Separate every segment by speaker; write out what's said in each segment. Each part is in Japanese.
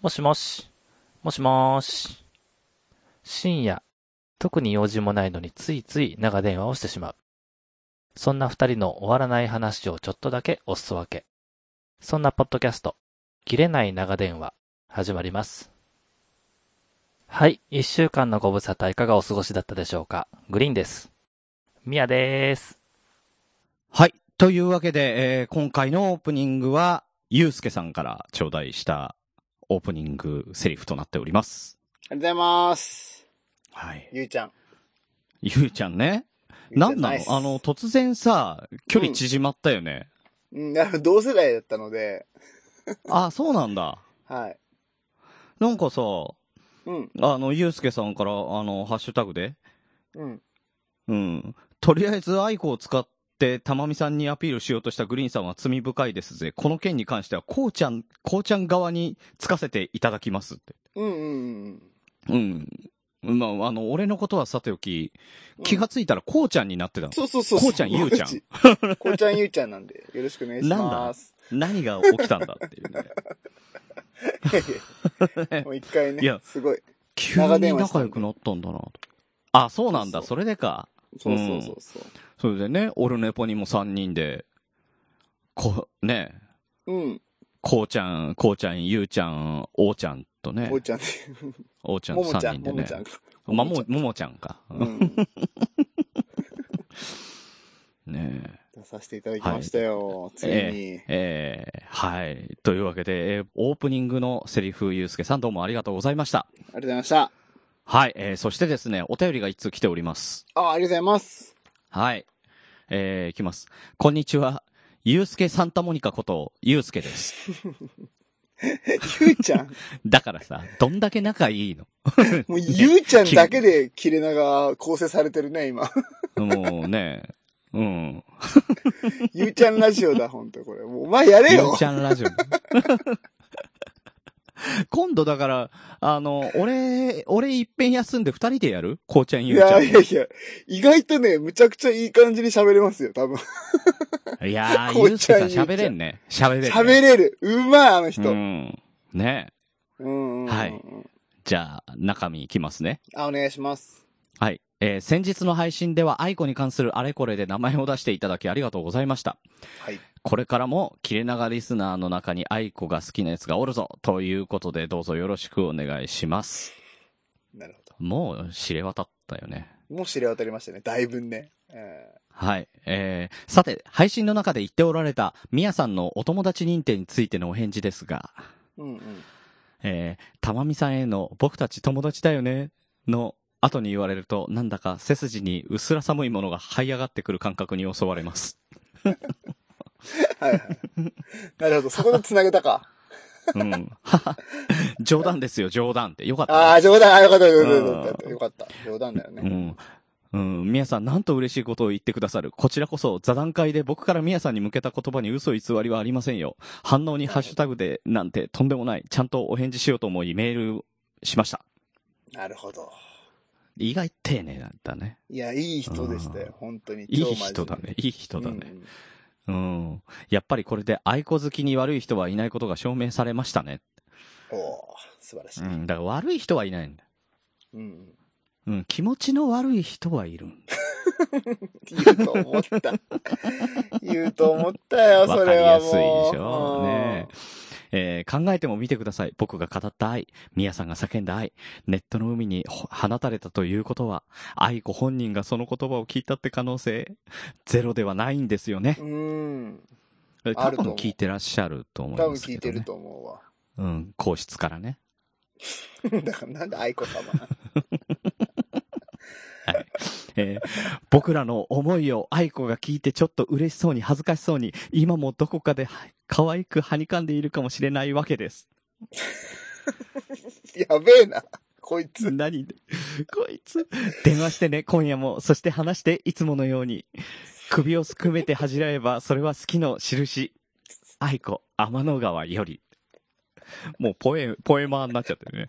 Speaker 1: もしもし。もしもーし。深夜、特に用事もないのについつい長電話をしてしまう。そんな二人の終わらない話をちょっとだけおすそ分け。そんなポッドキャスト、切れない長電話、始まります。はい。一週間のご無沙汰いかがお過ごしだったでしょうかグリーンです。ミヤでーす。
Speaker 2: はい。というわけで、えー今回のオープニングは、ゆうすけさんから頂戴したオープニングセリフとなっております。
Speaker 3: ありがとうございます。
Speaker 2: はい。
Speaker 3: ゆうちゃん。
Speaker 2: ゆうちゃんね。
Speaker 3: ゆうち
Speaker 2: な
Speaker 3: ゃ
Speaker 2: んな
Speaker 3: ナイス
Speaker 2: のあの、、突然さ、距離縮まったよね。
Speaker 3: うん、あの同世代だったので、
Speaker 2: あ、そうなんだ。
Speaker 3: はい。
Speaker 2: なんかさ、
Speaker 3: うん、
Speaker 2: あの、ゆうすけさんから、あの、ハッシュタグで、
Speaker 3: うん。
Speaker 2: うん。とりあえずアイコを使って、たまみさんにアピールしようとしたグリーンさんは罪深いですぜ。この件に関しては、こうちゃん、こうちゃん側につかせていただきますって。
Speaker 3: うん、うん、
Speaker 2: うん。まあ、あの、俺のことはさておき、
Speaker 3: うん。
Speaker 2: 気がついたらこうちゃんになってた の。
Speaker 3: そうそうそう。
Speaker 2: こうちゃんゆうちゃん
Speaker 3: ん。 こうちゃん、ゆうちゃんなんで、よろしくお願いします。
Speaker 2: 何が起きたんだっていうね。
Speaker 3: なんだもう一回
Speaker 2: い
Speaker 3: ね
Speaker 2: や、
Speaker 3: すごい。
Speaker 2: 急
Speaker 3: 長
Speaker 2: に
Speaker 3: 電話した
Speaker 2: 仲
Speaker 3: んで
Speaker 2: 良くなったんだなと。あ、そうなんだ。そ
Speaker 3: そうそう
Speaker 2: れでか。
Speaker 3: そうそうそうそう。
Speaker 2: それでね、オルネポにも3人で、こ、ね、
Speaker 3: うん、
Speaker 2: こうちゃん、こうちゃん、ゆうちゃん、おうちゃんとね
Speaker 3: こ、うちゃんね。
Speaker 2: おうちゃん
Speaker 3: ももち
Speaker 2: 3
Speaker 3: ゃ
Speaker 2: 人
Speaker 3: ん、
Speaker 2: で
Speaker 3: も
Speaker 2: ね
Speaker 3: もちゃ。んか。
Speaker 2: まあ、も、ももちゃんか。
Speaker 3: うん。
Speaker 2: ねえ。
Speaker 3: 出させていただきましたよ、ついに。
Speaker 2: えーはい。というわけで、えーオープニングのセリフ、ゆうすけさんどうもありがとうございました。
Speaker 3: ありがとうございました。
Speaker 2: はい、えーそしてですね、お便りが一通来ております。
Speaker 3: あ、ありがとうござ います。
Speaker 2: はい。えー、いきます。こんにちは。ゆうすけサンタモニカこと、ゆうすけです。
Speaker 3: ゆうちゃん。
Speaker 2: だからさ、どんだけ仲いいの
Speaker 3: もう、ゆうちゃんだけで切れ長構成されてるね、今。
Speaker 2: もうね、うん。
Speaker 3: ゆうちゃんラジオだ、ほんと、これ。もうお前やれ
Speaker 2: ゆ
Speaker 3: よ
Speaker 2: うち。ゃん ラジオ。今度だから、あの、俺、俺一遍休んで二人でやるこうちゃん
Speaker 3: い
Speaker 2: ゆうちゃ
Speaker 3: や
Speaker 2: ん。
Speaker 3: いやいや、意外とね、むちゃくちゃいい感じに喋れますよ、 多分。
Speaker 2: いや
Speaker 3: こ
Speaker 2: ー、ゆ
Speaker 3: う
Speaker 2: うす
Speaker 3: ちゃ
Speaker 2: け
Speaker 3: ん
Speaker 2: さん喋れんね。喋れん、ね。
Speaker 3: 喋れる。うまい、あの人。
Speaker 2: う
Speaker 3: うん
Speaker 2: ん。ね
Speaker 3: うんうん。
Speaker 2: はい。じゃあ、中身いきますね。
Speaker 3: あ、お願いします。
Speaker 2: はい。えー先日の配信では、アイコに関するあれこれで名前を出していただきありがとうございました。
Speaker 3: はい。
Speaker 2: これからも、切れ長リスナーの中にアイコが好きなやつがおるぞということで、どうぞよろしくお願いします。
Speaker 3: なるほど。
Speaker 2: もう、知れ渡ったよね。
Speaker 3: もう知れ渡りましたね、だいぶね。え
Speaker 2: はい。えー、さて、配信の中で言っておられた、みやさんのお友達認定についてのお返事ですが、
Speaker 3: ーうんうん。
Speaker 2: えー、たまみさんへの僕たち友達だよねの後に言われると、なんだか背筋に薄ら寒いものが這い上がってくる感覚に襲われます。
Speaker 3: はいはい。なるほど、そこで繋げ たか。
Speaker 2: うん。はは冗談ですよ、冗談って。よかったね、
Speaker 3: ああ、冗談、あよかった、よかったよかった、よかった。冗談だよ
Speaker 2: う
Speaker 3: ね。
Speaker 2: ん。うん、皆さん、なんと嬉しいことを言ってくださる。こちらこそ、座談会で僕から皆さんに向けた言葉に嘘偽りはありませんよ。反応にハッシュタグで、なんて、とんでもない。ちゃんとお返事しようと思い、メールしました。
Speaker 3: なるほど。
Speaker 2: 意外丁寧だったね。
Speaker 3: いや、いい人でしたよ、本当に。
Speaker 2: い
Speaker 3: 超
Speaker 2: い
Speaker 3: 真面目
Speaker 2: 人だ。ね、いい人だね。
Speaker 3: うんうん。
Speaker 2: うん。やっぱりこれで愛子好きに悪い人はいないことが証明されましたね。
Speaker 3: おお素晴らしい。
Speaker 2: う。
Speaker 3: うん
Speaker 2: だから悪い人はいないんだ。
Speaker 3: んうん。
Speaker 2: うん。気持ちの悪い人はいるんだ。
Speaker 3: 言うと思 った。言うと思ったよ、そ
Speaker 2: わかり
Speaker 3: れは
Speaker 2: やす
Speaker 3: も。
Speaker 2: いうでしょ。ねえ。えー考えても見てください。僕が語った愛、ミヤさんが叫んだ愛、ネットの海にほ放たれたということは、愛子本人がその言葉を聞いたって可能性、ゼロではないんですよね
Speaker 3: う。ん。
Speaker 2: 多分聞いてらっしゃると思い
Speaker 3: 多分
Speaker 2: ます
Speaker 3: 聞
Speaker 2: け
Speaker 3: い
Speaker 2: ど、
Speaker 3: て
Speaker 2: ね。
Speaker 3: ると思うわ。
Speaker 2: うん、皇室からね。
Speaker 3: だからなんで愛子様。
Speaker 2: えー僕らの思いを愛子が聞いてちょっと嬉しそうに恥ずかしそうに、今もどこかではい可愛くはにかんでいるかもしれないわけです。
Speaker 3: やべえな、こいつ。
Speaker 2: 何こいつ。電話してね、今夜も。そして話して、いつものように。首をすくめて恥じらえば、それは好きの印。愛子、天の川より。もうポエ、ポエマーになっちゃってるね。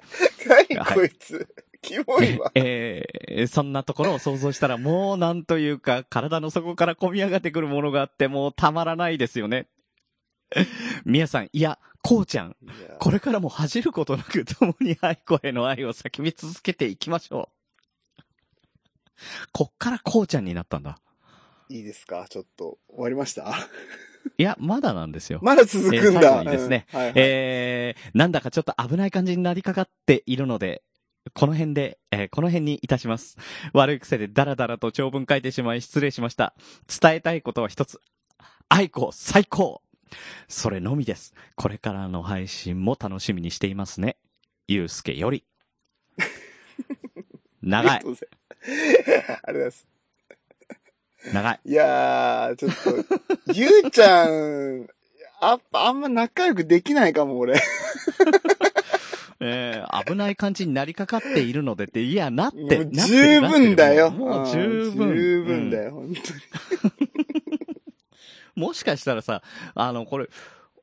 Speaker 3: 何こいつ。キモ いわ。
Speaker 2: えーそんなところを想像したら、もうなんというか、体の底から込み上がってくるものがあって、もうたまらないですよね。皆さん、いや、こうちゃん、
Speaker 3: いや
Speaker 2: これからも恥じることなく共に愛子への愛を叫び続けていきましょう。こっからこうちゃんになったんだ。
Speaker 3: いいですかちょっと、終わりました
Speaker 2: いや、まだなんですよ。
Speaker 3: まだ続くん
Speaker 2: えー最
Speaker 3: だ。
Speaker 2: 後にですね
Speaker 3: うん。はい はい
Speaker 2: えー、なんだかちょっと危ない感じになりかかっているので、この辺で、えーこの辺にいたします。悪い癖でダラダラと長文書いてしまい失礼しました。伝えたいことは一つ。愛子最高それのみです。これからの配信も楽しみにしていますね。ゆうすけよ り。
Speaker 3: あり
Speaker 2: 長
Speaker 3: が
Speaker 2: い
Speaker 3: と、うございます。 ありがとうございます。
Speaker 2: 長い。
Speaker 3: いやー、ちょっと、ゆうちゃん、あ、あんま仲良くできないかも、俺。
Speaker 2: えー、危ない感じになりかかっているのでって、いや、なっ
Speaker 3: も
Speaker 2: て、
Speaker 3: う
Speaker 2: なって
Speaker 3: 十
Speaker 2: る
Speaker 3: 分だよ。
Speaker 2: もう
Speaker 3: う
Speaker 2: 十
Speaker 3: ん
Speaker 2: 分。
Speaker 3: 十分だ
Speaker 2: よ。
Speaker 3: よ、本当に。
Speaker 2: もしかしたらさ、あの、これ、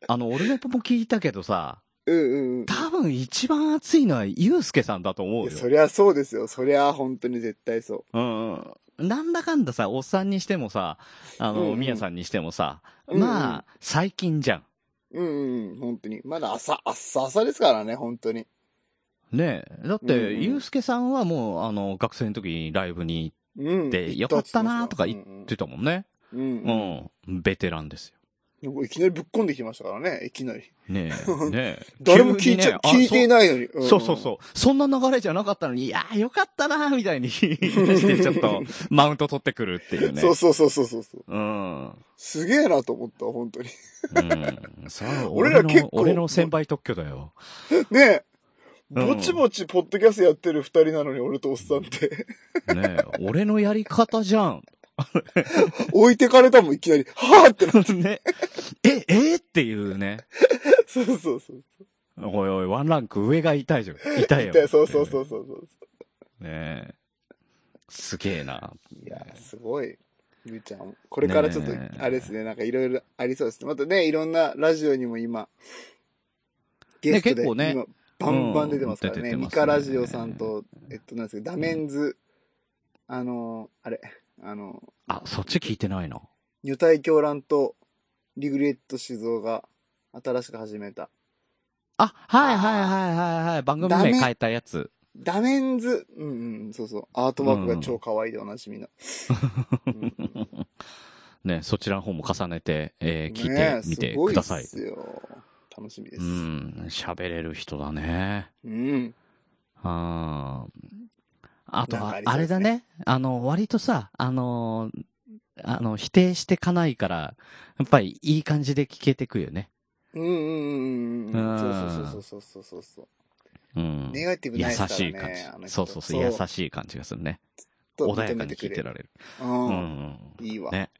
Speaker 2: あの、俺のポも聞いたけどさ、
Speaker 3: うんうんうん。
Speaker 2: 多分一番熱いのはゆうすけさんだと思
Speaker 3: いうや
Speaker 2: よ。
Speaker 3: そりゃそうですよ。そりゃ本当に絶対そ
Speaker 2: うんうん。なんだかんださ、おっさんにしてもさ、あ
Speaker 3: うん
Speaker 2: の、
Speaker 3: うん
Speaker 2: み、や、さんにしてもさ、
Speaker 3: う。うんうん
Speaker 2: まあ、、最近じゃん。
Speaker 3: うんうんうん、本当に。まだ朝、朝、朝ですからね、本当に。
Speaker 2: ねえ。だって、
Speaker 3: うんうん
Speaker 2: ゆうすけさんはもう、あの、学生の時にライブに行
Speaker 3: うん。
Speaker 2: でよかったなとか言
Speaker 3: っ
Speaker 2: ってたもんね。
Speaker 3: うんうん。うん
Speaker 2: うん。ベテランですよ。
Speaker 3: うんいきなりぶっこんできましたからね、いきなり。
Speaker 2: ねえ。ねえ
Speaker 3: 誰も聞いちゃ、
Speaker 2: 急に
Speaker 3: 聞
Speaker 2: ね
Speaker 3: いていないのに。んん
Speaker 2: そうそうそう。そんな流れじゃなかったのに、いやーよかったなーみたいに して、ちょっと、マウント取ってくるっていうね。
Speaker 3: そうそうそうそうそうそう。
Speaker 2: うん。うん。
Speaker 3: すげえなと思った、本当に。
Speaker 2: さあ、
Speaker 3: 俺ら結構
Speaker 2: 俺の俺の先輩特許だよ。
Speaker 3: ね
Speaker 2: うん
Speaker 3: え。ぼちぼちポッドキャストやってる二人なのに、俺とおっさんって。
Speaker 2: ねえ、俺のやり方じゃん。
Speaker 3: 置いてかれたもん、いきなり。はぁってな。
Speaker 2: ね。え、えーっていうね。
Speaker 3: そうそうそう。
Speaker 2: おいおい、ワンランク上が痛いじゃん。痛いよ。
Speaker 3: 痛いそうそうそうそうそう。
Speaker 2: ねえ。すげえな。
Speaker 3: いやー、すごい。ゆうちゃん、これからちょっと
Speaker 2: ね、え
Speaker 3: あれですね、なんかいろいろありそうですね。またね、いろんなラジオにも今、ゲストで、
Speaker 2: 結構ね
Speaker 3: 今、バンバン出てますから
Speaker 2: うん出
Speaker 3: ね。
Speaker 2: てますね
Speaker 3: ミカラジオさんと、えっと、なんですけど、ダメンズ、あのー、あれ、あのー、
Speaker 2: あ、そっち聞いてないな。
Speaker 3: 女体狂乱と、リグレット静雄が、新しく始めた。
Speaker 2: あ、はいはいはいはいはい。番組名変えたやつ。
Speaker 3: ダメンズ、うんうん、そうそう。アートワークが超可愛いでおなじ みの。うん
Speaker 2: ね、そちらの方も重ねて、えー聞
Speaker 3: ね
Speaker 2: い
Speaker 3: え
Speaker 2: てみて
Speaker 3: すご
Speaker 2: ください。
Speaker 3: ですよ。楽しみです。
Speaker 2: うん、喋れる人だね。
Speaker 3: うん
Speaker 2: ああと
Speaker 3: なんか
Speaker 2: は
Speaker 3: ありそうですね
Speaker 2: あれだね。あの、割とさ、あのー、あの、否定してかないから、やっぱりいい感じで聞けてくよね。
Speaker 3: うんうんうんうんう。
Speaker 2: うんん
Speaker 3: そうそうそうそうそうそうう。
Speaker 2: ん。
Speaker 3: ネガティブ
Speaker 2: 優
Speaker 3: ないですからね。
Speaker 2: しい感
Speaker 3: あ
Speaker 2: じ。
Speaker 3: の人
Speaker 2: そうそうそう、優しい感じがするね。
Speaker 3: ちょっ
Speaker 2: 穏
Speaker 3: と
Speaker 2: や
Speaker 3: 認
Speaker 2: か
Speaker 3: め
Speaker 2: に
Speaker 3: て
Speaker 2: 聞
Speaker 3: く
Speaker 2: い
Speaker 3: れ
Speaker 2: て
Speaker 3: る。
Speaker 2: られる。う
Speaker 3: うん。
Speaker 2: ん。
Speaker 3: いいわ。
Speaker 2: ね。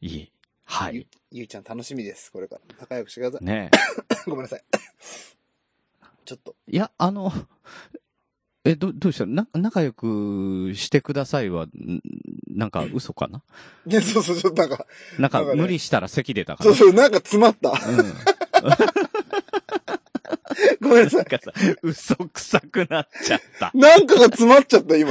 Speaker 2: いい。は
Speaker 3: ゆ
Speaker 2: い。
Speaker 3: ゆうちゃん楽しみです。これから。仲良くしてくださ
Speaker 2: ね。
Speaker 3: い。 ごめんなさい。ちょっと。
Speaker 2: いや、あの、え、ど、どうしたな、仲良くしてくださいは、んなんか嘘かない
Speaker 3: や、そうそう、ちょっとなんか、
Speaker 2: なんか
Speaker 3: なんかね
Speaker 2: 無理したら席出たか
Speaker 3: そ
Speaker 2: ら
Speaker 3: う。そう、なんか詰まっ
Speaker 2: う
Speaker 3: た。
Speaker 2: ん。
Speaker 3: ごめんなさ
Speaker 2: なん
Speaker 3: い。
Speaker 2: かさ、嘘くさくなっちゃった。
Speaker 3: なんかが詰まっちゃった、今。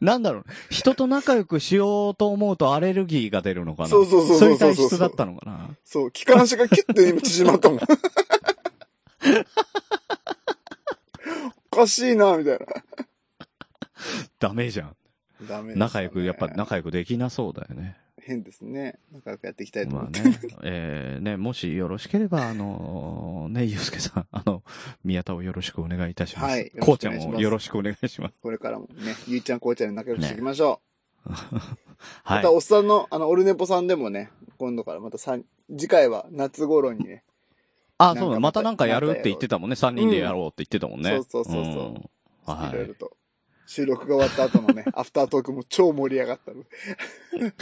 Speaker 2: なんだろう、人と仲良くしようと思うとアレルギーが出るのかな
Speaker 3: そうそうそうそう
Speaker 2: そういう体質だったのかな
Speaker 3: そう、気管支がキュッて今縮まったもん。 おかしいな、みたいな。
Speaker 2: ダメじゃん。
Speaker 3: ダメですよね
Speaker 2: 仲良く、やっぱ仲良くできなそうだよね。
Speaker 3: 変ですね。仲良くやっていきたいと思
Speaker 2: ま
Speaker 3: っ
Speaker 2: あ
Speaker 3: て。
Speaker 2: ね、えー、ね、もしよろしければ、あのーね、ゆうすけさん、 あの、宮田をよろしくお願いいたします。
Speaker 3: はい
Speaker 2: こうちゃん
Speaker 3: よろしくお願
Speaker 2: もよろしくお願
Speaker 3: いします
Speaker 2: いします。
Speaker 3: これからもね、ゆいちゃん、こうちゃんで仲良くしていきましょう。
Speaker 2: は
Speaker 3: ま
Speaker 2: い
Speaker 3: た、。おっさんの、あの、オルネポさんでもね、今度からまた三、次回は夏頃にね、
Speaker 2: あ、
Speaker 3: なん
Speaker 2: そう
Speaker 3: か
Speaker 2: だ、
Speaker 3: ま
Speaker 2: ま
Speaker 3: た
Speaker 2: たなんかやるって言ってたもんね。3人でやろうって言ってたもんね。
Speaker 3: うんそうそうそうそうんいろい
Speaker 2: は
Speaker 3: ろと、収録が終わった後 のね、アフタートークも超盛り上がったの。
Speaker 2: い。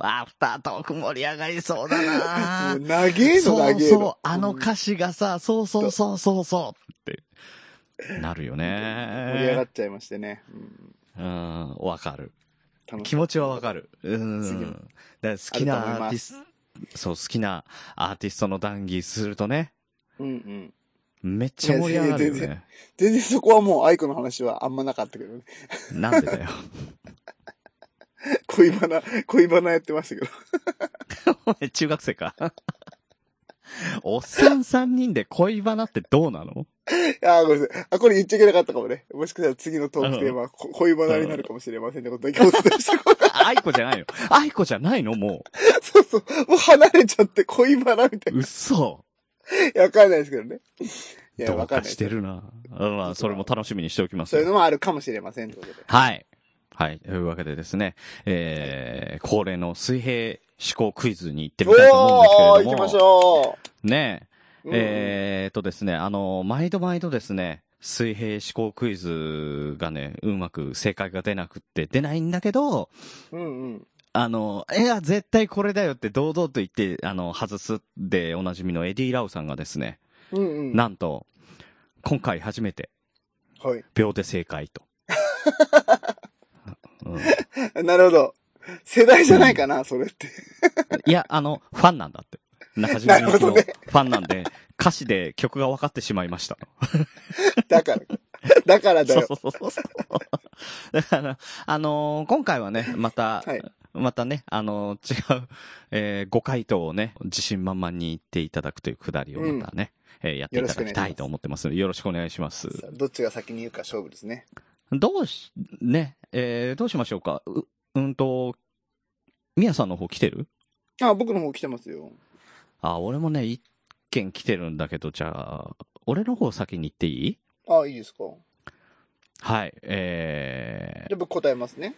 Speaker 2: アフタートーク盛り上がりそうだな
Speaker 3: もう、長えの
Speaker 2: そ
Speaker 3: 長
Speaker 2: う
Speaker 3: え
Speaker 2: そう
Speaker 3: の。、
Speaker 2: あの
Speaker 3: か
Speaker 2: 歌詞がさ、そうそうそうそうそうって、なるよね。
Speaker 3: 盛り上がっちゃいましてね。うん、
Speaker 2: うん、わかる。
Speaker 3: 楽し
Speaker 2: 気
Speaker 3: み。
Speaker 2: 持ちはわかる。う
Speaker 3: 次も
Speaker 2: ん。だから好きな
Speaker 3: あると思い
Speaker 2: アー
Speaker 3: ま
Speaker 2: ティスト、そう、好きなアーティストの談義するとね、
Speaker 3: うんうん。
Speaker 2: めっちゃ盛り上がるよ
Speaker 3: いや全
Speaker 2: ね。
Speaker 3: 全然そこはもう、アイコの話はあんまなかったけどね。
Speaker 2: なんでだよ。
Speaker 3: 恋バナ、恋バナやってましたけど。
Speaker 2: 前中学生か。 おっさん3人で恋バナってどうなの
Speaker 3: あー、ごめんなさい。あ、これ言っちゃいけなかったかもね。もしかしたら次のトークテーマは、こ恋バナになるかもしれませんってことだけお伝えしてこうか。
Speaker 2: あいこじゃないのあいこじゃないのも。
Speaker 3: そうそう。もう離れちゃって恋バナみたいう
Speaker 2: 嘘。
Speaker 3: な。いや、わかんないですけどね。いや、
Speaker 2: ど
Speaker 3: わ
Speaker 2: う
Speaker 3: かん
Speaker 2: か
Speaker 3: ない。
Speaker 2: してるな。うんまあ、それも楽しみにしておきます
Speaker 3: そう
Speaker 2: よ
Speaker 3: いうのもあるかもしれませんってことで。
Speaker 2: はい。はい。というわけでですね、えー、恒例の水平思考クイズに行ってみたいと思うんですけれども
Speaker 3: お。ー、行きましょ
Speaker 2: ね
Speaker 3: う。
Speaker 2: えーっとですね、あの、毎度毎度ですね、水平思考クイズがね、うまく正解が出なくって、出ないんだけど、
Speaker 3: うんうん。
Speaker 2: あの、いや、絶対これだよって堂々と言って、あの、外すでおなじみのエディ・ラウさんがですね、
Speaker 3: うんうん。
Speaker 2: なんと、今回初めて、
Speaker 3: はい。
Speaker 2: 秒で正解 と。うん
Speaker 3: なるほど。世代じゃないかな、それって。
Speaker 2: いや、あの、ファンなんだって。中島みゆきの
Speaker 3: なるほどね
Speaker 2: ファンなんで、歌詞で曲が分かってしまいました。
Speaker 3: だから。だからだ
Speaker 2: そう
Speaker 3: よ
Speaker 2: そ。うそうそう。 だから、あのー今回はね、また、
Speaker 3: はい
Speaker 2: またね、あのー違う、えーご回答をね、自信満々に言っていただくというくだりをまたね、えーやっていただきたいと思ってますので、よろしくお願いします。
Speaker 3: さあどっちが先に言うか勝負ですね。
Speaker 2: どうし、ね、えーどうしましょうか。う、うんと、みやさんの方来てる
Speaker 3: あ、僕の方来てますよ。
Speaker 2: あ、俺もね、一件来てるんだけど、じゃあ、俺の方先に行っていい
Speaker 3: あ、いいですか。
Speaker 2: はい、え
Speaker 3: じゃあ僕答えますね。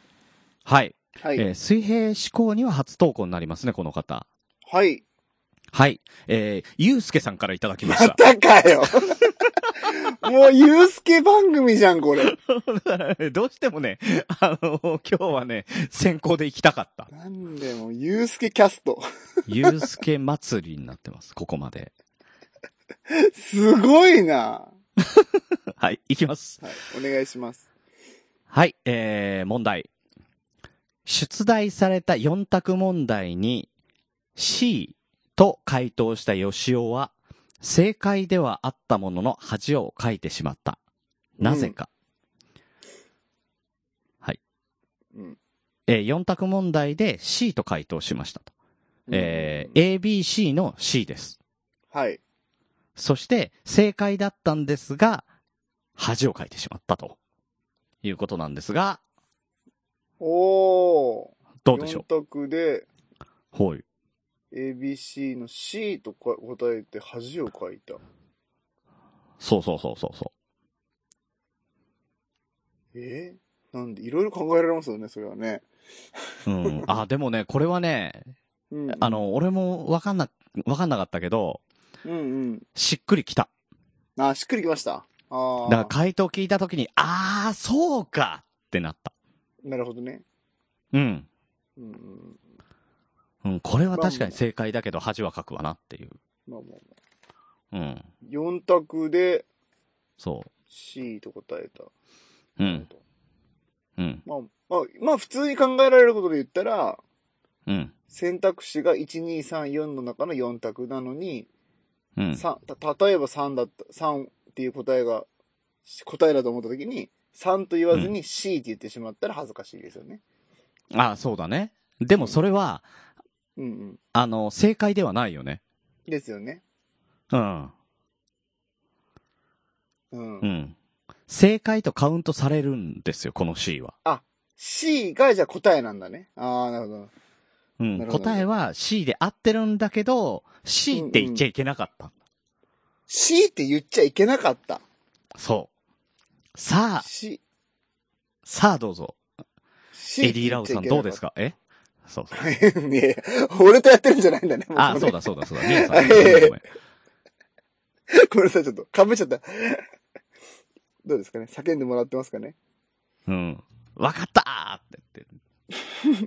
Speaker 2: ー、はい、
Speaker 3: はい。
Speaker 2: えー水平思考には初投稿になりますね、この方。
Speaker 3: はい。
Speaker 2: はい、えー、ゆうすけさんからいただきまし
Speaker 3: ま
Speaker 2: た。
Speaker 3: たかよ。 もう、ゆうすけ番組じゃん、これ。
Speaker 2: どうしてもね、あの今日はね、先行で行きたかった。
Speaker 3: なんでもう、ゆうすけキャスト。
Speaker 2: ゆうすけ祭りになってます、ここまで。
Speaker 3: すごいな。
Speaker 2: はい、行きます。
Speaker 3: はい。お願いします。
Speaker 2: はい、えー、問題。出題された4択問題に C と回答した吉尾は、正解ではあったものの恥をかいてしまった。なぜか。
Speaker 3: うん。
Speaker 2: えー、4択問題で C と回答しましたと。えー、ABC の C です。
Speaker 3: はい。
Speaker 2: そして、正解だったんですが、恥をかいてしまったと。いうことなんですが、
Speaker 3: おー。
Speaker 2: どうでしょ
Speaker 3: 4択で、
Speaker 2: うほい。
Speaker 3: ABC の C とか答えて恥をかいた。
Speaker 2: そうそうそうそうそ
Speaker 3: えーなんで、いろいろ考えられますよね、それはね。
Speaker 2: う。うん。あ、でもね、これはね、
Speaker 3: うん。
Speaker 2: あ、の、俺もわかんな、わかんなかったけど、
Speaker 3: うん
Speaker 2: しっくりきた。
Speaker 3: うん。あ、しっくりきました。あ
Speaker 2: だから
Speaker 3: あ。
Speaker 2: 回答聞いたときに、あー、そうかってなった。
Speaker 3: なるほどね。
Speaker 2: うん。
Speaker 3: うんうん。
Speaker 2: うん、これは確かに正解だけど、恥はかくわなっていう。
Speaker 3: まあまあまあ。
Speaker 2: うん。
Speaker 3: 4択で
Speaker 2: そ
Speaker 3: C と答えた。
Speaker 2: う。うん。。うん。
Speaker 3: まあ、まあ、まあ、普通に考えられることで言ったら、
Speaker 2: うん。
Speaker 3: 選択肢が1234の中の4択なのに、
Speaker 2: うん。
Speaker 3: さた例えば3だった、3っていう答えが、し答えだと思った時に、3と言わずに C って言ってしまったら恥ずかしいですよね。
Speaker 2: あ、そうだね。でもそれは、
Speaker 3: うんうん。
Speaker 2: あの、正解ではないよね。
Speaker 3: ですよね。
Speaker 2: うん。
Speaker 3: うん。
Speaker 2: うん。正解とカウントされるんですよ、この C は。
Speaker 3: C がじゃあ答えなんだね。ああ、なるほど。
Speaker 2: う
Speaker 3: なる
Speaker 2: ん。
Speaker 3: ほど
Speaker 2: 答えは C で合ってるんだけど、C って言っちゃいけなかった。
Speaker 3: C って言っちゃいけなかった。
Speaker 2: そう。さあ、
Speaker 3: C。
Speaker 2: さあどうぞ。
Speaker 3: C
Speaker 2: エディ・ラウさんどうですかえそう そう。
Speaker 3: って言っちゃいけなかったいやいや俺とやってるんじゃないんだね。
Speaker 2: あ、
Speaker 3: も
Speaker 2: そううだそうだそうだ。ミヤさん。ご
Speaker 3: ええ
Speaker 2: めんごめん
Speaker 3: これさい、ちょっと、かぶっちゃった。どうですかね叫んでもらってますかね
Speaker 2: うん。わかったーって言って。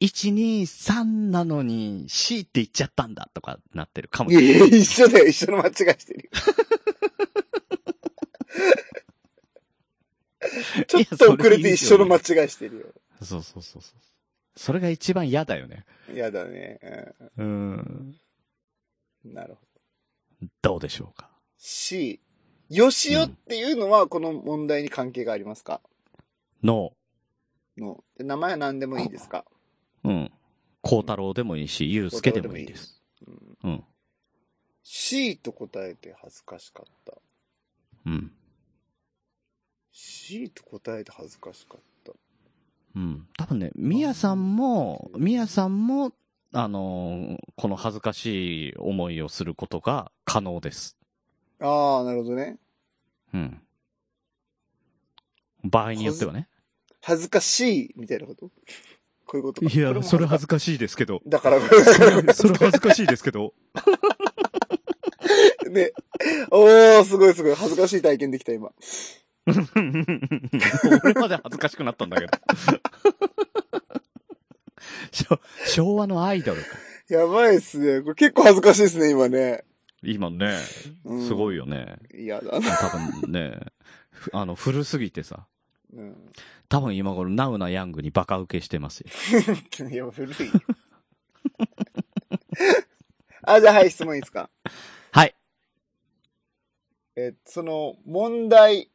Speaker 2: 1、2、3なのに C って言っちゃったんだとかなってるかも
Speaker 3: い
Speaker 2: しれ
Speaker 3: や
Speaker 2: ない。
Speaker 3: いや、一緒だよ、一緒の間違いしてるよ。 ちょっと遅れて一緒の間違いしてるよ。
Speaker 2: そうそうそうそう。それが一番嫌だよね。
Speaker 3: やだね、
Speaker 2: うん。
Speaker 3: うん。なるほど。
Speaker 2: どうでしょうか。
Speaker 3: C。よしおっていうのはこの問題に関係がありますか
Speaker 2: の、
Speaker 3: の。で名前は何でもいいですか
Speaker 2: うん。孝太郎でもいいし、祐介でもいいです。
Speaker 3: うん
Speaker 2: うん。
Speaker 3: C と答えて恥ずかしかった。
Speaker 2: うん。
Speaker 3: C と答えて恥ずかしかった。
Speaker 2: うん。多分ね、みやさんも、みやさんも、あのーこの恥ずかしい思いをすることが可能です。
Speaker 3: ああ、なるほどね。
Speaker 2: うん。場合によってはね。
Speaker 3: 恥ずかしいみたいなことこういうことか
Speaker 2: ずかしいですけ ど。
Speaker 3: だから、
Speaker 2: それ恥ずかしいですけど。
Speaker 3: ね。おー、すごいすごい。恥ずかしい体験できた、今。
Speaker 2: 俺まで恥ずかしくなったんだ けど。昭昭和のアイドルか。
Speaker 3: やばいっすね。これ結構恥ずかしいっすね、今ね。
Speaker 2: 今ね、
Speaker 3: うん
Speaker 2: すごいよね。
Speaker 3: いやだな。
Speaker 2: 多分ね、ふあの、古すぎてさ。
Speaker 3: うん。
Speaker 2: 多分今頃、ナウなヤングにバカ受けしてますよ。
Speaker 3: いや、古い。 あ、じゃあ、はい、質問いいですか。
Speaker 2: はい。
Speaker 3: え、その、問題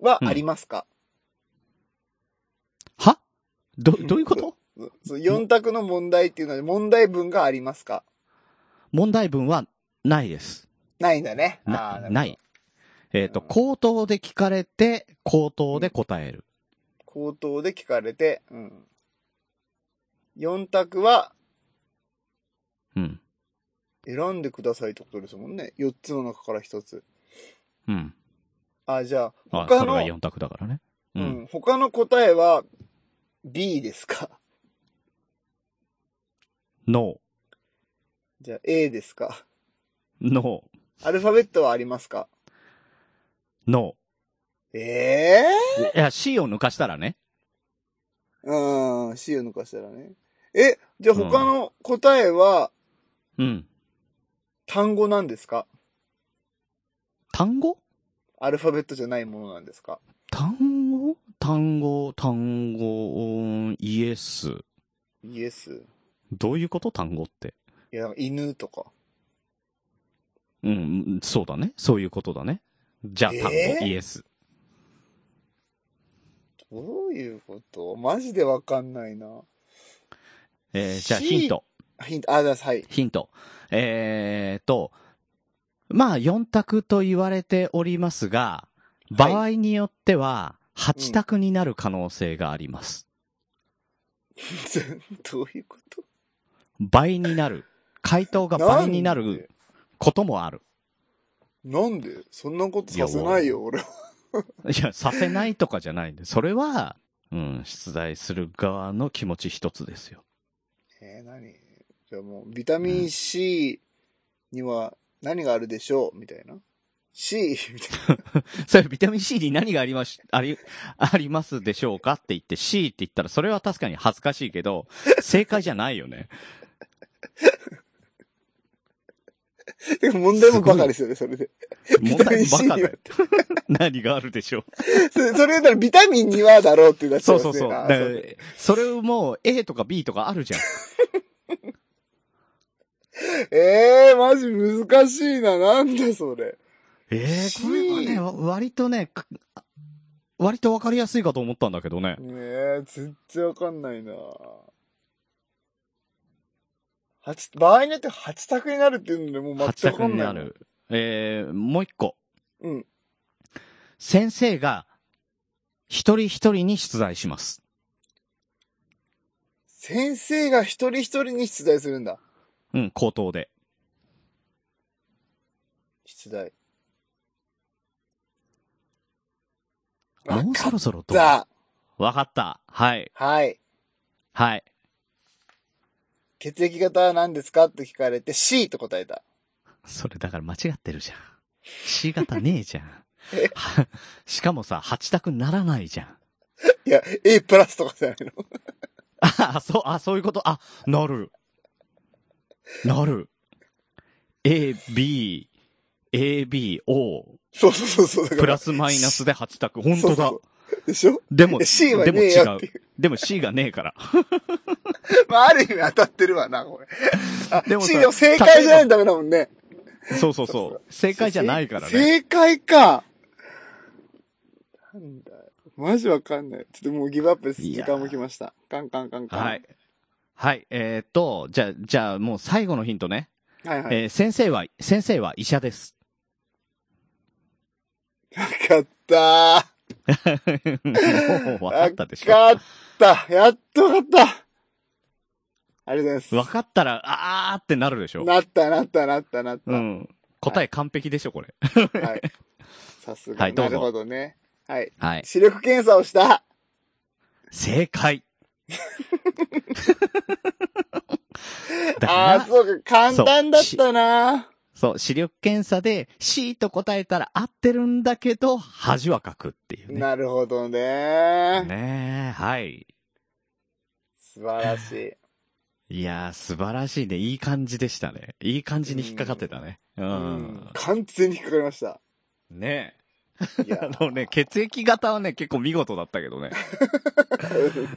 Speaker 3: はありますか、
Speaker 2: はど、どういうこと
Speaker 3: そ ?4 択の問題っていうのは、問題文がありますか
Speaker 2: 問題文はないです。
Speaker 3: ないんだね。あー
Speaker 2: な
Speaker 3: るほど
Speaker 2: ない。えっ、と、口頭で聞かれて、口頭で答える。
Speaker 3: 口頭で聞かれて、うん。4択は
Speaker 2: うん。
Speaker 3: 選んでくださいってことですもんね。4つの中から1つ。
Speaker 2: うん。
Speaker 3: あ、じゃあ、
Speaker 2: あ、
Speaker 3: 他
Speaker 2: それ
Speaker 3: の
Speaker 2: が、4択だからね。う。
Speaker 3: うんん、他の答えは B ですか
Speaker 2: ノ
Speaker 3: じゃあ A ですか
Speaker 2: ー、ノ
Speaker 3: アルファベットはありますか
Speaker 2: ー、ノ
Speaker 3: ええ
Speaker 2: ー。いや、C を抜かしたらね。
Speaker 3: うん、C を抜かしたらね。え、じゃあ他の答えは
Speaker 2: うん。
Speaker 3: 単語なんですか
Speaker 2: 単語
Speaker 3: アルファベットじゃないものなんですか
Speaker 2: 単語単語、単語、イエス。
Speaker 3: イエス。
Speaker 2: どういうこと単語って。
Speaker 3: いや、犬とか。
Speaker 2: うん、そうだね。そういうことだね。じゃあ単語、
Speaker 3: えー
Speaker 2: イエス。
Speaker 3: どういうことマジでわかんないな。
Speaker 2: えーじゃあ
Speaker 3: C
Speaker 2: ヒント。
Speaker 3: ヒント、あ、だ、はい。
Speaker 2: ヒント。えーと、まあ4択と言われておりますが、場合によっては8択になる可能性があります。
Speaker 3: どういうこと
Speaker 2: 倍にな る。回答が倍になることもある。
Speaker 3: なんでそんなことさせないよ、俺は。
Speaker 2: いや、させないとかじゃないんで、それは、うん、出題する側の気持ち一つですよ。
Speaker 3: えー、何じゃあもう、ビタミン C には何があるでしょうみたいな。C? みたいな。
Speaker 2: それビタミン C に何がありまし、あり、ありますでしょうかって言って C って言ったら、それは確かに恥ずかしいけど、正解じゃないよ ね。
Speaker 3: でも問題もバカですよね、それで。
Speaker 2: 問
Speaker 3: ビタミ
Speaker 2: 題
Speaker 3: ン
Speaker 2: バ
Speaker 3: C に
Speaker 2: カ
Speaker 3: は
Speaker 2: だよ。 何があるでしょう。
Speaker 3: それそれだからビタミンにはだろうってなっち
Speaker 2: そ
Speaker 3: ゃいうます
Speaker 2: そうそ
Speaker 3: ね。
Speaker 2: う。だ
Speaker 3: あ
Speaker 2: から
Speaker 3: そうね
Speaker 2: それをもう A とか B とかあるじゃん。
Speaker 3: えー、マジ難しいな。なんだそれ。
Speaker 2: ええ
Speaker 3: C
Speaker 2: これはねわ、割とね、か割とわかりやすいかと思ったんだけどね。
Speaker 3: ねえ、全然わかんないな。八場合によって8択になるっていうので、もう
Speaker 2: 八
Speaker 3: 全く
Speaker 2: 択
Speaker 3: わかん
Speaker 2: に
Speaker 3: ない。
Speaker 2: なる。えー、もう一個。
Speaker 3: うん。
Speaker 2: 先生が、一人一人に出題します。
Speaker 3: 先生が一人一人に出題するんだ。
Speaker 2: うん、口頭で。
Speaker 3: 出題。わ
Speaker 2: もう
Speaker 3: か
Speaker 2: そ
Speaker 3: っ
Speaker 2: ろそろと。わ
Speaker 3: た。
Speaker 2: かった。はい。
Speaker 3: はい。
Speaker 2: はい。
Speaker 3: 血液型は何ですかって聞かれて C と答えた。
Speaker 2: それだから間違ってるじゃん。C 型ねえじゃん
Speaker 3: え。
Speaker 2: は しかもさ、8択ならないじゃん。
Speaker 3: いや、A プラスとかじゃないの。
Speaker 2: あ、そう、あ、そういうこと。あ、なる。なる。A, B, A, B, O,
Speaker 3: そうそうそうそう。だから
Speaker 2: プラスマイナスで8択。本当
Speaker 3: そう
Speaker 2: だ
Speaker 3: そ。うでしょ
Speaker 2: でも、
Speaker 3: で C は
Speaker 2: でも
Speaker 3: ねえ
Speaker 2: 違
Speaker 3: やっていう
Speaker 2: う。でも C がねえから。
Speaker 3: まあ、ある意味当たってるわな、これ。あ、
Speaker 2: でもさ
Speaker 3: C でも正解じゃないとダメだもんね。
Speaker 2: そうそうそう。正解じゃないからね。
Speaker 3: 正解か。なんだよマジわかんない。ちょっともうギブアップです。
Speaker 2: い
Speaker 3: 時
Speaker 2: やー
Speaker 3: 間も来ました。カンカンカンカン。
Speaker 2: はい。はい、えーっと、じゃあ、じゃあもう最後のヒントね。
Speaker 3: はいはい。
Speaker 2: えー先生は、先生は医者 です。
Speaker 3: わかった
Speaker 2: もう分かったでし
Speaker 3: ー。
Speaker 2: ょ。
Speaker 3: わかった。やっとわかった。ありがとうございます。
Speaker 2: 分かったら、あーってなるでしょ。
Speaker 3: なったなったなったなった。
Speaker 2: うん。答え完璧でしょ、これ。
Speaker 3: はい。さすが。
Speaker 2: はいどう
Speaker 3: な
Speaker 2: ぞ
Speaker 3: るほどね。はい。
Speaker 2: はい。
Speaker 3: 視力検査をした。
Speaker 2: 正 解。だ
Speaker 3: ああ
Speaker 2: な
Speaker 3: ー、そうか。簡単だったな。
Speaker 2: そう、視力検査で C と答えたら合ってるんだけど、恥はかくっていうね。
Speaker 3: なるほどね
Speaker 2: ねえ、はい。
Speaker 3: 素晴らしい。
Speaker 2: いやー、素晴らしいね。いい感じでしたね。いい感じに引っかかってたね。う。
Speaker 3: うん完全に引っかかりました。
Speaker 2: ね
Speaker 3: い
Speaker 2: え。
Speaker 3: や
Speaker 2: あのね、血液型はね、結構見事だったけ どね。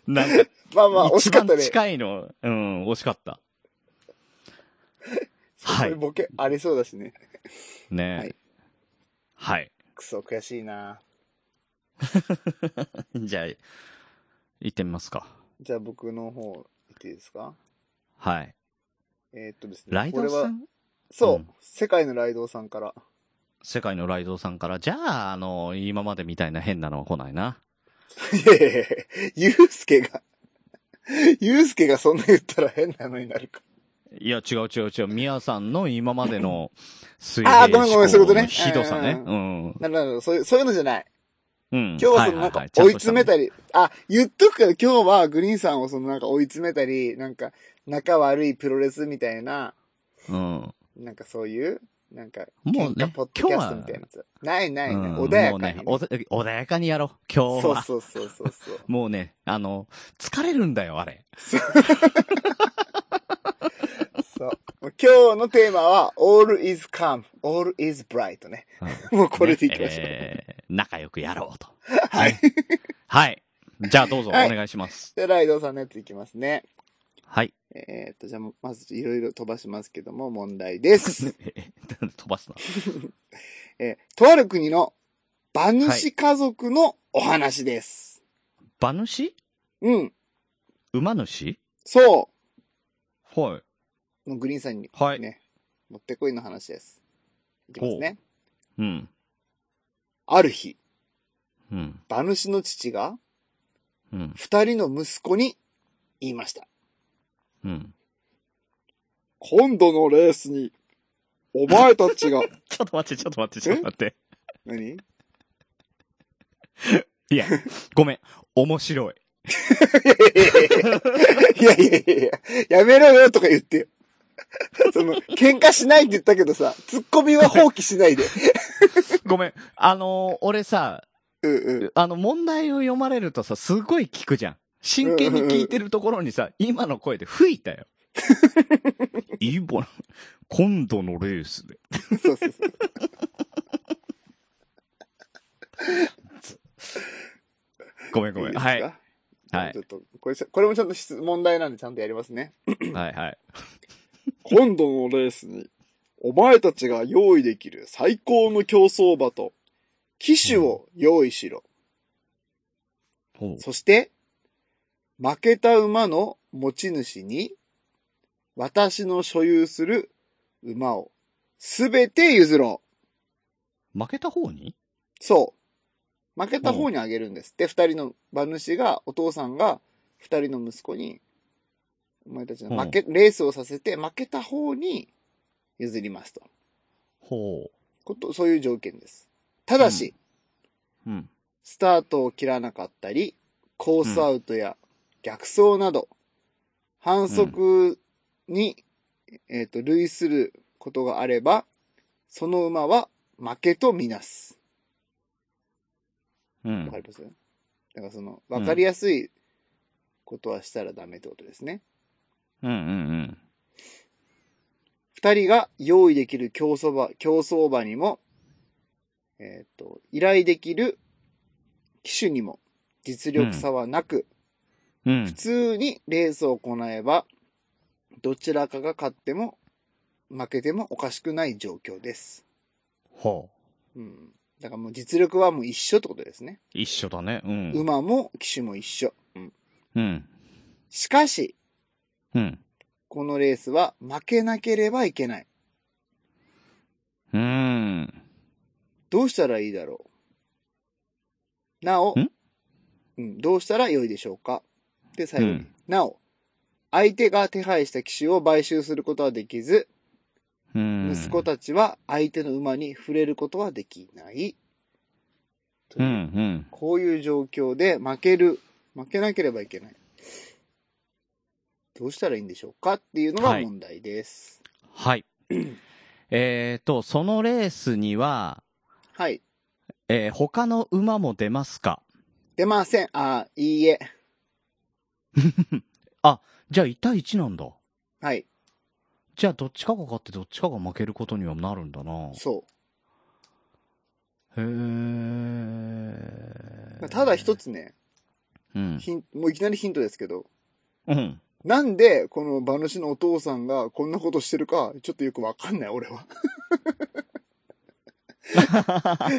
Speaker 2: なんか、
Speaker 3: まあまあ、惜し
Speaker 2: 一
Speaker 3: かっ
Speaker 2: 番
Speaker 3: たね。
Speaker 2: 近いの、うん、惜しかった。はい
Speaker 3: そううボケありそうだしね。
Speaker 2: ねえ。はい。
Speaker 3: くそ、悔しいな。
Speaker 2: じゃあ、行ってみますか。
Speaker 3: じゃあ僕の方、行っていいですか
Speaker 2: はい。
Speaker 3: えーっとですね。
Speaker 2: ライドウ
Speaker 3: これ
Speaker 2: さ
Speaker 3: は
Speaker 2: ん
Speaker 3: そう、
Speaker 2: うん
Speaker 3: 世界のライドウさんから。
Speaker 2: 世界のライドウさんから、じゃあ、あの、今までみたいな変なのは来ないな。
Speaker 3: いやいやいや、ゆうすけが、 ゆうすけがそんな言ったら変なのになるか。
Speaker 2: いや、違う違う違う。ミヤさんの今までの水
Speaker 3: あーごめんごめんそういうことね
Speaker 2: ひどさね。
Speaker 3: う
Speaker 2: うん。うん。
Speaker 3: なるほど、そういう、そういうのじゃない。
Speaker 2: 今
Speaker 3: 今日はそのなんか追い詰めたり、あ、言っとくけど今日はグリーンさんをそのなんか追い詰めたり、なんか仲悪いプロレスみたいな、
Speaker 2: うん。
Speaker 3: なんかそういう、なんか、
Speaker 2: もうね
Speaker 3: 喧嘩ポッドキャストみたいなやつ。ないないない、
Speaker 2: うん
Speaker 3: 穏や
Speaker 2: もう
Speaker 3: かに
Speaker 2: ね、。おぜ穏やかにやろう。今日
Speaker 3: そう
Speaker 2: は。
Speaker 3: そうそうそうそう。
Speaker 2: もうね、あの、疲れるんだよ、あれ。
Speaker 3: そう。もう今日のテーマは、all is calm, all is bright ね。もうこれでいきましょう。
Speaker 2: ねえー仲良くやろうと。
Speaker 3: はい。
Speaker 2: はい。じゃあ、どうぞ、お
Speaker 3: はい
Speaker 2: 願いします。
Speaker 3: で、ライドウさんのやついきますね。
Speaker 2: はい。
Speaker 3: えーっと、じゃあ、まずいろいろ飛ばしますけども、問題です。
Speaker 2: 飛ばすな。
Speaker 3: えーとある国の馬主家族のお話です。
Speaker 2: 馬主
Speaker 3: うん。
Speaker 2: 馬主
Speaker 3: そ
Speaker 2: は
Speaker 3: う。もうグリーンさんに
Speaker 2: い。はい。
Speaker 3: ね、持ってこいの話です。いきますね。
Speaker 2: うん。
Speaker 3: ある日、
Speaker 2: うん。
Speaker 3: 馬主の父が
Speaker 2: うん。
Speaker 3: 二人の息子に言いました。
Speaker 2: うん。
Speaker 3: 今度のレースに、お前たちが、
Speaker 2: ちょっと待って、ちょっと待って、ちょっと待って。
Speaker 3: 何
Speaker 2: いや、ごめん。面白い。
Speaker 3: いやいやいやいや、やめろよとか言って よ。その、喧嘩しないって言ったけどさ、ツッコミは放棄しないで。
Speaker 2: ごめん。あのー俺さ、
Speaker 3: うんうん。
Speaker 2: あの、問題を読まれるとさ、すごい聞くじゃん。真剣に聞いてるところにさ、今の声で吹いたよ。いいボラ今度のレースで。
Speaker 3: そうそうそう。
Speaker 2: ごめんごめん。はい。はい。はい
Speaker 3: ちょっと、これ、これもちゃんと質問題なんでちゃんとやりますね。
Speaker 2: はい。
Speaker 3: 今度のレースに、お前たちが用意できる最高の競走馬と、騎手を用意しろ。
Speaker 2: ほう
Speaker 3: そして、負けた馬の持ち主に、私の所有する馬をすべて譲ろ
Speaker 2: 負けた方に
Speaker 3: う。そう。負けた方にあげるんですって、二人の馬主が、お父さんが、二人の息子に、お前たちの負け、レースをさせて、負けた方に譲りますと。
Speaker 2: ほ
Speaker 3: こと、そういう条件です。ただし、
Speaker 2: う。うん。
Speaker 3: スタートを切らなかったり、コースアウトや逆走など、反則に、えっ、と、類することがあれば、その馬は負けとみなす。
Speaker 2: う
Speaker 3: わ
Speaker 2: ん
Speaker 3: か。りますだからその、わかりやすいことはしたらダメってことですね。
Speaker 2: うんうんうん。
Speaker 3: 二人が用意できる競走馬、競走馬にも、えっ、と、依頼できる騎手にも実力差はなく、
Speaker 2: うん
Speaker 3: 普。通にレースを行えば、どちらかが勝っても、負けてもおかしくない状況です。
Speaker 2: ほう。
Speaker 3: うん。だからもう実力はもう一緒ってことですね。
Speaker 2: 一緒だね。うん。
Speaker 3: 馬も騎手も一緒。うん。
Speaker 2: うん。
Speaker 3: しかし、
Speaker 2: うん。
Speaker 3: このレースは負けなければいけない。
Speaker 2: うーん。
Speaker 3: どうしたらいいだろうなお
Speaker 2: ん、
Speaker 3: うん、どうしたら良いでしょうかで、最後に、
Speaker 2: うん
Speaker 3: なお、相手が手配した騎手を買収することはできず、
Speaker 2: うん。
Speaker 3: 息子たちは相手の馬に触れることはできない。と
Speaker 2: う
Speaker 3: い
Speaker 2: ん、う。
Speaker 3: うんこういう状況で負ける、負けなければいけない。どうしたらいいんでしょうかっていうのが
Speaker 2: はい
Speaker 3: 問題です。
Speaker 2: はい。えっと、そのレースには、
Speaker 3: はい。
Speaker 2: えー他の馬も出ますか
Speaker 3: 出ません。あーいいえ。
Speaker 2: じゃあ1対1なんだ。
Speaker 3: はい。
Speaker 2: じゃあどっちかが勝ってどっちかが負けることにはなるんだな。
Speaker 3: そ
Speaker 2: へえ
Speaker 3: う。。ただ一つね、
Speaker 2: うん。
Speaker 3: ヒンもういきなりヒントですけど、
Speaker 2: うん。
Speaker 3: なんで、この馬主のお父さんがこんなことしてるか、ちょっとよくわかんない、俺 は。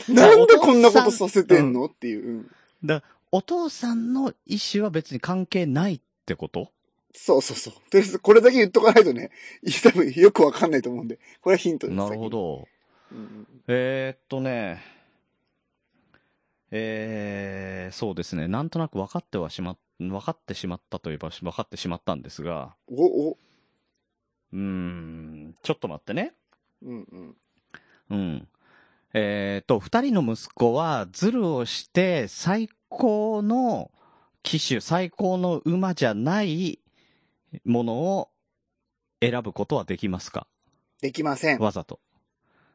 Speaker 3: なんでこんなことさせてんのっていう、うん
Speaker 2: お父さんの意思は別に関係ないってこと
Speaker 3: そうそうそう。とりあえず、これだけ言っとかないとね、い多分よくわかんないと思うんで、これはヒントです。
Speaker 2: なるほど。
Speaker 3: 先に。うん
Speaker 2: えー、っとね、えー、そうですね、なんとなく分かってはしま、分かってしまったといえば分かってしまったんですが、
Speaker 3: うん、お、お、
Speaker 2: うーん、ちょっと待ってね。
Speaker 3: うんう
Speaker 2: う
Speaker 3: ん。
Speaker 2: ん。えー、っと、二人の息子はズルをして最高の騎手、最高の馬じゃないものを選ぶことはできますか
Speaker 3: できません。
Speaker 2: わざと。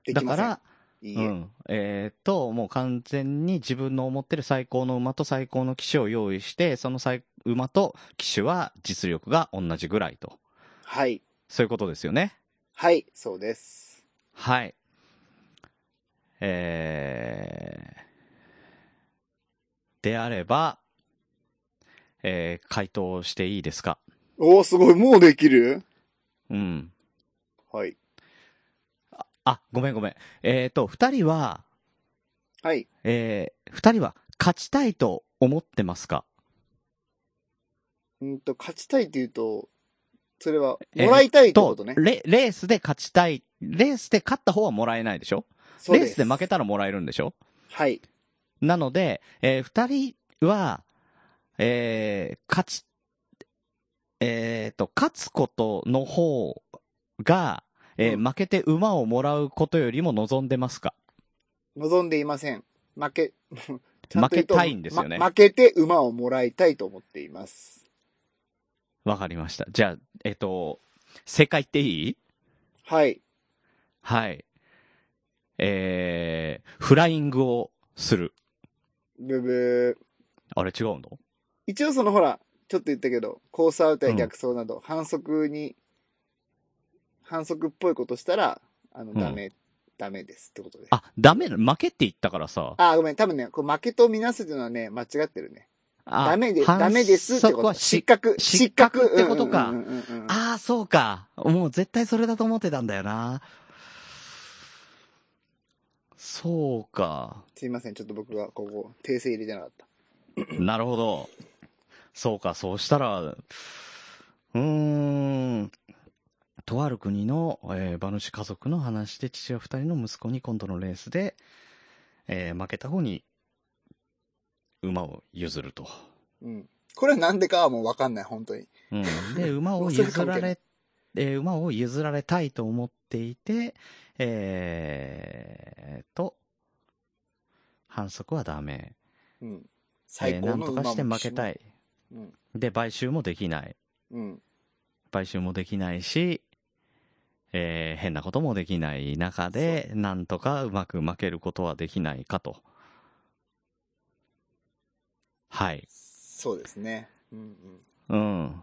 Speaker 3: で
Speaker 2: だ
Speaker 3: き
Speaker 2: か
Speaker 3: ません。
Speaker 2: ら、
Speaker 3: いいうえ。
Speaker 2: ん。えーっと、もう完全に自分の思ってる最高の馬と最高の騎手を用意して、その最馬と騎手は実力が同じぐらいと。
Speaker 3: はい。
Speaker 2: そういうことですよね。
Speaker 3: はい、そうです。
Speaker 2: はい。えー、であれば、えー、回答していいですか
Speaker 3: おー、すごい、もうできる
Speaker 2: うん。
Speaker 3: はい。
Speaker 2: あ、ごめんごめん。えーと、二人は、
Speaker 3: はい。
Speaker 2: えー、二人は勝ちたいと思ってますか
Speaker 3: うんと、勝ちたいって言うと、それは、もらいたいってことね。
Speaker 2: レ、レースで勝ちたい。レースで勝った方はもらえないでしょ
Speaker 3: そう
Speaker 2: レースで負けたらもらえるんでしょ
Speaker 3: はい。
Speaker 2: なので、えー二人は、えー勝ち、えーと、勝つことの方が、えー
Speaker 3: うん
Speaker 2: 負けて馬をもらうことよりも望んでますか
Speaker 3: 望んでいません。負け、ちゃ
Speaker 2: 負
Speaker 3: と言
Speaker 2: け
Speaker 3: うと
Speaker 2: たいんですよね。
Speaker 3: ま
Speaker 2: わ、
Speaker 3: 負けて馬をもらいたいと思っています。
Speaker 2: かりました。じゃあ、えっ、と、正解っていい
Speaker 3: はい。
Speaker 2: はい。えー、フライングをする。
Speaker 3: ブブー。
Speaker 2: あれ違うの
Speaker 3: 一応そのほら、ちょっと言ったけど、コースアウトや逆走など、反則に、反則っぽいことしたら、あの、
Speaker 2: うん
Speaker 3: ダメ、ダメですってことで。
Speaker 2: あ、ダメな、負けって言ったからさ。
Speaker 3: あー、ごめん。多分ね、こう負けとみなすというのはね、間違ってるね。
Speaker 2: あ
Speaker 3: ダメで、
Speaker 2: 反
Speaker 3: ダメですって
Speaker 2: 則
Speaker 3: こと。
Speaker 2: は失
Speaker 3: 失格。
Speaker 2: 失格ってことか
Speaker 3: うんうんうんうんうん
Speaker 2: ああ、そうか。もう絶対それだと思ってたんだよな。そうか。
Speaker 3: すいません、ちょっと僕がここ、訂正入れてなかった。
Speaker 2: なるほど。そうか、そうしたら、うーん。とある国の、えー馬主家族の話で父は二人の息子に今度のレースで、えー負けた方に馬を譲ると。
Speaker 3: うん。これはなんでかはもうわかんない、本当に。
Speaker 2: うん、で馬を
Speaker 3: それ
Speaker 2: 譲
Speaker 3: 関係な
Speaker 2: ら
Speaker 3: い
Speaker 2: れ、えー馬を譲られたいと思っていて、えー、と、反則はダメ。
Speaker 3: うん。
Speaker 2: え
Speaker 3: 最
Speaker 2: ーな
Speaker 3: 高
Speaker 2: ん
Speaker 3: の
Speaker 2: とかして負けた
Speaker 3: い。
Speaker 2: い。
Speaker 3: うん。
Speaker 2: で、買収もできない。
Speaker 3: うん。
Speaker 2: 買収もできないし、えー変なこともできない中で、なんとかうまく負けることはできないかと。はい。
Speaker 3: そうですね。うんうん。
Speaker 2: うん。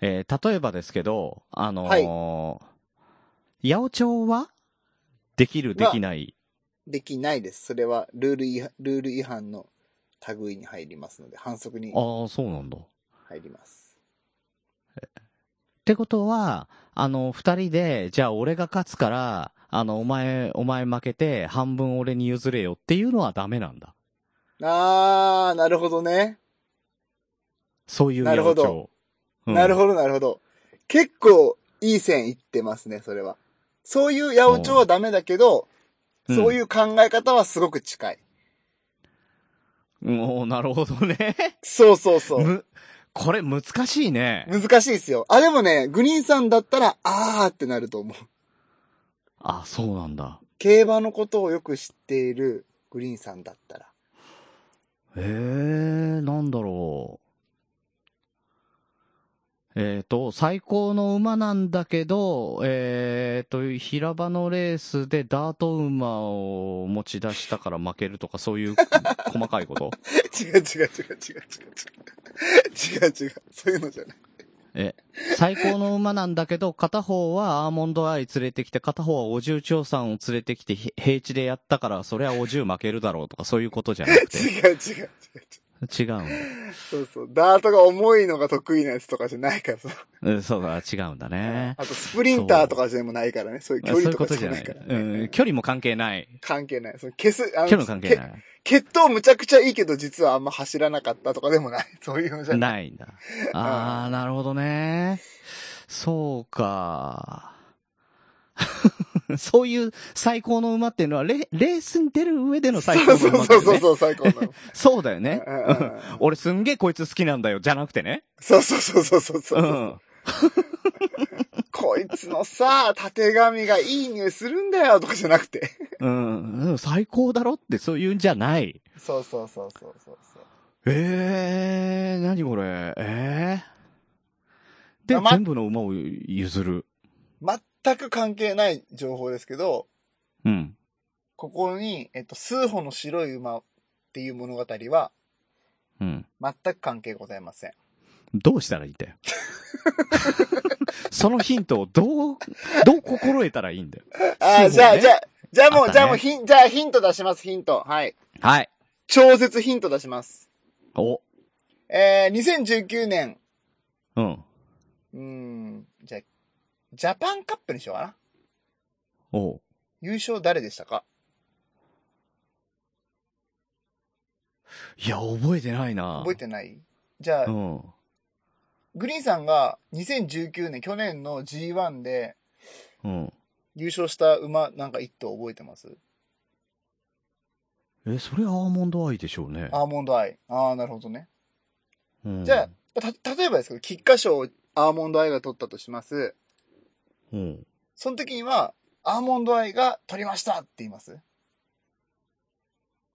Speaker 2: えー例えばですけど、あのー
Speaker 3: はい
Speaker 2: 八百長はできる、で
Speaker 3: まあ
Speaker 2: きない。
Speaker 3: できないです。それはルール違反、ルール違反の類に入りますので、反則に
Speaker 2: ああー、そうなんだ。っ
Speaker 3: 入ります。
Speaker 2: てことは、あの、二人で、じゃあ俺が勝つから、あの、お前、お前負けて、半分俺に譲れよっていうのはダメなんだ。
Speaker 3: あー、なるほどね。
Speaker 2: そういう八
Speaker 3: なるほ
Speaker 2: 百
Speaker 3: ど
Speaker 2: 長。うん
Speaker 3: なるほど、なるほど。結構いい線いってますね、それは。そういう八百長はダメだけど、
Speaker 2: うん
Speaker 3: そういう考え方はすごく近い。
Speaker 2: おーなるほどね。
Speaker 3: そうそうそう。
Speaker 2: む、これ難しいね。
Speaker 3: 難しいですよ。あ、でもね、グリーンさんだったら、あーってなると思う。
Speaker 2: あ、そうなんだ。
Speaker 3: 競馬のことをよく知っているグリーンさんだったら。
Speaker 2: えー、なんだろう。えっ、と、最高の馬なんだけど、えっ、と、平場のレースでダート馬を持ち出したから負けるとか、そういう細かい こと
Speaker 3: 違う違う違う違う違う違う。違う違う。そういうのじゃない。
Speaker 2: え、最高の馬なんだけど、片方はアーモンドアイ連れてきて、片方はお重長さんを連れてきて、へ平地でやったから、そりゃお重負けるだろうとか、そういうことじゃなくて。
Speaker 3: 違う違う違う違う。
Speaker 2: 違うんだ
Speaker 3: そうそう。ダートが重いのが得意なやつとかじゃないからさ。
Speaker 2: うん。そうだ、違うんだね。
Speaker 3: あとスプリンターとかでもないからね。そういう距
Speaker 2: そうい
Speaker 3: 離
Speaker 2: う
Speaker 3: と
Speaker 2: こ
Speaker 3: か
Speaker 2: と
Speaker 3: じ
Speaker 2: じゃ
Speaker 3: ゃな
Speaker 2: ないい
Speaker 3: から。。
Speaker 2: うん、距離も関係ない。
Speaker 3: 関係ない。その消す、あ
Speaker 2: 距離も関係
Speaker 3: け
Speaker 2: ない。
Speaker 3: 血糖むちゃくちゃいいけど実はあんま走らなかったとかでもない。そういうのじゃない。
Speaker 2: ないんだ。あー、なるほどね。そうか。 そういう最高の馬っていうのはレ、レースに出る上での最高
Speaker 3: そ
Speaker 2: の
Speaker 3: う
Speaker 2: 馬だよ
Speaker 3: そ
Speaker 2: ね。
Speaker 3: うそうそうそう、最高なの。
Speaker 2: そうだよね。
Speaker 3: うん
Speaker 2: うん俺すんげえこいつ好きなんだよ、じゃなくてね。
Speaker 3: そうそうそうそうそうそうう、
Speaker 2: ん。
Speaker 3: こいつのさ、縦髪がいい匂いするんだよとかじゃなくて。
Speaker 2: うん。うん最高だろってそういうんじゃない。
Speaker 3: そうそうそうそうそうそう。
Speaker 2: ええー、何これ。ええー。で、
Speaker 3: 黙っ
Speaker 2: 全部の馬を譲る。
Speaker 3: 全く関係ない情報ですけど、
Speaker 2: うん。
Speaker 3: ここに、えっと、数歩の白い馬っていう物語は、
Speaker 2: うん。
Speaker 3: 全く関係ございません。
Speaker 2: どうしたらいいんだよ。そのヒントをどう、どう心得たらいいんだよ。
Speaker 3: あ
Speaker 2: そうね
Speaker 3: ーじゃあ、じゃあ、じゃあもう、
Speaker 2: あったね
Speaker 3: じゃあもうヒン、じゃあヒント出します、ヒント。はい。
Speaker 2: はい。
Speaker 3: 超絶ヒント出します。
Speaker 2: お。
Speaker 3: えー、2019年、
Speaker 2: うん。
Speaker 3: うーん、じゃあ、ジャパンカップにしようかな。
Speaker 2: おう
Speaker 3: 優勝誰でしたか
Speaker 2: いや、覚えてないな。
Speaker 3: 覚えてないじゃあ、
Speaker 2: うん。
Speaker 3: グリーンさんが2019年、去年の G1 で
Speaker 2: うん。
Speaker 3: 優勝した馬なんか一頭覚えてます
Speaker 2: え、それアーモンドアイでしょうね。
Speaker 3: アーモンドアイ。ああ、なるほどね。
Speaker 2: うん、
Speaker 3: じゃあ、た、例えばですけど、菊花賞をアーモンドアイが取ったとします。
Speaker 2: うん。
Speaker 3: その時には、アーモンドアイが取りましたって言います。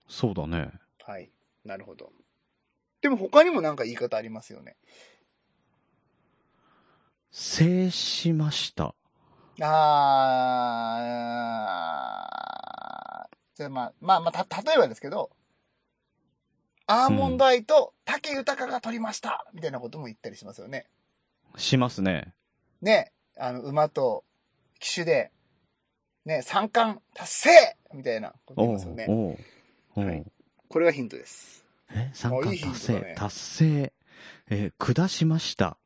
Speaker 2: そうだね。
Speaker 3: はい。なるほど。でも他にもなんか言い方ありますよね。
Speaker 2: 制しました。
Speaker 3: あー、じゃあまあ、まあまあ、た、例えばですけど、アーモンドアイと竹豊が取りましたみたいなことも言ったりしますよね。
Speaker 2: しますね。
Speaker 3: ね、あの、馬と騎手で、ね、三冠達成みたいなこと言いますよね。
Speaker 2: おうおう、
Speaker 3: はいこれがヒントです。
Speaker 2: え、三冠達成、
Speaker 3: あいいヒントだね
Speaker 2: 達成、えー下しました。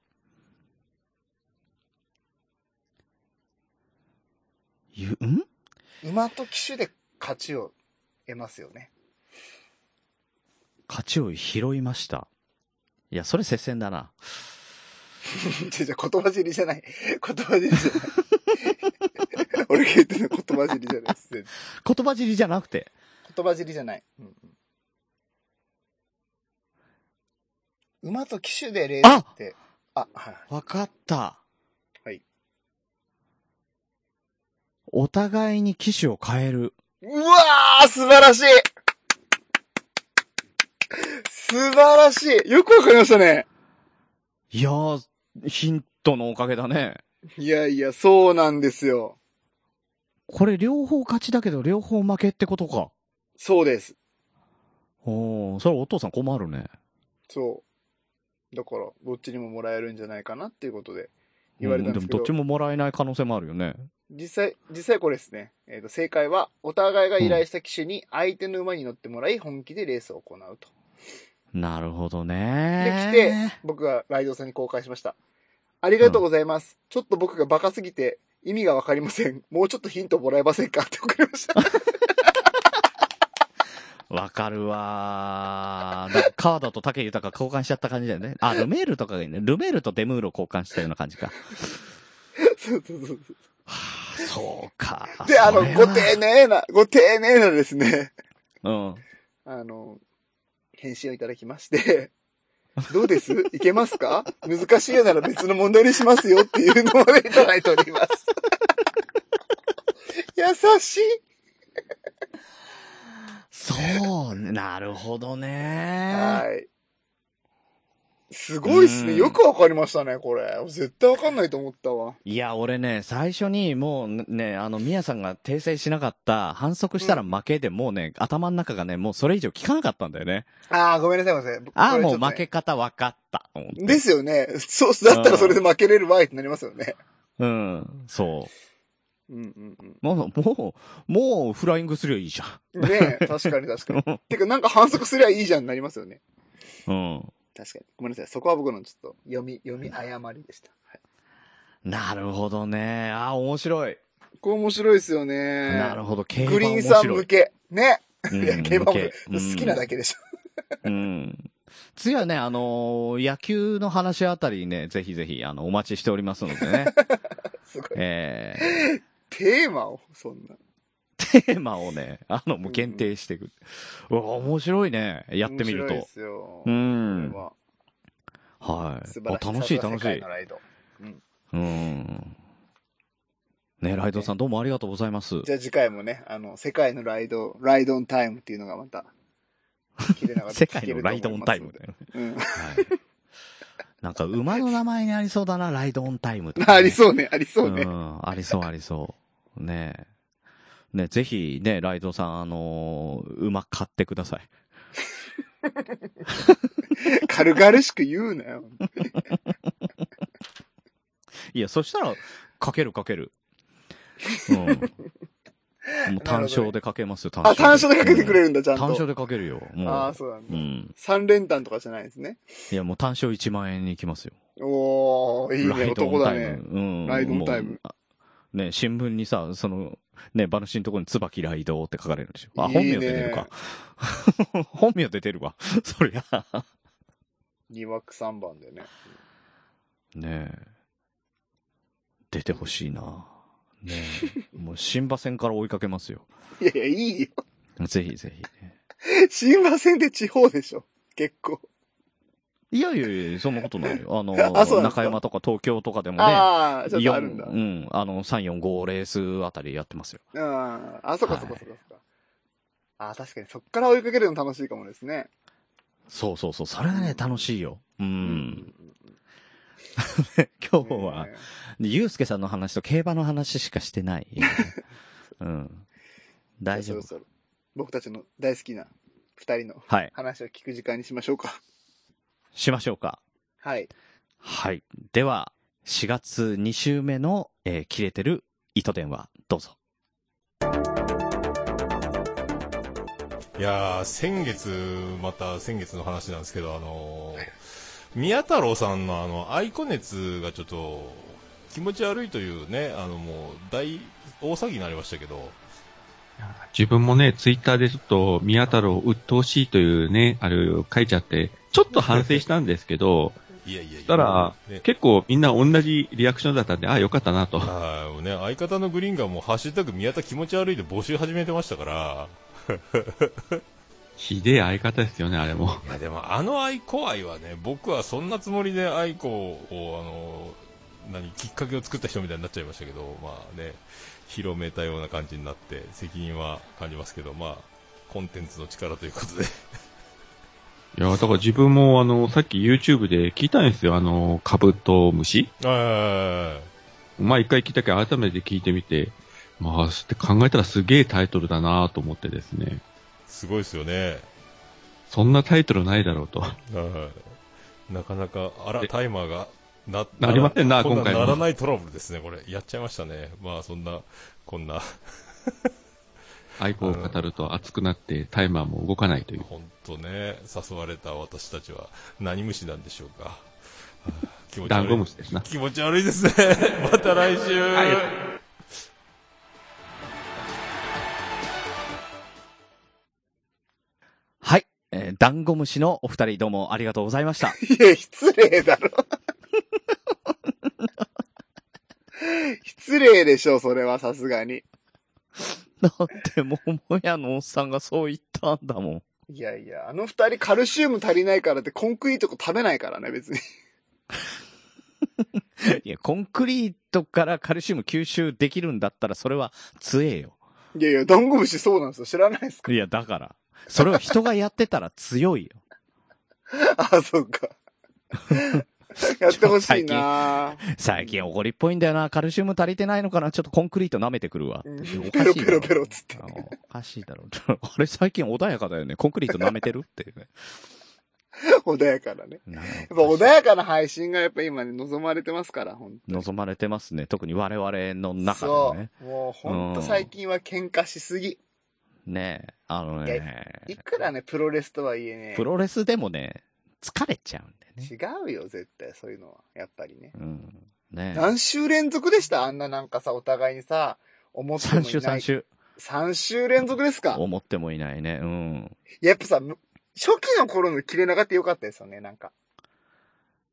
Speaker 2: ゆ、ん
Speaker 3: 馬と騎手で勝ちを得ますよね。
Speaker 2: 勝ちを拾いました。いや、それ接戦だな。
Speaker 3: じゃじゃ言葉尻じゃない。言葉 尻じゃない。俺が言ってるの言葉尻じゃないです。
Speaker 2: 言葉尻じゃなくて。
Speaker 3: 言葉尻じゃない。うんうん、馬と騎手でレースって、あはい。
Speaker 2: わかった。
Speaker 3: はい。
Speaker 2: お互いに機種を変える。
Speaker 3: うわー素晴らしい素晴らしいよくわかりましたね
Speaker 2: いやー、ヒントのおかげだね。
Speaker 3: いやいや、そうなんですよ。
Speaker 2: これ両方勝ちだけど両方負けってことか。
Speaker 3: そうです。
Speaker 2: おー、それお父さん困るね。
Speaker 3: そう。だから、どっちにももらえるんじゃないかなっていうことで言われたんですけ
Speaker 2: うんでも
Speaker 3: ど。
Speaker 2: どっちももらえない可能性もあるよね。
Speaker 3: 実際、実際これですね。えっ、と、正解は、お互いが依頼した機種に相手の馬に乗ってもらい、本気でレースを行うと。
Speaker 2: なるほど
Speaker 3: で、
Speaker 2: ね
Speaker 3: 来。て、僕がライドウさんに公開しました。ありがとうございます。ちょっと僕がバカすぎて、意味がわか りません。もうちょっとヒントもらえませんかって送りました。
Speaker 2: わかるわー。だカードと武豊交換しちゃった感じだよね。あ、ルメールとかがいいね。ルメールとデムールを交換したような感じか。
Speaker 3: そうそうそうそ
Speaker 2: はあ、そうか。
Speaker 3: う。で、あの
Speaker 2: それ、は
Speaker 3: ご丁寧な、ご丁寧なですね、
Speaker 2: うん。
Speaker 3: あの、返信をいただきまして、どうですいけますか難しいようなら別の問題にしますよっていうのをねいただいてお ります。優しい。
Speaker 2: そう、なるほどね。
Speaker 3: はい。すごいっす
Speaker 2: う
Speaker 3: ね。
Speaker 2: ん
Speaker 3: よくわかりましたね、これ。絶対わかんないと思ったわ。
Speaker 2: いや、俺ね、最初にもうね、あの、ミヤさんが訂正しなかった、反則したら負けで、もうね、頭の中がね、もうそれ以上聞かなかったんだよね。
Speaker 3: ああ、ごめんなさい、ごめんなさい。
Speaker 2: ああ、
Speaker 3: これち
Speaker 2: も
Speaker 3: ょ
Speaker 2: う
Speaker 3: っとね
Speaker 2: 負け方分かった。と思って
Speaker 3: ですよね。そう、だったらそれで負けれるわいってなりますよね。
Speaker 2: うん。そ
Speaker 3: うんうん
Speaker 2: う。もう、もう、もうフライングすりゃいいじゃ
Speaker 3: うん。ねえ、確かに確かに。
Speaker 2: ん。
Speaker 3: てか、なんか反則すりゃいいじゃんになりますよね。
Speaker 2: うん。
Speaker 3: 確かに。ごめんなさい。そこは僕のちょっと読み、読み誤りでした。はい、
Speaker 2: なるほどね。ああ、面白い。
Speaker 3: これ面白いですよね。
Speaker 2: なるほど。競馬
Speaker 3: グリー
Speaker 2: 面
Speaker 3: ンさん
Speaker 2: 白
Speaker 3: 向
Speaker 2: い。
Speaker 3: け。ね。いや、
Speaker 2: うん
Speaker 3: 競馬も
Speaker 2: 向けうん
Speaker 3: 好きなだけでしょ。
Speaker 2: うん。次はね、あのー野球の話あたりね、ぜひぜひ、あの、お待ちしておりますので ね。
Speaker 3: すごい。
Speaker 2: えー
Speaker 3: テーマを、そんな。
Speaker 2: テーマをね、あの、もう限定していく。うわ、面白いね。やってみる
Speaker 3: 面白いで
Speaker 2: と。
Speaker 3: すよ。
Speaker 2: う
Speaker 3: これ
Speaker 2: ん。
Speaker 3: は
Speaker 2: はい
Speaker 3: 素。晴
Speaker 2: あ
Speaker 3: らしい。
Speaker 2: 楽しい、
Speaker 3: さすが
Speaker 2: 楽し
Speaker 3: 世界
Speaker 2: い
Speaker 3: の。ライドうん
Speaker 2: うん。ね、ライドさんどうもありがとうございます。
Speaker 3: じゃあ次回もね、あの、世界のライド、ライドオンタイムっていうのがま た、切れながら
Speaker 2: 世界のライドオンタイム
Speaker 3: 聞け
Speaker 2: だよね。
Speaker 3: ると思いますので。
Speaker 2: はい。なんか、馬の名前にありそうだな、ライドオンタイムって
Speaker 3: うん。 ありそうね、ありそうね。
Speaker 2: ん、ありそう、ありそう。ねえ。ね、ぜひね、ライドさん、あのー馬買ってください。
Speaker 3: 軽々しく言うなよ。
Speaker 2: いや、そしたら、かけるかける。 うん。もう単勝でかけますよ、単
Speaker 3: あ、単勝でかけてくれ
Speaker 2: る。
Speaker 3: るんだ、ちゃんと。
Speaker 2: 単勝でかけるよ。もう。
Speaker 3: ああ、そうなん
Speaker 2: う
Speaker 3: だ。
Speaker 2: ん。
Speaker 3: 三連単とかじゃないんですね。
Speaker 2: いや、もう単勝1万円に行きますよ。
Speaker 3: おー、いい
Speaker 2: ラ
Speaker 3: ね、
Speaker 2: イド
Speaker 3: 男
Speaker 2: オン
Speaker 3: だ
Speaker 2: タイ
Speaker 3: ね。
Speaker 2: ム。うん。
Speaker 3: ライドオンタイム
Speaker 2: もう。あね、新聞にさ、その、ね、馬主のところに椿ライドって書かれるでしょ。あ、
Speaker 3: いい
Speaker 2: 本
Speaker 3: ね
Speaker 2: 名で出るか。 本名で出るわ。 そりゃ。
Speaker 3: 2枠3番でね。
Speaker 2: ねえ。出てほしいな。ね え。もう新馬戦から追いかけますよ。
Speaker 3: いやいや、いいよ。
Speaker 2: ぜひぜひ、ね。
Speaker 3: 新馬戦で地方でしょ。結構。
Speaker 2: いやいやいや、そんなことない よ。あの、
Speaker 3: あそうなんですか
Speaker 2: 中山とか東京とかでもね、
Speaker 3: ああ、ちょっとあるんだ。
Speaker 2: 四うん、あの、3、4、5レースあたりやってますよ。
Speaker 3: うん。あ、そっかそっかそっかそっか。ああ、確かにそっから追いかけるの楽しいかもですね。
Speaker 2: そうそうそう、それがね、楽しいよ。う。。
Speaker 3: うん
Speaker 2: 今日は、
Speaker 3: ね
Speaker 2: ゆうすけさんの話と競馬の話しかしてない。 うん。大丈
Speaker 3: じゃあ
Speaker 2: 夫。
Speaker 3: そろそろ僕たちの大好きな二人の
Speaker 2: はい。
Speaker 3: 話を聞く時間にしましょうか。
Speaker 2: しましょうか。
Speaker 3: はい。
Speaker 2: はい。では、4月2週目の、えー切れてる糸電話、どうぞ。
Speaker 4: いやー、先月、また先月の話なんですけど、あのー、宮太郎さんのあの、アイコ熱がちょっと、気持ち悪いというね、あのもう、大、大騒ぎになりましたけど、
Speaker 5: 自分もね、ツイッターでちょっと、宮太郎鬱陶しいというね、あれを書いちゃって、ちょっと反省したんですけど、
Speaker 4: いやいやいや。
Speaker 5: ただ
Speaker 4: ね、
Speaker 5: 結構みんな同じリアクションだったんで、ああ、よかったなと。
Speaker 4: はい、もうね、相方のグリーンがもう、ハッシュタグ宮田気持ち悪いで募集始めてましたから、
Speaker 5: ひでえ相方ですよね、あれも。
Speaker 4: いやでもあの愛子愛はね僕はそんなつもりで愛子をあの何きっかけを作った人みたいになっちゃいましたけどまあね広めたような感じになって責任は感じますけどまあコンテンツの力ということで
Speaker 5: いや、だから自分もあの、さっき YouTube で聞いたんですよ、あの、カブトムシ。
Speaker 4: あ
Speaker 5: まあ一回聞いたけど、改めて聞いてみて、まあ、って考えたらすげえタイトルだなと思ってですね。
Speaker 4: すごいですよね
Speaker 5: そんなタイトルないだろうと。
Speaker 4: はいなかなかあら
Speaker 5: え
Speaker 4: タイマーがな
Speaker 5: なりませんな
Speaker 4: こ
Speaker 5: 今回も
Speaker 4: ならないトラブルですねこれやっちゃいましたねまあそんなこんな
Speaker 5: 愛子を語ると熱くなってタイマーも動かないという。
Speaker 4: 本当ね、誘われた私たちは何虫なんでしょうか。気持ち
Speaker 5: ダン
Speaker 4: 悪
Speaker 5: ゴ
Speaker 4: い
Speaker 5: ム。シですな。
Speaker 4: 気持ち悪いですね。 また来週。
Speaker 5: はい
Speaker 2: ダンゴムシのお二人どうもありがとうございま した。
Speaker 3: いや、失礼だろ。 失礼でしょ、それはさすがに。
Speaker 2: だって、ももやのおっさんがそう言ったんだもん。
Speaker 3: いやいや、あの二人カルシウム足りないからってコンクリート食べないからね、別に。
Speaker 2: いや、コンクリートからカルシウム吸収できるんだったら、それは強えよ。
Speaker 3: いやいや、ダンゴムシそうなんですよ。知らないですか
Speaker 2: いや、だから、それを人がやってたら強いよ。
Speaker 3: あ、そっか。 やってほしいな
Speaker 2: 最近怒りっぽいんだよな。カルシウム足りてないのかなちょっとコンクリート舐めてくるわ。
Speaker 3: うん
Speaker 2: おかしいだろ
Speaker 3: ペロペロペロっつって
Speaker 2: あのおかしいだろ。 あれ最近穏やかだよね。コンクリート舐めてるっていうね。
Speaker 3: 穏やかなね。
Speaker 2: やっ
Speaker 3: やっぱ穏やかな配信がやっぱ今ね、望まれてますから、本当に。
Speaker 2: 望まれてますね。特に我々の中で
Speaker 3: そ
Speaker 2: も
Speaker 3: う
Speaker 2: ね。。
Speaker 3: もうほんと最近は喧嘩しすぎ。
Speaker 2: ねえ。あのね。
Speaker 3: いくらね、プロレスとはいえね
Speaker 2: プ、ロレスでもね、疲れちゃうんだよね。
Speaker 3: 違うよ、絶対、そういうのは。やっぱりね。
Speaker 2: うん。ねえ。
Speaker 3: 何週連続でしたあんななんかさ、お互いにさ、思っても
Speaker 2: 3
Speaker 3: いない。
Speaker 2: 週3。週。
Speaker 3: 3週連続ですか
Speaker 2: 思ってもいないね。うん。
Speaker 3: やっぱさ、む初期の頃の切れ長って良かったですよね、なんか。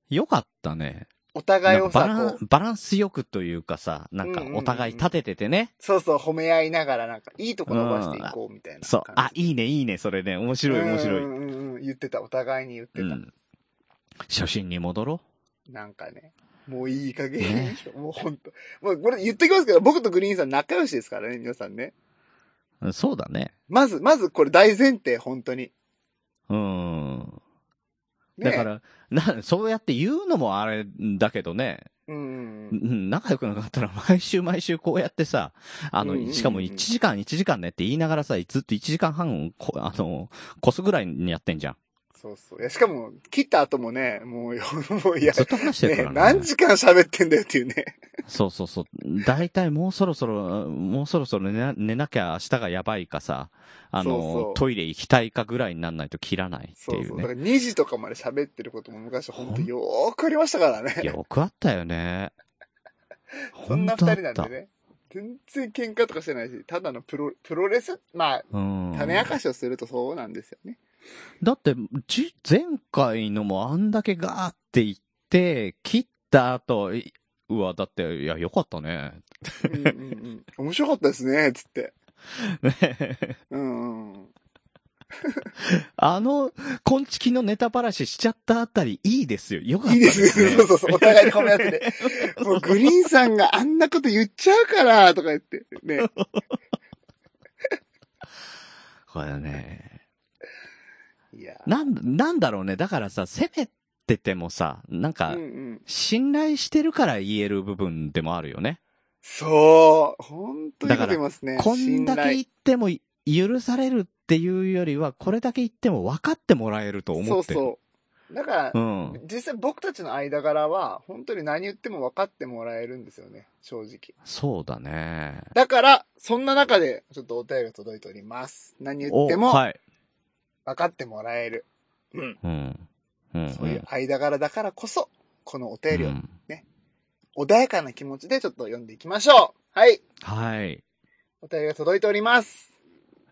Speaker 2: よかったね。
Speaker 3: お互い
Speaker 2: なん
Speaker 3: を
Speaker 2: かバ
Speaker 3: さ、
Speaker 2: ラ
Speaker 3: こ
Speaker 2: ン
Speaker 3: う、
Speaker 2: バランスよくというかさ、なんか
Speaker 3: うんうんうん
Speaker 2: お互い立てててね。
Speaker 3: そうそう、褒め合いながら、なんか、いいとこ伸ばしていこうみたいな感じ。
Speaker 2: そう。あ、いいね、いいね、それね。面白い、面白い。
Speaker 3: うんうんうんうん、言ってた、お互いに言って
Speaker 2: う
Speaker 3: た。
Speaker 2: ん。初心に戻ろ
Speaker 3: なんかね、もういい加減、
Speaker 2: ね
Speaker 3: もうほんと。もうこれ言っときますけど、僕とグリーンさん仲良しですからね、皆さんね。
Speaker 2: ううん。そうだね。
Speaker 3: まず、まずこれ大前提、本当に。
Speaker 2: うん。だ
Speaker 3: ね、
Speaker 2: か、ら、な、そうやって言うのもあれだけどね。
Speaker 3: うんうんう。
Speaker 2: うんん仲良くなかったら毎週毎週こうやってさ、あ
Speaker 3: うんうんう
Speaker 2: の、
Speaker 3: ん
Speaker 2: しかも1時間1時間ねって言いながらさ、ずっと1時間半こ、あの、こすぐらいにやってんじゃん。
Speaker 3: そうそう。いや、しかも、切った後もね、もうよ、 もういや、
Speaker 2: ずっと話してる
Speaker 3: ね
Speaker 2: か、らね。
Speaker 3: 何時間喋ってんだよっていうね。
Speaker 2: そうそうそう。大体もうそろそろ、もうそろそろ寝な寝なきゃ明日がやばいかさ、あの、
Speaker 3: そうそう
Speaker 2: トイレ行きたいかぐらいになんないと切らないって
Speaker 3: そう
Speaker 2: い
Speaker 3: そうう。だか
Speaker 2: ね。
Speaker 3: ら2時とかまで喋ってることも昔本当よーくありましたからね。
Speaker 2: よくあったよね。
Speaker 3: そんな
Speaker 2: 本
Speaker 3: 2
Speaker 2: 当あっ
Speaker 3: 人なん
Speaker 2: た
Speaker 3: で。ね。全然喧嘩とかしてないし、ただのプロ、プロレスまあ、
Speaker 2: うん。
Speaker 3: 種明かしをするとそうなんですよね。
Speaker 2: だって、じ、前回のもあんだけガーって言って、切った後、いうわ、だって、いや、よかったね。
Speaker 3: うんうん うん。面白かったですね、つって。
Speaker 2: ね
Speaker 3: うんうん。
Speaker 2: あの、コンチキのネタばらししちゃったあたり、いいですよ。よかった
Speaker 3: いいですね。そうそうそう。お互いに褒め合って て。もう
Speaker 2: ね。
Speaker 3: グリーンさんがあんなこと言っちゃうから、とか言って。ね。
Speaker 2: これね、
Speaker 3: いや。
Speaker 2: なん、なんだろうね。だからさ、攻めててもさ、なん
Speaker 3: うん
Speaker 2: か
Speaker 3: う、ん。
Speaker 2: 信頼してるから言える部分でもあるよね。
Speaker 3: そう。本当にいいこと言いますね。
Speaker 2: こんだけ言っても許されるっていうよりは、これだけ言っても分かってもらえると思
Speaker 3: そ
Speaker 2: っ
Speaker 3: う
Speaker 2: てる。
Speaker 3: そう。だから、
Speaker 2: うん。
Speaker 3: 実際僕たちの間柄は、本当に何言っても分かってもらえるんですよね、正直。
Speaker 2: そうだね。
Speaker 3: だから、そんな中で、ちょっとお便りが届いております。何言って
Speaker 2: お
Speaker 3: も
Speaker 2: はい。
Speaker 3: 分かってもらえる。うん。
Speaker 2: うん。うん。
Speaker 3: そういう間柄だからこそ、このお
Speaker 2: う
Speaker 3: 便りを
Speaker 2: ん。
Speaker 3: 穏やかな気持ちでちょっと読んでいきましょう。はい。
Speaker 2: はい。
Speaker 3: お便りが届いております。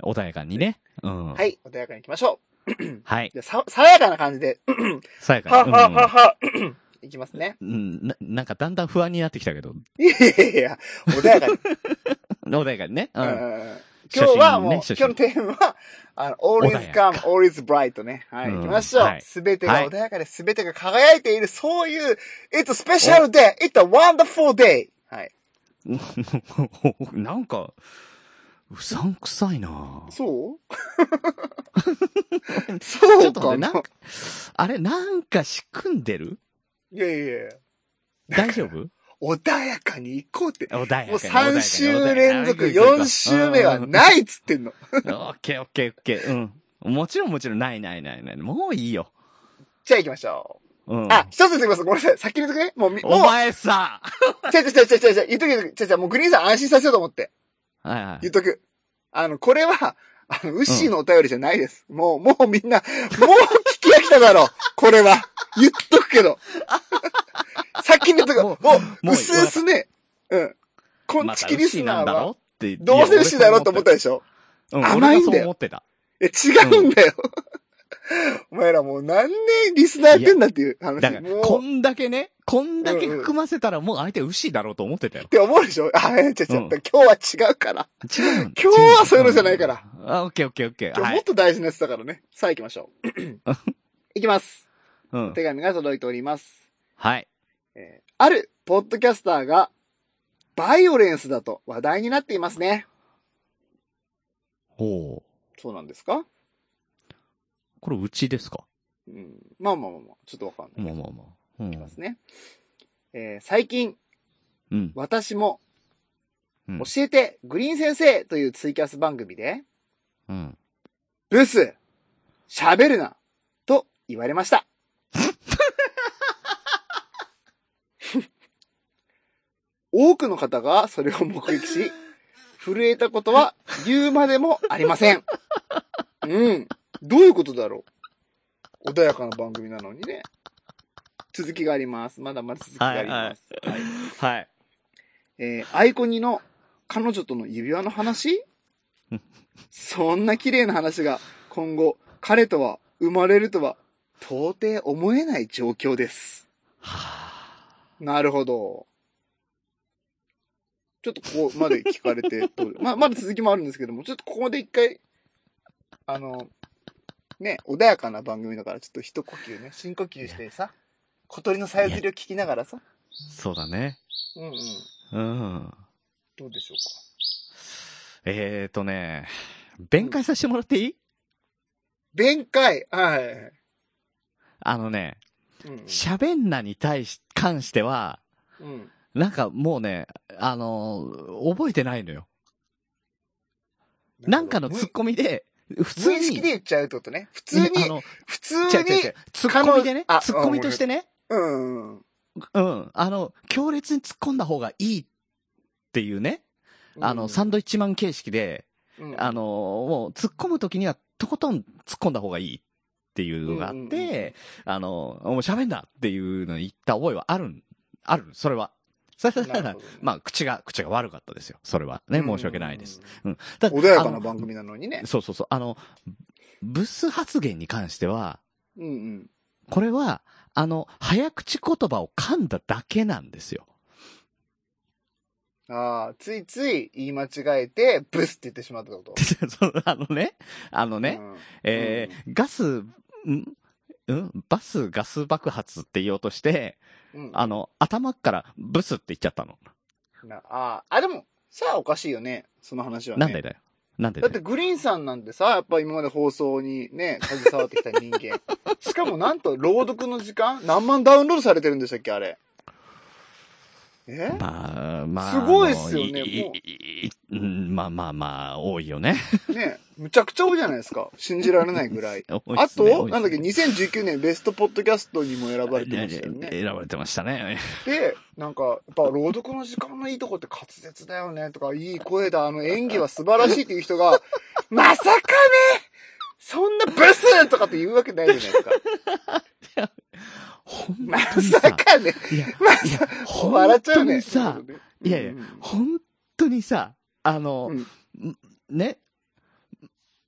Speaker 2: 穏やかにね。うん。
Speaker 3: は。い。穏やかに行きましょ
Speaker 2: はい。
Speaker 3: う。じゃあさ、爽やかな感 じで、
Speaker 2: さや
Speaker 3: は
Speaker 2: か
Speaker 3: っ
Speaker 2: に。
Speaker 3: はっはっ は、いきますね。
Speaker 2: うんうん。な、なんかだんだん不安になってきたけど。
Speaker 3: いやいやいや、穏やかに。
Speaker 2: 穏やかにね。う
Speaker 3: うん
Speaker 2: ん。
Speaker 3: 今日はもう、
Speaker 2: 初心ね初心
Speaker 3: 今日のテーマは、あの、
Speaker 2: 穏
Speaker 3: all is
Speaker 2: や
Speaker 3: calm,
Speaker 2: か
Speaker 3: all is bright ね。はい。
Speaker 2: うん
Speaker 3: 行きましょ
Speaker 2: は
Speaker 3: う。
Speaker 2: い
Speaker 3: すべてが
Speaker 2: はい
Speaker 3: 穏やかで、すべてが輝いている、そういう、it's a special day, it's a wonderful day. はい。
Speaker 2: なんか、うさんくさいな
Speaker 3: そうそう
Speaker 2: な
Speaker 3: かなん
Speaker 2: か、あれ、なんか仕組んでる
Speaker 3: いやいやいや
Speaker 2: 大丈夫
Speaker 3: 穏やかに行こうっ て。
Speaker 2: 穏やかに。
Speaker 3: もう3週連続、
Speaker 2: 穏やかに
Speaker 3: 4週目は
Speaker 2: うん
Speaker 3: ないっつってんの。
Speaker 2: オッケーオッケーオッケー。うん。もちろんもちろん、ないないないない。もういいよ。
Speaker 3: じゃあ行きましょ
Speaker 2: うん。
Speaker 3: う。あ、一つ言ってきます。ごめんなさい。先に言っとくね。もうみ、
Speaker 2: お
Speaker 3: も
Speaker 2: 前さ
Speaker 3: う、ちゃちゃちゃちゃちゃちゃ、言っとく言っとく。ちゃちゃ、もうグリーンさん安心させようと思って。
Speaker 2: はいはい
Speaker 3: 言っとく。あの、これは、あの、ウッシーのお便りじゃないです。もう、もうみんな、もう聞き飽きただろう。これは。言っとくけど。先に言っとく。
Speaker 2: も
Speaker 3: も
Speaker 2: う
Speaker 3: う、
Speaker 2: もう
Speaker 3: うすうすね。うん。こん
Speaker 2: ま
Speaker 3: ち
Speaker 2: た
Speaker 3: きリスナ
Speaker 2: 牛な
Speaker 3: ー
Speaker 2: んだろ
Speaker 3: は、
Speaker 2: って
Speaker 3: どうせウッシーだろうと思った
Speaker 2: よ。
Speaker 3: でしょ。
Speaker 2: うん、
Speaker 3: 甘い
Speaker 2: 俺
Speaker 3: んだよ
Speaker 2: がそう思ってた。
Speaker 3: え、違うんだよ。お前らもう何年リスナーやってんだっていう話。
Speaker 2: だから、
Speaker 3: もう
Speaker 2: こんだけね、こんだけ含ませたらもう相手牛だろうと思ってたよ
Speaker 3: っ。て思うでしょあ、違
Speaker 2: う
Speaker 3: う違う、
Speaker 2: ん
Speaker 3: 今日は違うから。
Speaker 2: 違うの。
Speaker 3: 今日はそういうのじゃないから
Speaker 2: 違うの。あ、オッケーオッケーオッケー。
Speaker 3: 今
Speaker 2: は
Speaker 3: 日もっ
Speaker 2: い。
Speaker 3: と大事なやつだからね。さあ行きましょ う。行きます。
Speaker 2: うん
Speaker 3: お。手紙が届いております。
Speaker 2: はい。
Speaker 3: えーあるポッドキャスターが、バイオレンスだと話題になっていますね。
Speaker 2: ほう。
Speaker 3: そうなんですか
Speaker 2: これうちですか
Speaker 3: うん。まあまあまあまあ、ちょっとわかんない。
Speaker 2: まあまあまあ。う
Speaker 3: いき
Speaker 2: ん
Speaker 3: ますね。えー最近、
Speaker 2: うん。
Speaker 3: 私も、
Speaker 2: うん
Speaker 3: 教えて、グリーン先生というツイキャス番組で、
Speaker 2: うん。
Speaker 3: 留守喋るなと言われました。 多くの方がそれを目撃し、震えたことは言うまでもありません。うん。どういうことだろう穏やかな番組なのにね。続きがあります。まだまだ続きがあります。はい
Speaker 2: はい。
Speaker 3: えーアイコニの彼女との指輪の話そんな綺麗な話が今後彼とは生まれるとは到底思えない状況です。なるほど。ちょっとここまで聞かれてどう、ま、まだ続きもあるんですけども、ちょっとここで一回、あの、ね、穏やかな番組だからちょっと一呼吸ね、深呼吸してさ、小鳥のさえずりを聞きながらさ、
Speaker 2: そうだね。
Speaker 3: うんうん、
Speaker 2: うん。
Speaker 3: どうでしょうか。
Speaker 2: えーとね、弁解させてもらっていい
Speaker 3: 弁解はいはいはい。
Speaker 2: あのね、
Speaker 3: うん
Speaker 2: 喋んなに対し、関しては、
Speaker 3: うん。
Speaker 2: なんかもうね、あのー覚えてないのよ。なんかのツッコミで、普
Speaker 3: 普
Speaker 2: 通
Speaker 3: 通
Speaker 2: に。
Speaker 3: に。無意識で言っちゃうってことね。普通に
Speaker 2: いやあ、の、
Speaker 3: 普通
Speaker 2: 違う違う違
Speaker 3: に
Speaker 2: う、ツッコミでね
Speaker 3: 彼女あ、
Speaker 2: ツッコミとしてね、
Speaker 3: うんうん。
Speaker 2: うん、あの、強烈に突っ込んだ方がいいっていうね、あの、サンドイッチマン形式で、
Speaker 3: うん、
Speaker 2: あの、もう突っ込むときにはとことん突っ込んだ方がいいっていうのがあっ
Speaker 3: うんうんうんうん
Speaker 2: て、あの、もう喋んなっていうのを言った覚えはあるん、ある、それは。それはだか
Speaker 3: な
Speaker 2: ら
Speaker 3: るほどね
Speaker 2: まあ、口が、口が悪かったですよ。それは。ね、申し訳ないです。。ただ
Speaker 3: 穏やか
Speaker 2: あ
Speaker 3: な
Speaker 2: の
Speaker 3: 番組なのにね。
Speaker 2: そうそうそう。あの、ブス発言に関しては、
Speaker 3: うんうん。
Speaker 2: これは、あの、早口言葉を噛んだだけなんですよ。
Speaker 3: ああ、ついつい言い間違えて、ブスって言ってしまったってこと。
Speaker 2: そうあのね、あのね、
Speaker 3: うん。
Speaker 2: えーガス、んうんバスガス爆発って言おうとして、
Speaker 3: うん、
Speaker 2: あの、頭からブスって言っちゃったの。
Speaker 3: なあーあ、でも、さあおかしいよね。その話はね。
Speaker 2: なんでだよ。なんで
Speaker 3: だ
Speaker 2: だ
Speaker 3: って
Speaker 2: よ。
Speaker 3: グリーンさんなんてさ、やっぱ今まで放送にね、携わってきた人 間。しかもなんと朗読の時間何万ダウンロードされてるんでしたっけあれ。え
Speaker 2: まあ、まあ。
Speaker 3: すごいっすよ
Speaker 2: あ
Speaker 3: ね
Speaker 2: のい
Speaker 3: もう
Speaker 2: いいうんまあまあまあ、多いよね。。
Speaker 3: ねむちゃくちゃ多いじゃないですか。信じられないぐらい
Speaker 2: 多いっ
Speaker 3: あ
Speaker 2: すね
Speaker 3: と、なんだっけ、2019年ベストポッドキャストにも選ばれてましたよね。
Speaker 2: 選ばれてましたね。
Speaker 3: で、なんか、やっぱ朗読の時間のいいとこって滑舌だよねとか、いい声だ、あの演技は素晴らしいっていう 人が、まさかねそんなブスとかって言うわけないじゃないですか。
Speaker 2: ほん
Speaker 3: ま
Speaker 2: とにさ
Speaker 3: さ。かね
Speaker 2: いや、
Speaker 3: ま
Speaker 2: いや
Speaker 3: さ、笑
Speaker 2: 本
Speaker 3: っちゃ
Speaker 2: 当
Speaker 3: うね。
Speaker 2: にさ、いやいや
Speaker 3: うんうん
Speaker 2: 本当にさ、あの、
Speaker 3: うん
Speaker 2: んね、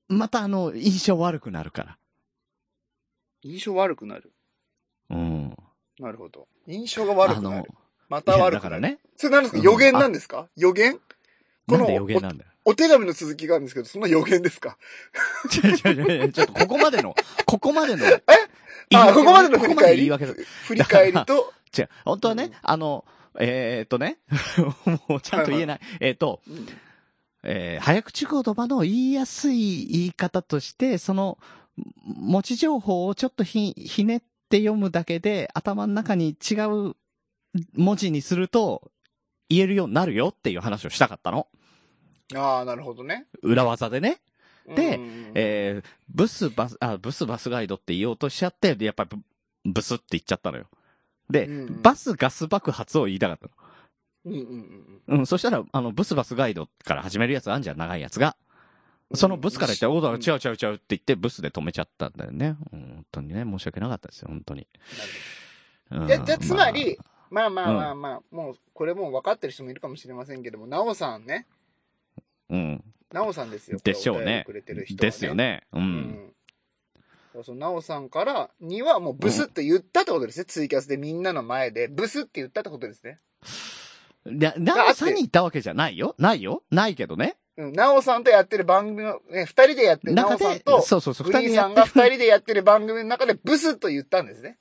Speaker 2: またあの、印象悪くなるか
Speaker 3: 印象悪くなる。
Speaker 2: ら。うん。
Speaker 3: なるほど。印象が悪くな
Speaker 2: あ
Speaker 3: る。ま
Speaker 2: の、
Speaker 3: た
Speaker 2: いや
Speaker 3: 悪
Speaker 2: だ
Speaker 3: くな
Speaker 2: か
Speaker 3: る。
Speaker 2: らね、
Speaker 3: それ何ですか予言なんですか予言こ
Speaker 2: な
Speaker 3: の
Speaker 2: んで予言なんだよ。
Speaker 3: お手紙の続きがあるんですけど、そんな予言です か
Speaker 2: ちょ、ちょ、ちょ、ちょっとここまで の、ここまでの、え
Speaker 3: あ、ここまでの
Speaker 2: こ
Speaker 3: 振
Speaker 2: こまでの
Speaker 3: り返
Speaker 2: 言
Speaker 3: り
Speaker 2: い訳だ。
Speaker 3: 振り返りと、
Speaker 2: 違う、本当はね、
Speaker 3: うん
Speaker 2: あの、えー、っとね、 もうちゃんと言えない。えーっと、
Speaker 3: うん
Speaker 2: えー早口言葉の言いやすい言い方として、その、ん持ち情報をちょっとひ、ひねって読むだけで、頭の中に違う文字にすると、言えるようになるよっていう話をしたかったの。
Speaker 3: ああ、なるほどね。
Speaker 2: 裏技でね。で
Speaker 3: うんうんうん
Speaker 2: えーブスバス、あ、ブスバスガイドって言おうとしちゃって、でやっぱりブブスって言っちゃったのよ。で、
Speaker 3: うんうん
Speaker 2: バスガス爆発を言いたかった
Speaker 3: うんうんうん
Speaker 2: の。うん、そしたら、あの、ブスバスガイドから始めるやつあんじゃん、長いやつが。
Speaker 3: うん
Speaker 2: そのブスから言って、おうだ、違う
Speaker 3: なる
Speaker 2: 違う違うって言って、ブスで止めちゃったんだよね。うん本当にね、申し訳なかったですよ、本当に。うん
Speaker 3: いやじゃあつまり、
Speaker 2: まあ
Speaker 3: ほどまあまあまあまあ、もう、これもう分かってる人もいるかもしれませんけども、なおさんね。
Speaker 2: うん。
Speaker 3: なおさんですよ。
Speaker 2: でしょうね
Speaker 3: これお便りくれてる人は
Speaker 2: ですよ。ね。う。
Speaker 3: うんん。からそのなおさんからにはもうブスって言ったってことですね、ツイキャスでみんなの前でブスって言ったってことですね。
Speaker 2: な、なおさんに言ったわけじゃないよ。ないよ。ないけどね。
Speaker 3: うん、なおさんとやってる番組の、ね、二人でやってるな
Speaker 2: 中
Speaker 3: おさん
Speaker 2: で
Speaker 3: と、、
Speaker 2: そうそうそう、
Speaker 3: グ
Speaker 2: 二
Speaker 3: リ
Speaker 2: 人
Speaker 3: ーン
Speaker 2: でや
Speaker 3: さん
Speaker 2: って
Speaker 3: が
Speaker 2: る
Speaker 3: 二人でやってる番組の中でブスと言ったんですね。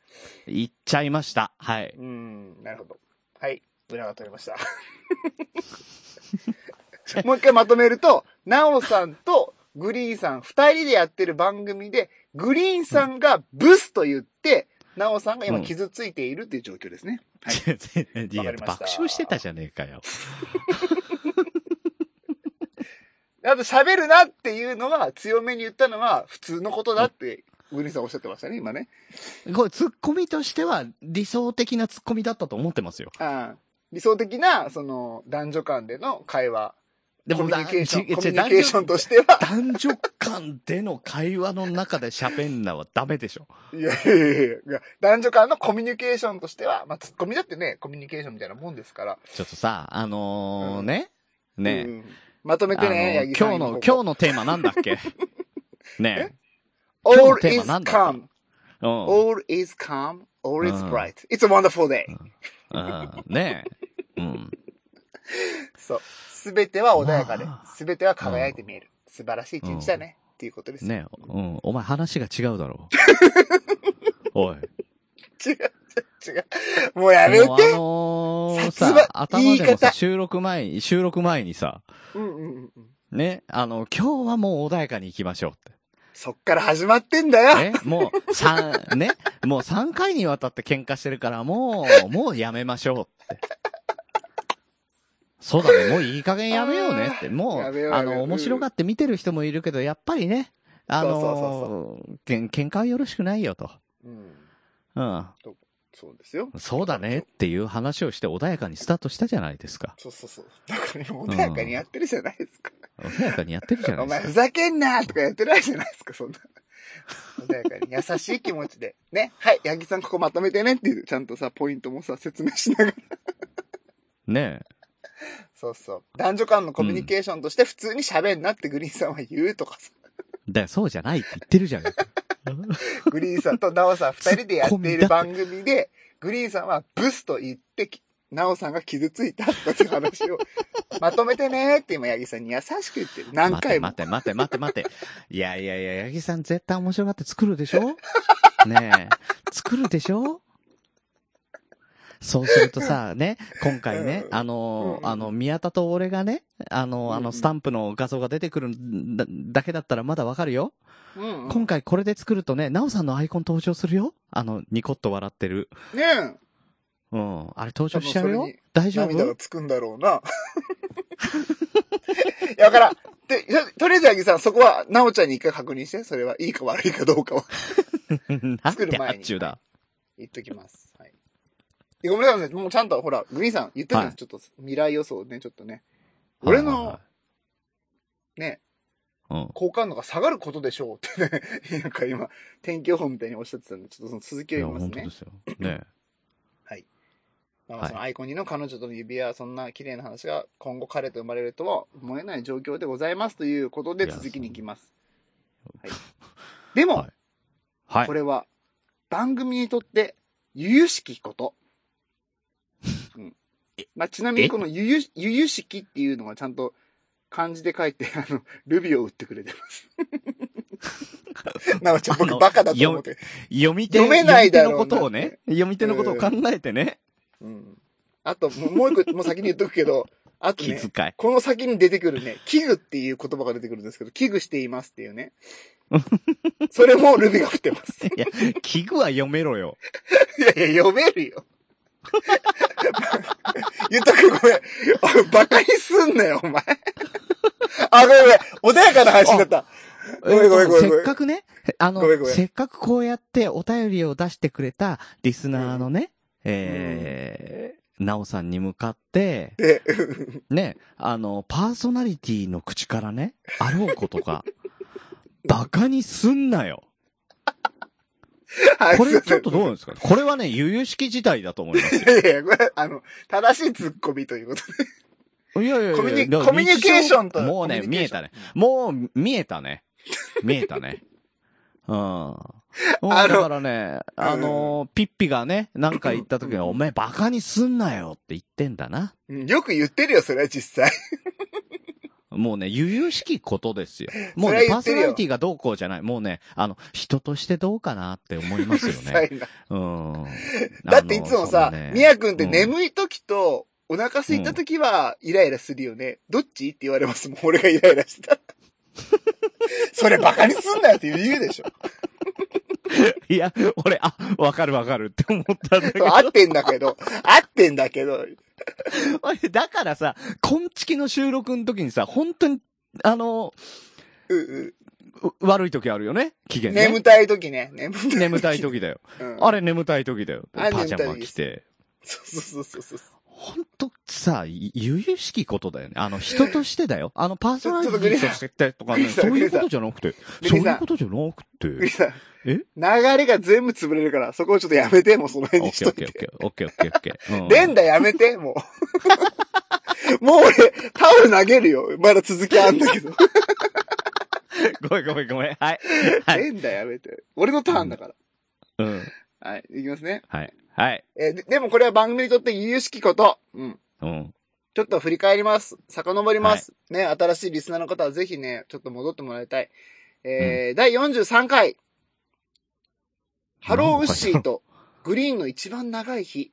Speaker 2: 言っちゃいました。はい。
Speaker 3: うん、なるほど。はい、裏が取れました。 もう一回まとめると、なおさんとグリーンさん二人でやってる番組で、グリーンさんがブスと言って、なおさんが今傷ついているっていう状況ですね。
Speaker 2: いや
Speaker 3: わかりました
Speaker 2: 爆笑してたじゃねえかよ。
Speaker 3: あと喋るなっていうのは強めに言ったのは普通のことだって、グリーンさんおっしゃってましたね、今ね。
Speaker 2: これ、ツッコミとしては理想的なツッコミだったと思ってますよ。
Speaker 3: うん理想的な、その、男女間での会話、
Speaker 2: で
Speaker 3: コミュニケーション、
Speaker 2: だ
Speaker 3: コミ
Speaker 2: ち
Speaker 3: ュ
Speaker 2: ょ
Speaker 3: ニ
Speaker 2: ちょ
Speaker 3: ケーションとしては、
Speaker 2: 男女間での会話の中で喋んなはダメでしょ。
Speaker 3: いやいやいやいや、男女間のコミュニケーションとしては、まあ、ツッコミだってね、コミュニケーションみたいなもんですから。
Speaker 2: ちょっとさ、あのー
Speaker 3: うん
Speaker 2: ね。ね
Speaker 3: うんまとめ
Speaker 2: あ
Speaker 3: て
Speaker 2: の
Speaker 3: ね、
Speaker 2: ー
Speaker 3: 八木さ
Speaker 2: 今
Speaker 3: ん。
Speaker 2: 日の、
Speaker 3: 今
Speaker 2: 今日のテーマなんだっけね今
Speaker 3: 日
Speaker 2: 日の
Speaker 3: All
Speaker 2: テー
Speaker 3: is
Speaker 2: マなんだ
Speaker 3: calm.
Speaker 2: うん
Speaker 3: All is calm. All is
Speaker 2: うん
Speaker 3: bright. It's a wonderful day.
Speaker 2: うん。ねうん。
Speaker 3: そう。すべては穏やかで
Speaker 2: まあ、
Speaker 3: すべては輝いて見える。素晴らしい一日だね。っていうことです。
Speaker 2: ねうん。お前話が違うだ ろう。おい。
Speaker 3: 違う、違う。もうやめて
Speaker 2: もうあのー
Speaker 3: さすが
Speaker 2: さ、頭でも
Speaker 3: 言い方
Speaker 2: さ、収録前に、収録前にさ、
Speaker 3: うんうんうんうん。
Speaker 2: ね、あの、今日はもう穏やかに行きましょうって。
Speaker 3: そっから始まってんだよ。
Speaker 2: えもう、三、ね、もう3回にわたって喧嘩してるから、もう、もうやめましょうって。そうだね、もういい加減やめようねって。も
Speaker 3: やめよう
Speaker 2: う、
Speaker 3: や
Speaker 2: あ
Speaker 3: めよう
Speaker 2: の、面白がって見てる人もいるけど、やっぱりね、あのー、けん喧嘩はよろしくないよと。
Speaker 3: うん。
Speaker 2: うん。
Speaker 3: そうですよ。
Speaker 2: そうだねっていう話をして穏やかにスタートしたじゃないですか。
Speaker 3: そうそうそう。だから今穏やかにやってるじゃないですか。
Speaker 2: 穏やかにやってるじゃな
Speaker 3: お
Speaker 2: いで
Speaker 3: 前
Speaker 2: す
Speaker 3: ふ
Speaker 2: か。
Speaker 3: ざけんなとかやってないじゃないですか、そんな。穏やかに優しい気持ちで。ね。はい、八木さんここまとめてねっていう、ちゃんとさ、ポイントもさ、説明しながら。
Speaker 2: ね
Speaker 3: そうそう。男女間のコミュニケーションとして普通に喋んなってグリーンさんは言うとかさ。
Speaker 2: え。だからそうじゃないって言ってるじゃないか。
Speaker 3: グリーンさんとナオさん二人でやっている番組で、グリーンさんはブスと言ってき、ナオさんが傷ついたとかっていう話を、まとめてねって今八木さんに優しく言ってる。何
Speaker 2: 待て
Speaker 3: 回も
Speaker 2: 待。て待て待て待て。いやいやいや、八木さん絶対面白がって作るでしょねえ。作るでしょそうするとさ、ね、今回ね
Speaker 3: う、ん
Speaker 2: あの
Speaker 3: うん
Speaker 2: ー、あの、宮田と俺がね、あのー、あ
Speaker 3: うんうん
Speaker 2: の、スタンプの画像が出てくるんだだけだったらまだわかるよ。
Speaker 3: うん、うん。
Speaker 2: 今回これで作るとね、なおさんのアイコン登場するよ。あの、ニコッと笑ってる。
Speaker 3: ねえ。
Speaker 2: うん。あれ登場しちゃう
Speaker 3: 多分そ
Speaker 2: よ
Speaker 3: れに
Speaker 2: 大丈
Speaker 3: 涙が
Speaker 2: 夫
Speaker 3: つくんだろうな。 いや、わからん。で、ととりあえず、八木さん、そこは、なおちゃんに一回確認して、それはいいか悪いかどうかは
Speaker 2: なん
Speaker 3: 作る
Speaker 2: て
Speaker 3: 前に
Speaker 2: 発注だ。
Speaker 3: 言っときます。はい。えごめんなさい、もうちゃんと、ほら、グリーンさん言ったじゃない
Speaker 2: は
Speaker 3: ですか、ちょっと未来予想ね、ちょっとね。俺の、
Speaker 2: は
Speaker 3: ね、
Speaker 2: いはいはい、
Speaker 3: 好感度が下がることでしょうってね、 なんか今、天気予報みたいにおっしゃってたんで、ちょっとその続き
Speaker 2: うん。
Speaker 3: を
Speaker 2: い
Speaker 3: 言
Speaker 2: や、
Speaker 3: います
Speaker 2: 本当
Speaker 3: ね
Speaker 2: で。すよ。ね
Speaker 3: まあ、そのアイコンにの彼女との指輪、そんな綺麗な話が今後彼と生まれるとは思えない状況でございますということで
Speaker 2: いや
Speaker 3: 続きに行きます。はい、でも、
Speaker 2: はいはい
Speaker 3: こ。れは番組にとって由々しきこと。うんまあ、ちなみに
Speaker 2: え
Speaker 3: この由々由々しきっていうのはちゃんと漢字で書いて、あの、ルビを打ってくれて ます。なおちゃん、
Speaker 2: あ
Speaker 3: 僕
Speaker 2: の
Speaker 3: バカだと思って。
Speaker 2: 読み手、
Speaker 3: 読めないだろ
Speaker 2: 読
Speaker 3: うな
Speaker 2: み手のことをね、読み手のことを考えてね、
Speaker 3: うん、あと、もうもう一個、もう先に言っとくけど、あと
Speaker 2: 気
Speaker 3: ね、
Speaker 2: 遣い。
Speaker 3: この先に出てくるね、危惧っていう言葉が出てくるんですけど、危惧していますっていうね。それもルビが振ってます。い
Speaker 2: いや、器具は読めろよ。
Speaker 3: やいや、読める よ。ゆたくんごめん。おいバカにすんなよ、お前。あ、ごめんごめん。穏やかな配信だった。 ごめんごめんごめんごめん
Speaker 2: せっかくね、あの
Speaker 3: ごめんごめん
Speaker 2: せっかくこうやってお便りを出してくれたリスナーのね、えー、なおさんに向かって、
Speaker 3: で、
Speaker 2: ね、あの、パーソナリティの口からね、あろうこと か、バカにすんなよ。
Speaker 3: はい
Speaker 2: これ
Speaker 3: すいません
Speaker 2: ちょっとどうですかこれはね、悠々しき事態だと 思います。
Speaker 3: いやいや、これ、あの、正しいツッコミということで。
Speaker 2: いやいやいや
Speaker 3: コミュニ
Speaker 2: だから
Speaker 3: コミュニケーションと
Speaker 2: 日常もうね、
Speaker 3: コ
Speaker 2: 見
Speaker 3: ミュニケー
Speaker 2: え
Speaker 3: ション
Speaker 2: たね。もう、見えたね。見えたね。うん。もう
Speaker 3: あの
Speaker 2: だからね、あのー、ピッピがね、なんか言った時に、お前バカにすんなよって言ってんだな。
Speaker 3: うんよく言ってるよ、それは実際。
Speaker 2: もうね、由々しきことです よ。もう
Speaker 3: そ
Speaker 2: ね、
Speaker 3: れ
Speaker 2: パー
Speaker 3: は言っ
Speaker 2: ソ
Speaker 3: てるよ
Speaker 2: ナリティがどうこうじゃない。もうね、あの、人としてどうかなって思いますよ
Speaker 3: うるさ
Speaker 2: ね。
Speaker 3: いな
Speaker 2: うん。
Speaker 3: だっていつもさ
Speaker 2: あのそうね、
Speaker 3: みやくんって眠い時と、お腹空いた時は、イライラするよね。どっちって言われますもん、俺がイライラしてたら。 それバカにすんなよって言うでしょ。
Speaker 2: いや、俺、あ、わかるわかるって思ったんだけ
Speaker 3: そう
Speaker 2: ど。
Speaker 3: 合ってんだけど、合ってんだけど、
Speaker 2: 俺 だからさ、こんちきの収録の時にさ、本当に、あの
Speaker 3: うんう
Speaker 2: ー、う悪い時あるよね期限
Speaker 3: ん
Speaker 2: ね。
Speaker 3: 眠たい時ね。眠たい時。
Speaker 2: 眠たい時だよ。
Speaker 3: うん
Speaker 2: あれ眠たい時だよ。
Speaker 3: あれ
Speaker 2: パジャ
Speaker 3: 眠
Speaker 2: マ
Speaker 3: たい時
Speaker 2: 着て。
Speaker 3: そうそうそうそう。
Speaker 2: ほんとさ、ゆゆ々しきことだよね。あの、人としてだよ。あの、パーソナリティとしてとか
Speaker 3: グ
Speaker 2: ね、
Speaker 3: リさん
Speaker 2: そういうことじゃなくて、
Speaker 3: グリ
Speaker 2: そ
Speaker 3: さ
Speaker 2: うんいうことじゃなく
Speaker 3: グリ
Speaker 2: て。
Speaker 3: さん。
Speaker 2: え
Speaker 3: 流れが全部潰れるから、そこをちょっとやめて、もうその辺
Speaker 2: オッ
Speaker 3: にし
Speaker 2: ケー
Speaker 3: と
Speaker 2: オッケ
Speaker 3: い
Speaker 2: ーオッ
Speaker 3: て。
Speaker 2: ケーオッケーオッケーオッケー。うん
Speaker 3: 連打やめて、もう。 もう俺、タオル投げるよ。まだ続きあんだけど。
Speaker 2: ごめんごめんごめん。はい。はい。
Speaker 3: 連打やめて。俺のターンだから。
Speaker 2: うん。
Speaker 3: はい、いきますね。
Speaker 2: はい。はい。
Speaker 3: えーで、でもこれは番組にとって由々しきこと。うん。
Speaker 2: うん。
Speaker 3: ちょっと振り返ります。遡ります。ね、新しいリスナーの方はぜひね、ちょっと戻ってもらいたい。えー第43回。ハローウッシーとグリーンの一番長い日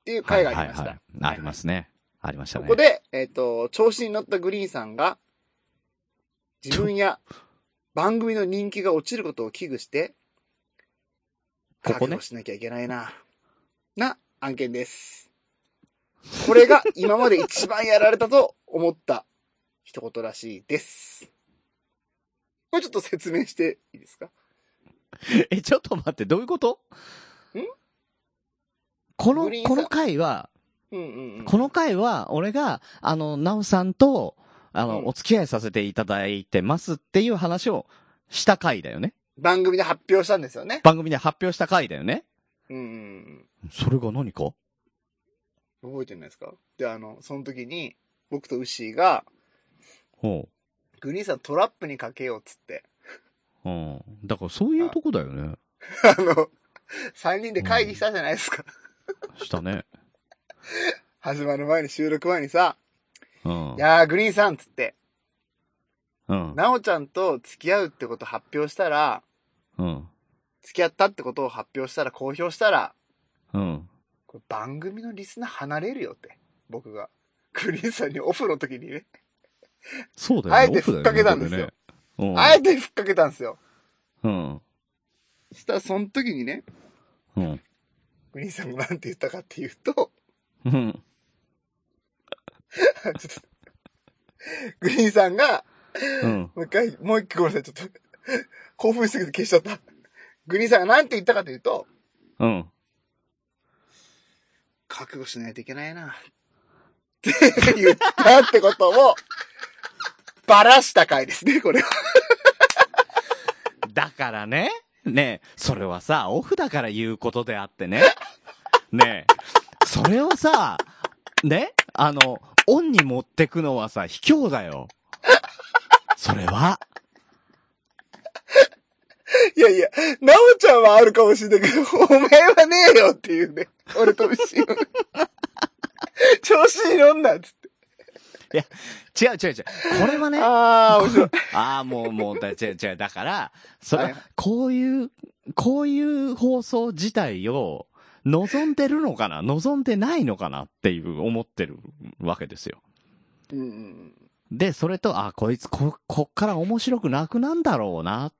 Speaker 3: っていう回がありました。
Speaker 2: はいはいはいありますね。ありました
Speaker 3: こ
Speaker 2: ね。
Speaker 3: こで、えっ、と、調子に乗ったグリーンさんが、自分や番組の人気が落ちることを危惧して、
Speaker 2: ここ
Speaker 3: 覚
Speaker 2: ね
Speaker 3: 悟しなきゃいけないな、な案件です。これが今まで一番やられたと思った一言らしいです。これちょっと説明していいですか
Speaker 2: え、ちょっと待って、どういうこと
Speaker 3: ん
Speaker 2: この
Speaker 3: グリーン、さん
Speaker 2: この回は、
Speaker 3: うんうんうん。
Speaker 2: この回は、俺が、あの、ナオさんと、あの、
Speaker 3: うん
Speaker 2: お付き合いさせていただいてますっていう話をした回だよね。
Speaker 3: 番組で発表したんですよね。
Speaker 2: 番組で発表した回だよね。
Speaker 3: うんうん
Speaker 2: それが何か
Speaker 3: うん。覚えてないですかで、あの、その時に、僕とウッシーが、
Speaker 2: ほ
Speaker 3: グリーンさんトラップにかけようっつって、
Speaker 2: う。うん。だからそういうとこだよね。
Speaker 3: あの、3人で会議したじゃないですか。
Speaker 2: したね。
Speaker 3: 始まる前に収録前にさ、
Speaker 2: うん
Speaker 3: い。やー、グリーンさんっつって、
Speaker 2: うん。
Speaker 3: なおちゃんと付き合うってこと発表したら、
Speaker 2: うん。
Speaker 3: 付き合ったってことを発表したら、公表したら、
Speaker 2: うん。
Speaker 3: これ番組のリスナー離れるよって、僕が。グリーンさんにオフの時にね、
Speaker 2: そうだよね。
Speaker 3: あえて
Speaker 2: オフだよね
Speaker 3: ふっかけたんですよ。
Speaker 2: これね
Speaker 3: あえてふっかけたんですよ。
Speaker 2: うん。
Speaker 3: そしたらその時にね、
Speaker 2: うん。
Speaker 3: グリーンさんがなんて言ったかっていうと、
Speaker 2: うん。
Speaker 3: ちょっと、グリーンさんが、
Speaker 2: うん。
Speaker 3: もう一回、もう一回ごめんなさい、ちょっと、興奮しすぎて消しちゃった。グリーンさんがなんて言ったかというと、
Speaker 2: うん。
Speaker 3: 覚悟しないといけないな。って言ったってことを、ばらした回ですね、これは。
Speaker 2: だからね、ねえ、それはさ、オフだから言うことであって ね。ねえ、それをさ、ね、あの、オンに持ってくのはさ、卑怯だよ。それは。
Speaker 3: いやいや、なおちゃんはあるかもしれないけど、お前はねえよっていうね。俺と牛を。調子に乗んなっつって。
Speaker 2: 違う違う違う。これはね、あ
Speaker 3: ああ、面白い。
Speaker 2: あー、もうもう、だ違う違う。だから、そ
Speaker 3: はい
Speaker 2: れ
Speaker 3: はい、
Speaker 2: こういう、こういう放送自体を、望んでるのかな望んでないのかなっていう思ってるわけですよ。
Speaker 3: うんうんうん
Speaker 2: で、それと、あ、こいつ、こ、こっから面白くなくなんだろうな、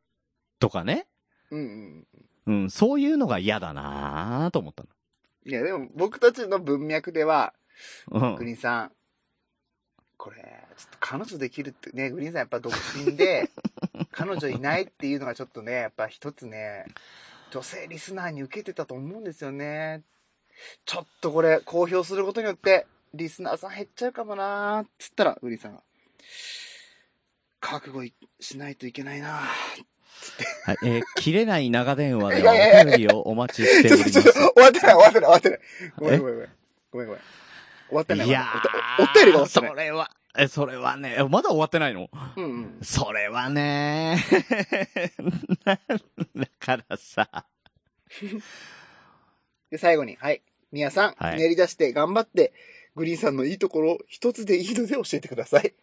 Speaker 2: とかね。
Speaker 3: うんうん。
Speaker 2: うん、そういうのが嫌だなと思った
Speaker 3: いや、でも僕たちの文脈では、
Speaker 2: の。う
Speaker 3: グ
Speaker 2: ん。
Speaker 3: リーンさん、これ、ちょっと彼女できるってね、グリーンさんやっぱ独身 で、彼女いないっていうのがちょっとね、やっぱ一つね、女性リスナーに受けてたと思うんですよね。ちょっとこれ、公表することによって、リスナーさん減っちゃうかもなーっつったら、グリーンさんが、覚悟いしないといけないなー
Speaker 2: はい、 えー切れない長電話で
Speaker 3: いやいや
Speaker 2: はお便りをお待ちして
Speaker 3: ち
Speaker 2: お
Speaker 3: ょっ
Speaker 2: りま
Speaker 3: とちょっと、
Speaker 2: す。
Speaker 3: 終わってない、終わってない、終わってない。ごめ
Speaker 2: え
Speaker 3: んごめんごめん。ごめんごめん。終わってない。
Speaker 2: いや
Speaker 3: おおお便りが終わってない
Speaker 2: そ。れは、え、それはね、えまだ終わってないの
Speaker 3: うんうん。
Speaker 2: それはね、 なだからさ、
Speaker 3: で、最後に、はい。宮さん、
Speaker 2: はい
Speaker 3: 練り出して頑張って、グリーンさんのいいところを一つでいいので教えてください。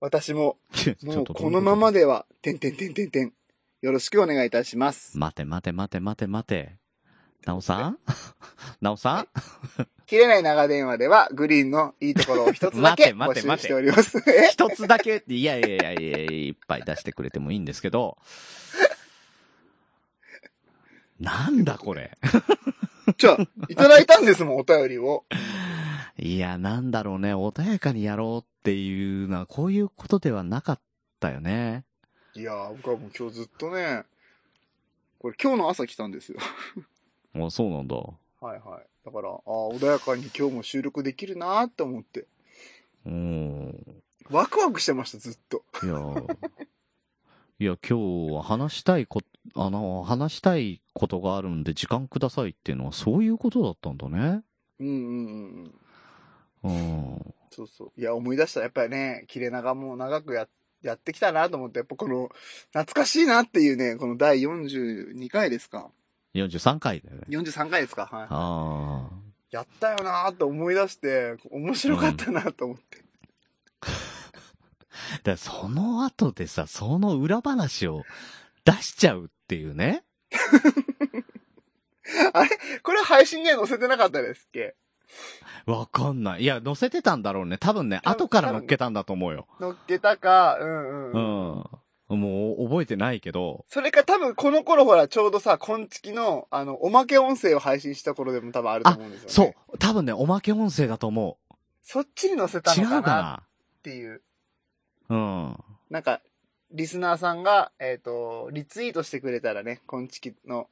Speaker 3: 私も、
Speaker 2: ちょち
Speaker 3: も
Speaker 2: ょっ
Speaker 3: う
Speaker 2: と
Speaker 3: このままでは、てんてんてんてんてん。よろしくお願いいたします。
Speaker 2: 待て待て待て待て待て。なおさんなおさん
Speaker 3: 切れない長電話では、グリーンのいいところを一つだけ
Speaker 2: 待て
Speaker 3: 募
Speaker 2: 待て
Speaker 3: 集
Speaker 2: 待
Speaker 3: してております。え
Speaker 2: 一つだけ、いやいやいやいや、いっぱい出してくれてもいいんですけど、なんだこれ。
Speaker 3: じゃあ、いただいたんですもん、お便りを。
Speaker 2: いや、なんだろうね、穏やかにやろうっていうのは、こういうことではなかったよね。
Speaker 3: いやー、僕はもう今日ずっとね、これ今日の朝来たんですよ。
Speaker 2: もうそうなんだ。
Speaker 3: はいはい。だから、ああ、穏やかに今日も収録できるなーって思って、
Speaker 2: うん。
Speaker 3: ワクワクしてました、ずっと。
Speaker 2: いやー、いや、今日は話したいこ、あの、話したいことがあるんで時間くださいっていうのはそういうことだったんだね。
Speaker 3: うんうんうんうん。
Speaker 2: うん。
Speaker 3: そうそう。いや、思い出した。やっぱりね、切れ長も長くややってきたなと思って、やっぱこの、懐かしいなっていうね、この第42回ですか。
Speaker 2: 43回だよね。
Speaker 3: 43回ですか。はい。
Speaker 2: ああ。
Speaker 3: やったよなーって思い出して、面白かったなと思って。
Speaker 2: だからその後でさ、その裏話を出しちゃうっていうね。
Speaker 3: これ配信には載せてなかったですっけ
Speaker 2: わかんない。いや、載せてたんだろうね。多分ね、
Speaker 3: 多分
Speaker 2: 後から乗っけたんだと思うよ。
Speaker 3: 載っけたか、うんうん。
Speaker 2: うん。もう、覚えてないけど。
Speaker 3: それか多分この頃ほら、ちょうどさ、こんちきの、あの、おまけ音声を配信した頃でも多分あると思うんですよ、ね。
Speaker 2: そう。。多分ね、おまけ音声だと思
Speaker 3: そっちに載せ
Speaker 2: う。
Speaker 3: た
Speaker 2: 違う
Speaker 3: のかなっ
Speaker 2: か
Speaker 3: ていう。
Speaker 2: なうん。
Speaker 3: なんか、リスナーさんが、えっ、と、リツイートしてくれたらね、こんちきの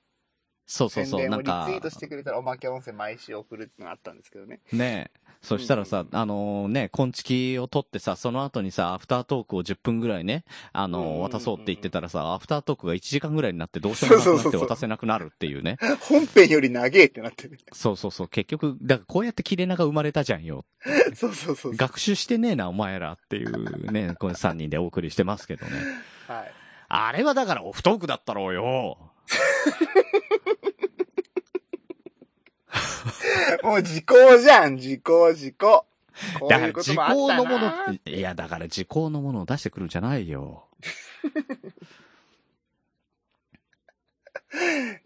Speaker 2: そうそう
Speaker 3: 宣
Speaker 2: そう。
Speaker 3: 伝
Speaker 2: な
Speaker 3: を
Speaker 2: ん
Speaker 3: リツイ
Speaker 2: か。
Speaker 3: ートしてくれたら、おまけ音声毎週送るってのがあったんですけどね。
Speaker 2: ねえ。そしたらさ、
Speaker 3: うん
Speaker 2: あのね、コンチキを取ってさ、その後にさ、アフタートークを10分ぐらいね、あの
Speaker 3: うんうんうんうん
Speaker 2: 渡そうって言ってたらさ、アフタートークが1時間ぐらいになってどうしようもなくな
Speaker 3: そう
Speaker 2: って
Speaker 3: そうそう
Speaker 2: 渡せなくなるっていうね。
Speaker 3: 本編より長えってなってる。
Speaker 2: そうそうそう。結局、だからこうやって切れ長生まれたじゃんよ。
Speaker 3: そうそうそうそう。
Speaker 2: 学習してねえな、お前らっていうね、 この3人でお送りしてますけどね。
Speaker 3: はい。
Speaker 2: あれはだからオフトークだったろうよ。
Speaker 3: もう時効じゃん、時効時効。こう
Speaker 2: だか
Speaker 3: い
Speaker 2: ら
Speaker 3: うこと
Speaker 2: 時
Speaker 3: もあった
Speaker 2: 効
Speaker 3: な
Speaker 2: のもの、いや、だから時効のものを出してくるんじゃないよ。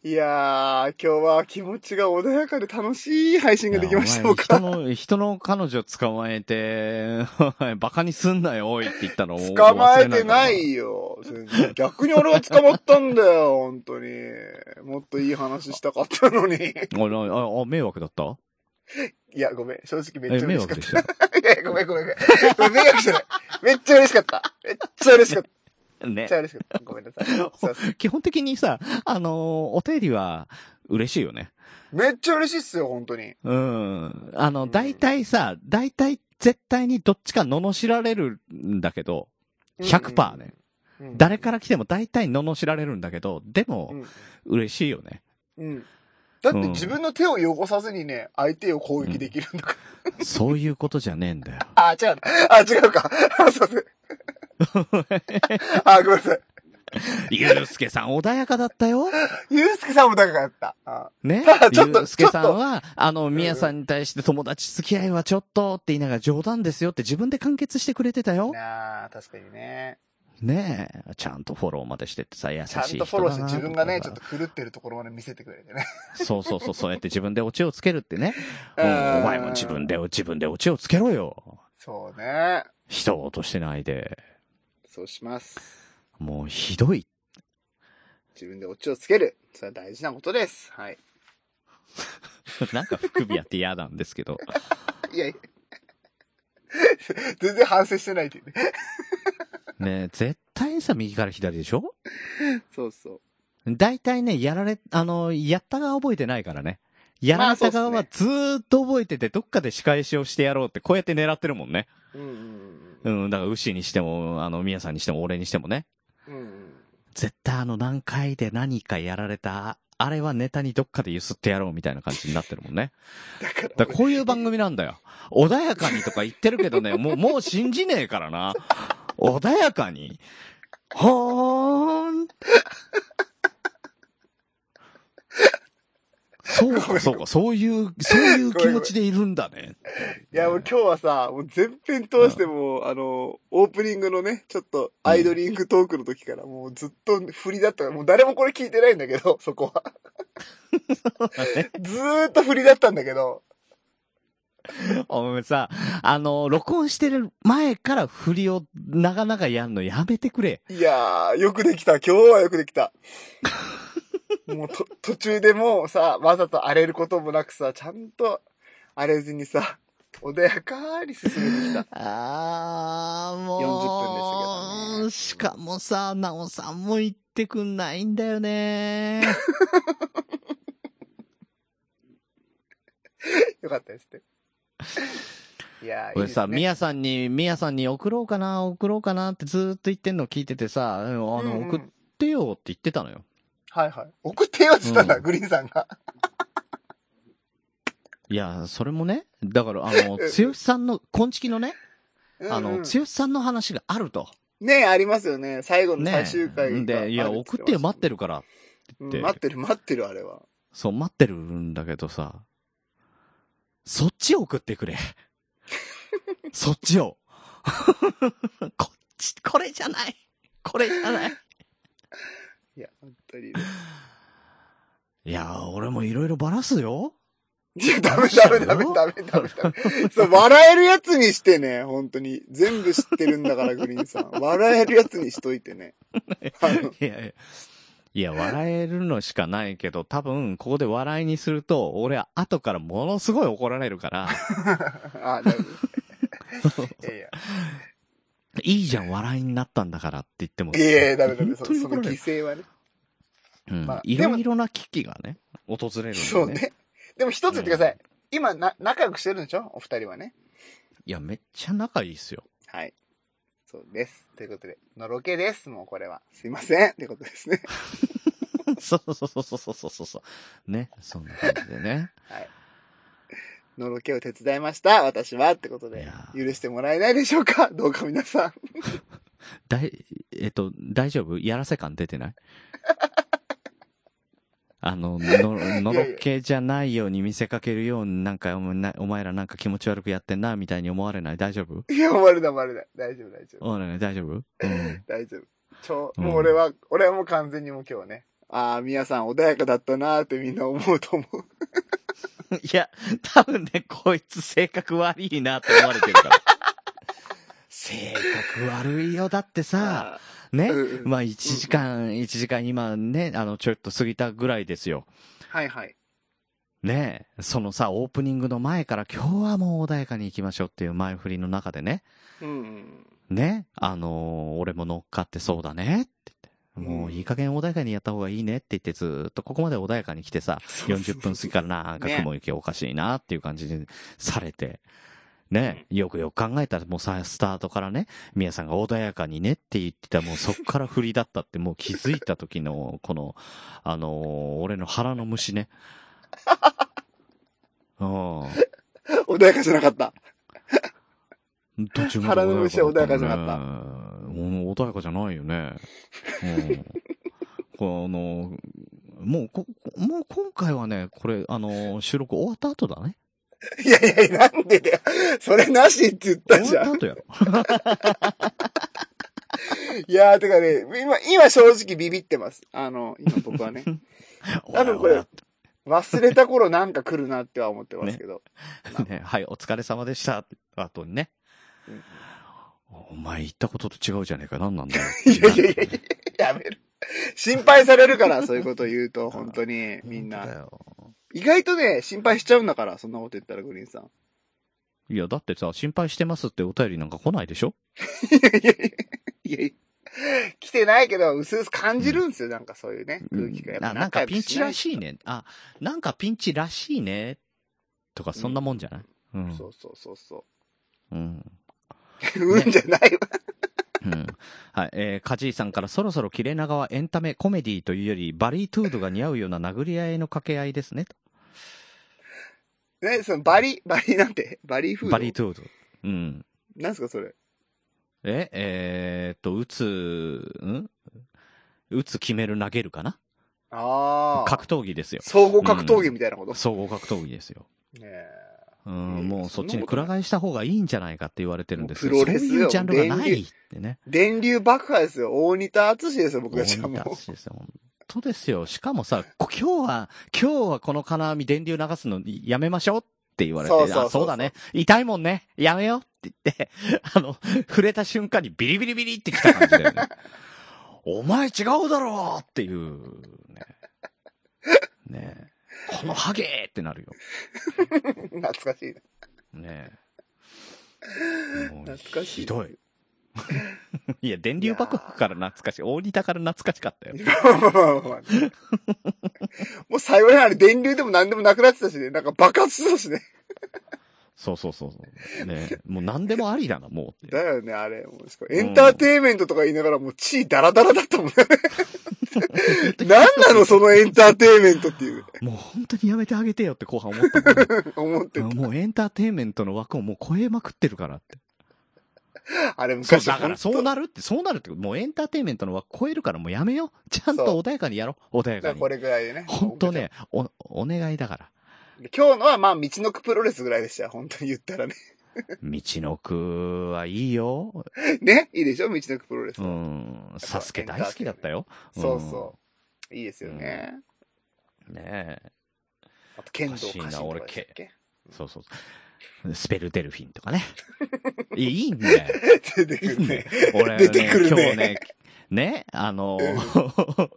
Speaker 3: いやー、今日は気持ちが穏やかで楽しい配信ができました
Speaker 2: いやお
Speaker 3: よ
Speaker 2: 前
Speaker 3: か。
Speaker 2: 人の、人の彼女捕まえて、 バカにすんなよ、おいって言ったのを
Speaker 3: 捕まえてな
Speaker 2: 忘れ
Speaker 3: いよ。全然逆に俺は捕まったんだよ、本当に。もっといい話したかったのに。
Speaker 2: から。俺あ、あ、迷惑だった
Speaker 3: いや、ごめん。正直めっ
Speaker 2: え、
Speaker 3: ちゃ
Speaker 2: 迷
Speaker 3: 嬉し
Speaker 2: 惑
Speaker 3: かっ
Speaker 2: で
Speaker 3: た。
Speaker 2: し た。
Speaker 3: いやいやごめんごめんごめん。ごめん迷惑してない。めっちゃ嬉しかった。めっちゃ嬉しかった。め
Speaker 2: ね
Speaker 3: っち。ゃ嬉しかった。ごめん なさい。すいません
Speaker 2: 基本的にさ、あのーお手入りは嬉しいよね。
Speaker 3: めっちゃ嬉しいっすよ、本 当に。
Speaker 2: うん。あの、大体さ、大体絶対にどっちか罵られるんだけど、100%ね。
Speaker 3: うん。うん
Speaker 2: 誰から来ても大体罵られるんだけど、でも
Speaker 3: う、ん。
Speaker 2: 嬉しいよね。
Speaker 3: うん。だっ
Speaker 2: う
Speaker 3: て
Speaker 2: ん
Speaker 3: 自分の手を汚さずにね、相手を攻撃できるんだか
Speaker 2: そういうことじゃねえ んだよ。
Speaker 3: ら。あ、違う。あ、違うか。 あ、すいま せん。あ、ごめんなさい。
Speaker 2: ゆうすけさん穏やかだったよ。
Speaker 3: ゆうすけさんも高かった。あ。
Speaker 2: ね
Speaker 3: ちょっと
Speaker 2: ゆうすけさんは、あの、みやさんに対して友達付き合いはちょっとって言いながら冗談ですよって自分で完結してくれてたよ。
Speaker 3: なあ、確かにね。
Speaker 2: ねえ。ちゃんとフォローまでしてってさ、優しい
Speaker 3: ちゃんとフォローして自分がね、ちょっと狂ってるところまで見せてくれてね。
Speaker 2: と。そうそうそう、そうやって自分でオチをつけるって ね。うんお前も自分で、自分でオチをつけろよ。
Speaker 3: そうね。
Speaker 2: 人を落としてないで。
Speaker 3: そうします。
Speaker 2: もうひど い。
Speaker 3: 自分でオチをつける。それは大事なことです。はい。
Speaker 2: なんか副ビアって嫌なんですけど。
Speaker 3: いやいや。 全然反省してないっていうね。
Speaker 2: ねえ、絶対にさ、右から左でしょ
Speaker 3: そうそう。
Speaker 2: 大体ね、やられ、あの、やった側覚えてないからね。やられ
Speaker 3: ま
Speaker 2: た
Speaker 3: あそうっ
Speaker 2: 側
Speaker 3: すね
Speaker 2: はずーっと覚えてて、どっかで仕返しをしてやろうって、こうやって狙ってるもんね。
Speaker 3: うん
Speaker 2: う
Speaker 3: うん
Speaker 2: ん、だから、ウッシーにしても、あの、ミヤさんにしても、俺にしてもね。
Speaker 3: うん。うんうん。
Speaker 2: 絶対あの、何回で何かやられたあれはネタにどっかで揺すってやろうみたいな感じになってるもんね。
Speaker 3: だから、
Speaker 2: だからこういう番組なんだよ。穏やかにとか言ってるけどね、もう、もう信じねえからな。穏やかに。ほーん。そうか、そうか、そういう、そういう気持ちでいるんだね。
Speaker 3: いや、もう今日はさ、もう全編通してもう、あの、オープニングのね、ちょっとアイドリングトークの時から、もうずっと振りだったから、もう誰もこれ聞いてないんだけど、そこは。ずーっと振りだったんだけど、
Speaker 2: お前さ、あの、録音してる前から振りをなかなかやんのやめてくれ。
Speaker 3: いやー、よくできた。今日はよくでき た。もうと、途中でもうさ、わざと荒れることもなくさ、ちゃんと荒れずにさ、穏やかに進めて きた。
Speaker 2: あー、もう。
Speaker 3: 40分でし
Speaker 2: し
Speaker 3: た
Speaker 2: かもさ、なおさんも言ってくんないんだよね。
Speaker 3: よかったですね。いやー、い
Speaker 2: 俺
Speaker 3: いです
Speaker 2: さ、み
Speaker 3: ね。
Speaker 2: やさんに、みやさんに送ろうかな、送ろうかなってずーっと言ってんの聞いててさ、うんあの、
Speaker 3: うんうん
Speaker 2: 送ってよって言ってたのよ。
Speaker 3: はいはい。送ってよって言ったんだ、
Speaker 2: うん
Speaker 3: グリーンさんが。
Speaker 2: いや、それもね、だから、あの、
Speaker 3: うん
Speaker 2: 剛さんの、昆虫のね、あ
Speaker 3: うん
Speaker 2: の、
Speaker 3: うん
Speaker 2: 剛さんの話があると。
Speaker 3: ねえ、ありますよね。最後の
Speaker 2: ね
Speaker 3: 最終回がある
Speaker 2: で、いや、送ってよ、待ってるから。
Speaker 3: る
Speaker 2: って
Speaker 3: 待ってる、待ってる、あれは。
Speaker 2: そう、待ってるんだけどさ、そっちを送ってく れ。そっちを。 こっち、これじゃない。これじゃない。
Speaker 3: いや、本当にね。
Speaker 2: いや、俺もいろいろバラすよ。
Speaker 3: いや、ダメダメダメダメダメダメ。そう、笑えるやつにしてね、本当に。全部知ってるんだから、グリーンさん。笑えるやつにしといてね。あ の
Speaker 2: いやいや。いや、笑えるのしかないけど、多分、ここで笑いにすると、俺は後からものすごい怒られる から、
Speaker 3: あ、大丈夫。 いやいや。
Speaker 2: いいじゃん、笑いになったんだからって言っても。
Speaker 3: いやいや、ダメダメ。そ
Speaker 2: 本
Speaker 3: そ
Speaker 2: 当に怒ら
Speaker 3: の
Speaker 2: れ
Speaker 3: 犠
Speaker 2: る。
Speaker 3: 牲はね。
Speaker 2: うん
Speaker 3: まあ
Speaker 2: いろいろな危機がね、訪れるんだよ
Speaker 3: そうね。でも一つ言ってください。今、な、仲良くしてるんでしょお二人はね。
Speaker 2: いや、めっちゃ仲いいっすよ。
Speaker 3: はい。そうです。ということで、のろけです。もうこれは。すいません。ということですね。
Speaker 2: そうそうそうそうそうそうそう。ね、そんな感じでね。
Speaker 3: のろけを手伝いました。私は。ってこと
Speaker 2: い
Speaker 3: で
Speaker 2: や、ー
Speaker 3: 許してもらえないでしょうかどうか皆さん。
Speaker 2: だい、えっと、大丈夫やらせ感出てない あの、の、のろけじゃないように見せかけるように、なんか、お前なお前らなんか気持ち悪くやってんな、みたいに思われない大丈夫
Speaker 3: いや、丸だ丸だ。大丈夫、大丈夫。
Speaker 2: 思われない大丈夫うん。
Speaker 3: 大丈夫。超、
Speaker 2: うん
Speaker 3: もう俺は、俺はもう完全にもう今日ね。ああ、皆さん穏やかだったなーってみんな思うと思う。
Speaker 2: いや、多分ね、こいつ性格悪いなって思われてるから。 性格悪いよ。だってさ、ね
Speaker 3: うんう。ん
Speaker 2: まあ、1時間、一時間今ね、あの、ちょっと過ぎたぐらいですよ。
Speaker 3: はいはい。
Speaker 2: ねえそのさ、オープニングの前から今日はもう穏やかに行きましょうっていう前振りの中でね。
Speaker 3: うんうん。
Speaker 2: ね。あのー俺も乗っかってそうだねって言って。もういい加減穏やかにやった方がいいねって言ってずーっとここまで穏やかに来てさ、40分過ぎからなんか
Speaker 3: ね
Speaker 2: 雲行きおかしいなっていう感じにされて。ねよくよく考えたらもうさ、スタートからね、宮さんが穏やかにねって言ってた、もうそっから振りだったってもう気づいた時の、この、あのー俺の腹の虫 ね。うん。
Speaker 3: 穏やかじゃなかった。
Speaker 2: 途中まで
Speaker 3: 腹の虫は穏やかじゃなかった
Speaker 2: ったね。うん穏やかじゃないよね。うん。この、もうこ、もう今回はね、これ、あの、収録終わった後だね。
Speaker 3: いやいやいや、なんでだよ。それなしって言った
Speaker 2: 終
Speaker 3: じ
Speaker 2: わった
Speaker 3: ゃん。
Speaker 2: 後 やろ。
Speaker 3: いやー、てかね、今、今正直ビビってます。あの、今 僕はね。多分これ
Speaker 2: 終わっ
Speaker 3: 忘れた頃なんか来るなっては思ってますけど。
Speaker 2: たねはい、お疲れ様でした。後にね
Speaker 3: うん。
Speaker 2: お前言ったことと違うじゃ ねえか。何なんだよ。
Speaker 3: いやいやいやいや、やめる。心配されるから、そういうこと言 うと、本当に、みん
Speaker 2: 本当だ
Speaker 3: な。
Speaker 2: よ
Speaker 3: 意外とね、心配しちゃうんだから、そんなこと言ったら、グリーンさん。
Speaker 2: いや、だってさ、心配してますってお便りなんか来ないでしょ
Speaker 3: いやいや、来てないけど、うすうす感じるんですよ、なんかそういうね、空気が。やっ
Speaker 2: な
Speaker 3: ぱ
Speaker 2: なん
Speaker 3: 仲
Speaker 2: か
Speaker 3: 良く
Speaker 2: ピンチら
Speaker 3: し
Speaker 2: しいね。あ、なんかピンチらしいね。とか、そんなもんじゃないうん。
Speaker 3: ないそうそうそうそ
Speaker 2: うん。
Speaker 3: う。うんじゃないわ。
Speaker 2: うん。はい、えー、カジーさんからそろそろ切れ長はエンタメ、コメディというより、バリートゥードが似合うような殴り合いの掛け合いですね。と
Speaker 3: ね、そのバリ、バリなんて、バリーフード。
Speaker 2: バリートゥード。うん。
Speaker 3: なんすか、それ。
Speaker 2: え、えーっと、打つ、ん打つ、決める、投げるかな
Speaker 3: ああ。
Speaker 2: 格闘技ですよ。
Speaker 3: 総合格闘技みたいなこと。
Speaker 2: 総合格闘技ですよ。
Speaker 3: ねえ
Speaker 2: う
Speaker 3: えー
Speaker 2: ん、もうそっち
Speaker 3: そんな
Speaker 2: に
Speaker 3: ことない
Speaker 2: くら替えした方がいいんじゃないかって言われてるんですけど、
Speaker 3: も
Speaker 2: そ
Speaker 3: うプ
Speaker 2: う
Speaker 3: ロレスよ
Speaker 2: いうジャンルがないってね。
Speaker 3: 電流爆破ですよ。大仁田厚ですよ、僕たちはも
Speaker 2: 大仁田厚ですよ本当ですよ。しかもさ、こ今日は、今日はこの金網電流流すのやめましょうって言われて、
Speaker 3: そうそうそうそう
Speaker 2: あそうだね。痛いもんね。やめようって言って、あの、触れた瞬間にビリビリビリってきた感じだよね。お前違うだろうっていう、ね。ねこのハゲーってなるよ。
Speaker 3: う。 懐かしいな。
Speaker 2: ねもう
Speaker 3: 懐かしい。
Speaker 2: ひどい。 いや、電流爆破から懐かしい。大仁田から懐かしかったよ。
Speaker 3: まあまあまあまあ もう幸いなあれ電流でも何でもなくなってたしね。なんか爆発してたしね。
Speaker 2: そうそうそうそう。ねもう何でもありだな、もうって
Speaker 3: だよね、あれ。もうしかもエンターテインメントとか言いながらもう血ダラダラだったもんね。何なのそのエンターテインメントっ ていう。
Speaker 2: もう本当にやめてあげてよって後半思ったもんね、
Speaker 3: 思ってた
Speaker 2: うんもうエンターテインメントの枠をもう超えまくってるからって。
Speaker 3: あれ
Speaker 2: そう、
Speaker 3: 昔
Speaker 2: だからそう
Speaker 3: な。
Speaker 2: なるって、そうなるって、もうエンターテインメントの枠超えるからもうやめよう。ちゃんと
Speaker 3: そ
Speaker 2: 穏やかにやろう。穏や
Speaker 3: だか
Speaker 2: からに
Speaker 3: こ。れぐらいでね。
Speaker 2: 本当。ね、お、お願いだから。
Speaker 3: 今日のはまあ、道のくプロレスぐらいでしたよ。本当に言った らね。
Speaker 2: 道のくはいいよ。
Speaker 3: ねいいでしょ道のくプロレス。
Speaker 2: うん。サスケ大好きだったよ。
Speaker 3: そうそう。いいですよね。
Speaker 2: うん。ねえ。
Speaker 3: あと、剣道家
Speaker 2: おかしい
Speaker 3: 臣
Speaker 2: な
Speaker 3: とか
Speaker 2: 俺
Speaker 3: でしたっけ
Speaker 2: そうそう。スペルデルフィンとかね。いいいいんだよ。
Speaker 3: 出てくるね。
Speaker 2: 俺は
Speaker 3: 出てくるね
Speaker 2: 今日ね、ね、あのー、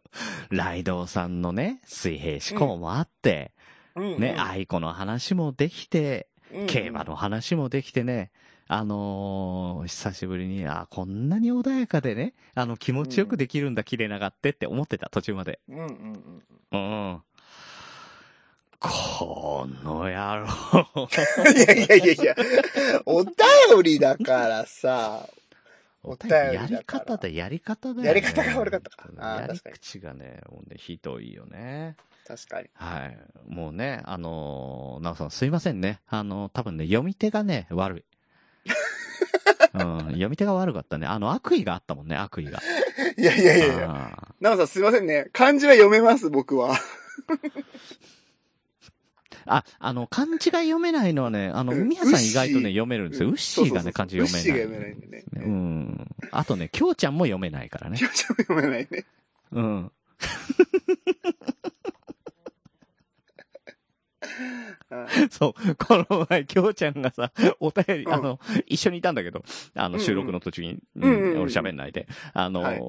Speaker 2: ライドウさんのね、水平思考もあって、
Speaker 3: うん
Speaker 2: ね、愛子の話もできて、競馬。の話もできてね、あのー久しぶりに、あーこんなに穏やかでね、あの、気持ちよくできるんだ、切れながってって思ってた、途中まで。
Speaker 3: うんうんうん。
Speaker 2: うん。この野郎。
Speaker 3: いやいやいやいや、お便りだからさ、お便りだから
Speaker 2: やり方だ、やり方だよ、ね。
Speaker 3: やり方が悪かったかあー
Speaker 2: やり
Speaker 3: 確かに
Speaker 2: 口がね、もうね、ひどいよね。
Speaker 3: 確かに。
Speaker 2: はい。もうね、あのー、なおさんすいませんね。あのー多分ね、読み手がね、悪 い。うん、読み手が悪かったね。あの、悪意があったもんね、悪意が。
Speaker 3: いやいやいやいや。
Speaker 2: あ
Speaker 3: なおさんすいませんね。漢字は読めます、僕は。
Speaker 2: ーあ、あの、漢字が読めないのはね、あの、
Speaker 3: うん
Speaker 2: 宮さん意外と
Speaker 3: うっし
Speaker 2: ね、読めるんですよ。
Speaker 3: う
Speaker 2: ウ
Speaker 3: ん
Speaker 2: ッシーがね、
Speaker 3: そう
Speaker 2: 漢
Speaker 3: そう
Speaker 2: 字
Speaker 3: そう
Speaker 2: 読めない。
Speaker 3: ウッシーが読めないんでね
Speaker 2: うん。あとね、きょうちゃんも読めないからね
Speaker 3: 気。持ちも読めないね。
Speaker 2: うん。
Speaker 3: うん
Speaker 2: そう、この前、きょうちゃんがさ、お便り、
Speaker 3: うん
Speaker 2: あの、一緒にいたんだけど、あ
Speaker 3: うん
Speaker 2: の、
Speaker 3: うん
Speaker 2: 収録の途中に、
Speaker 3: うんうんうん
Speaker 2: 俺喋んないで、あのー
Speaker 3: はい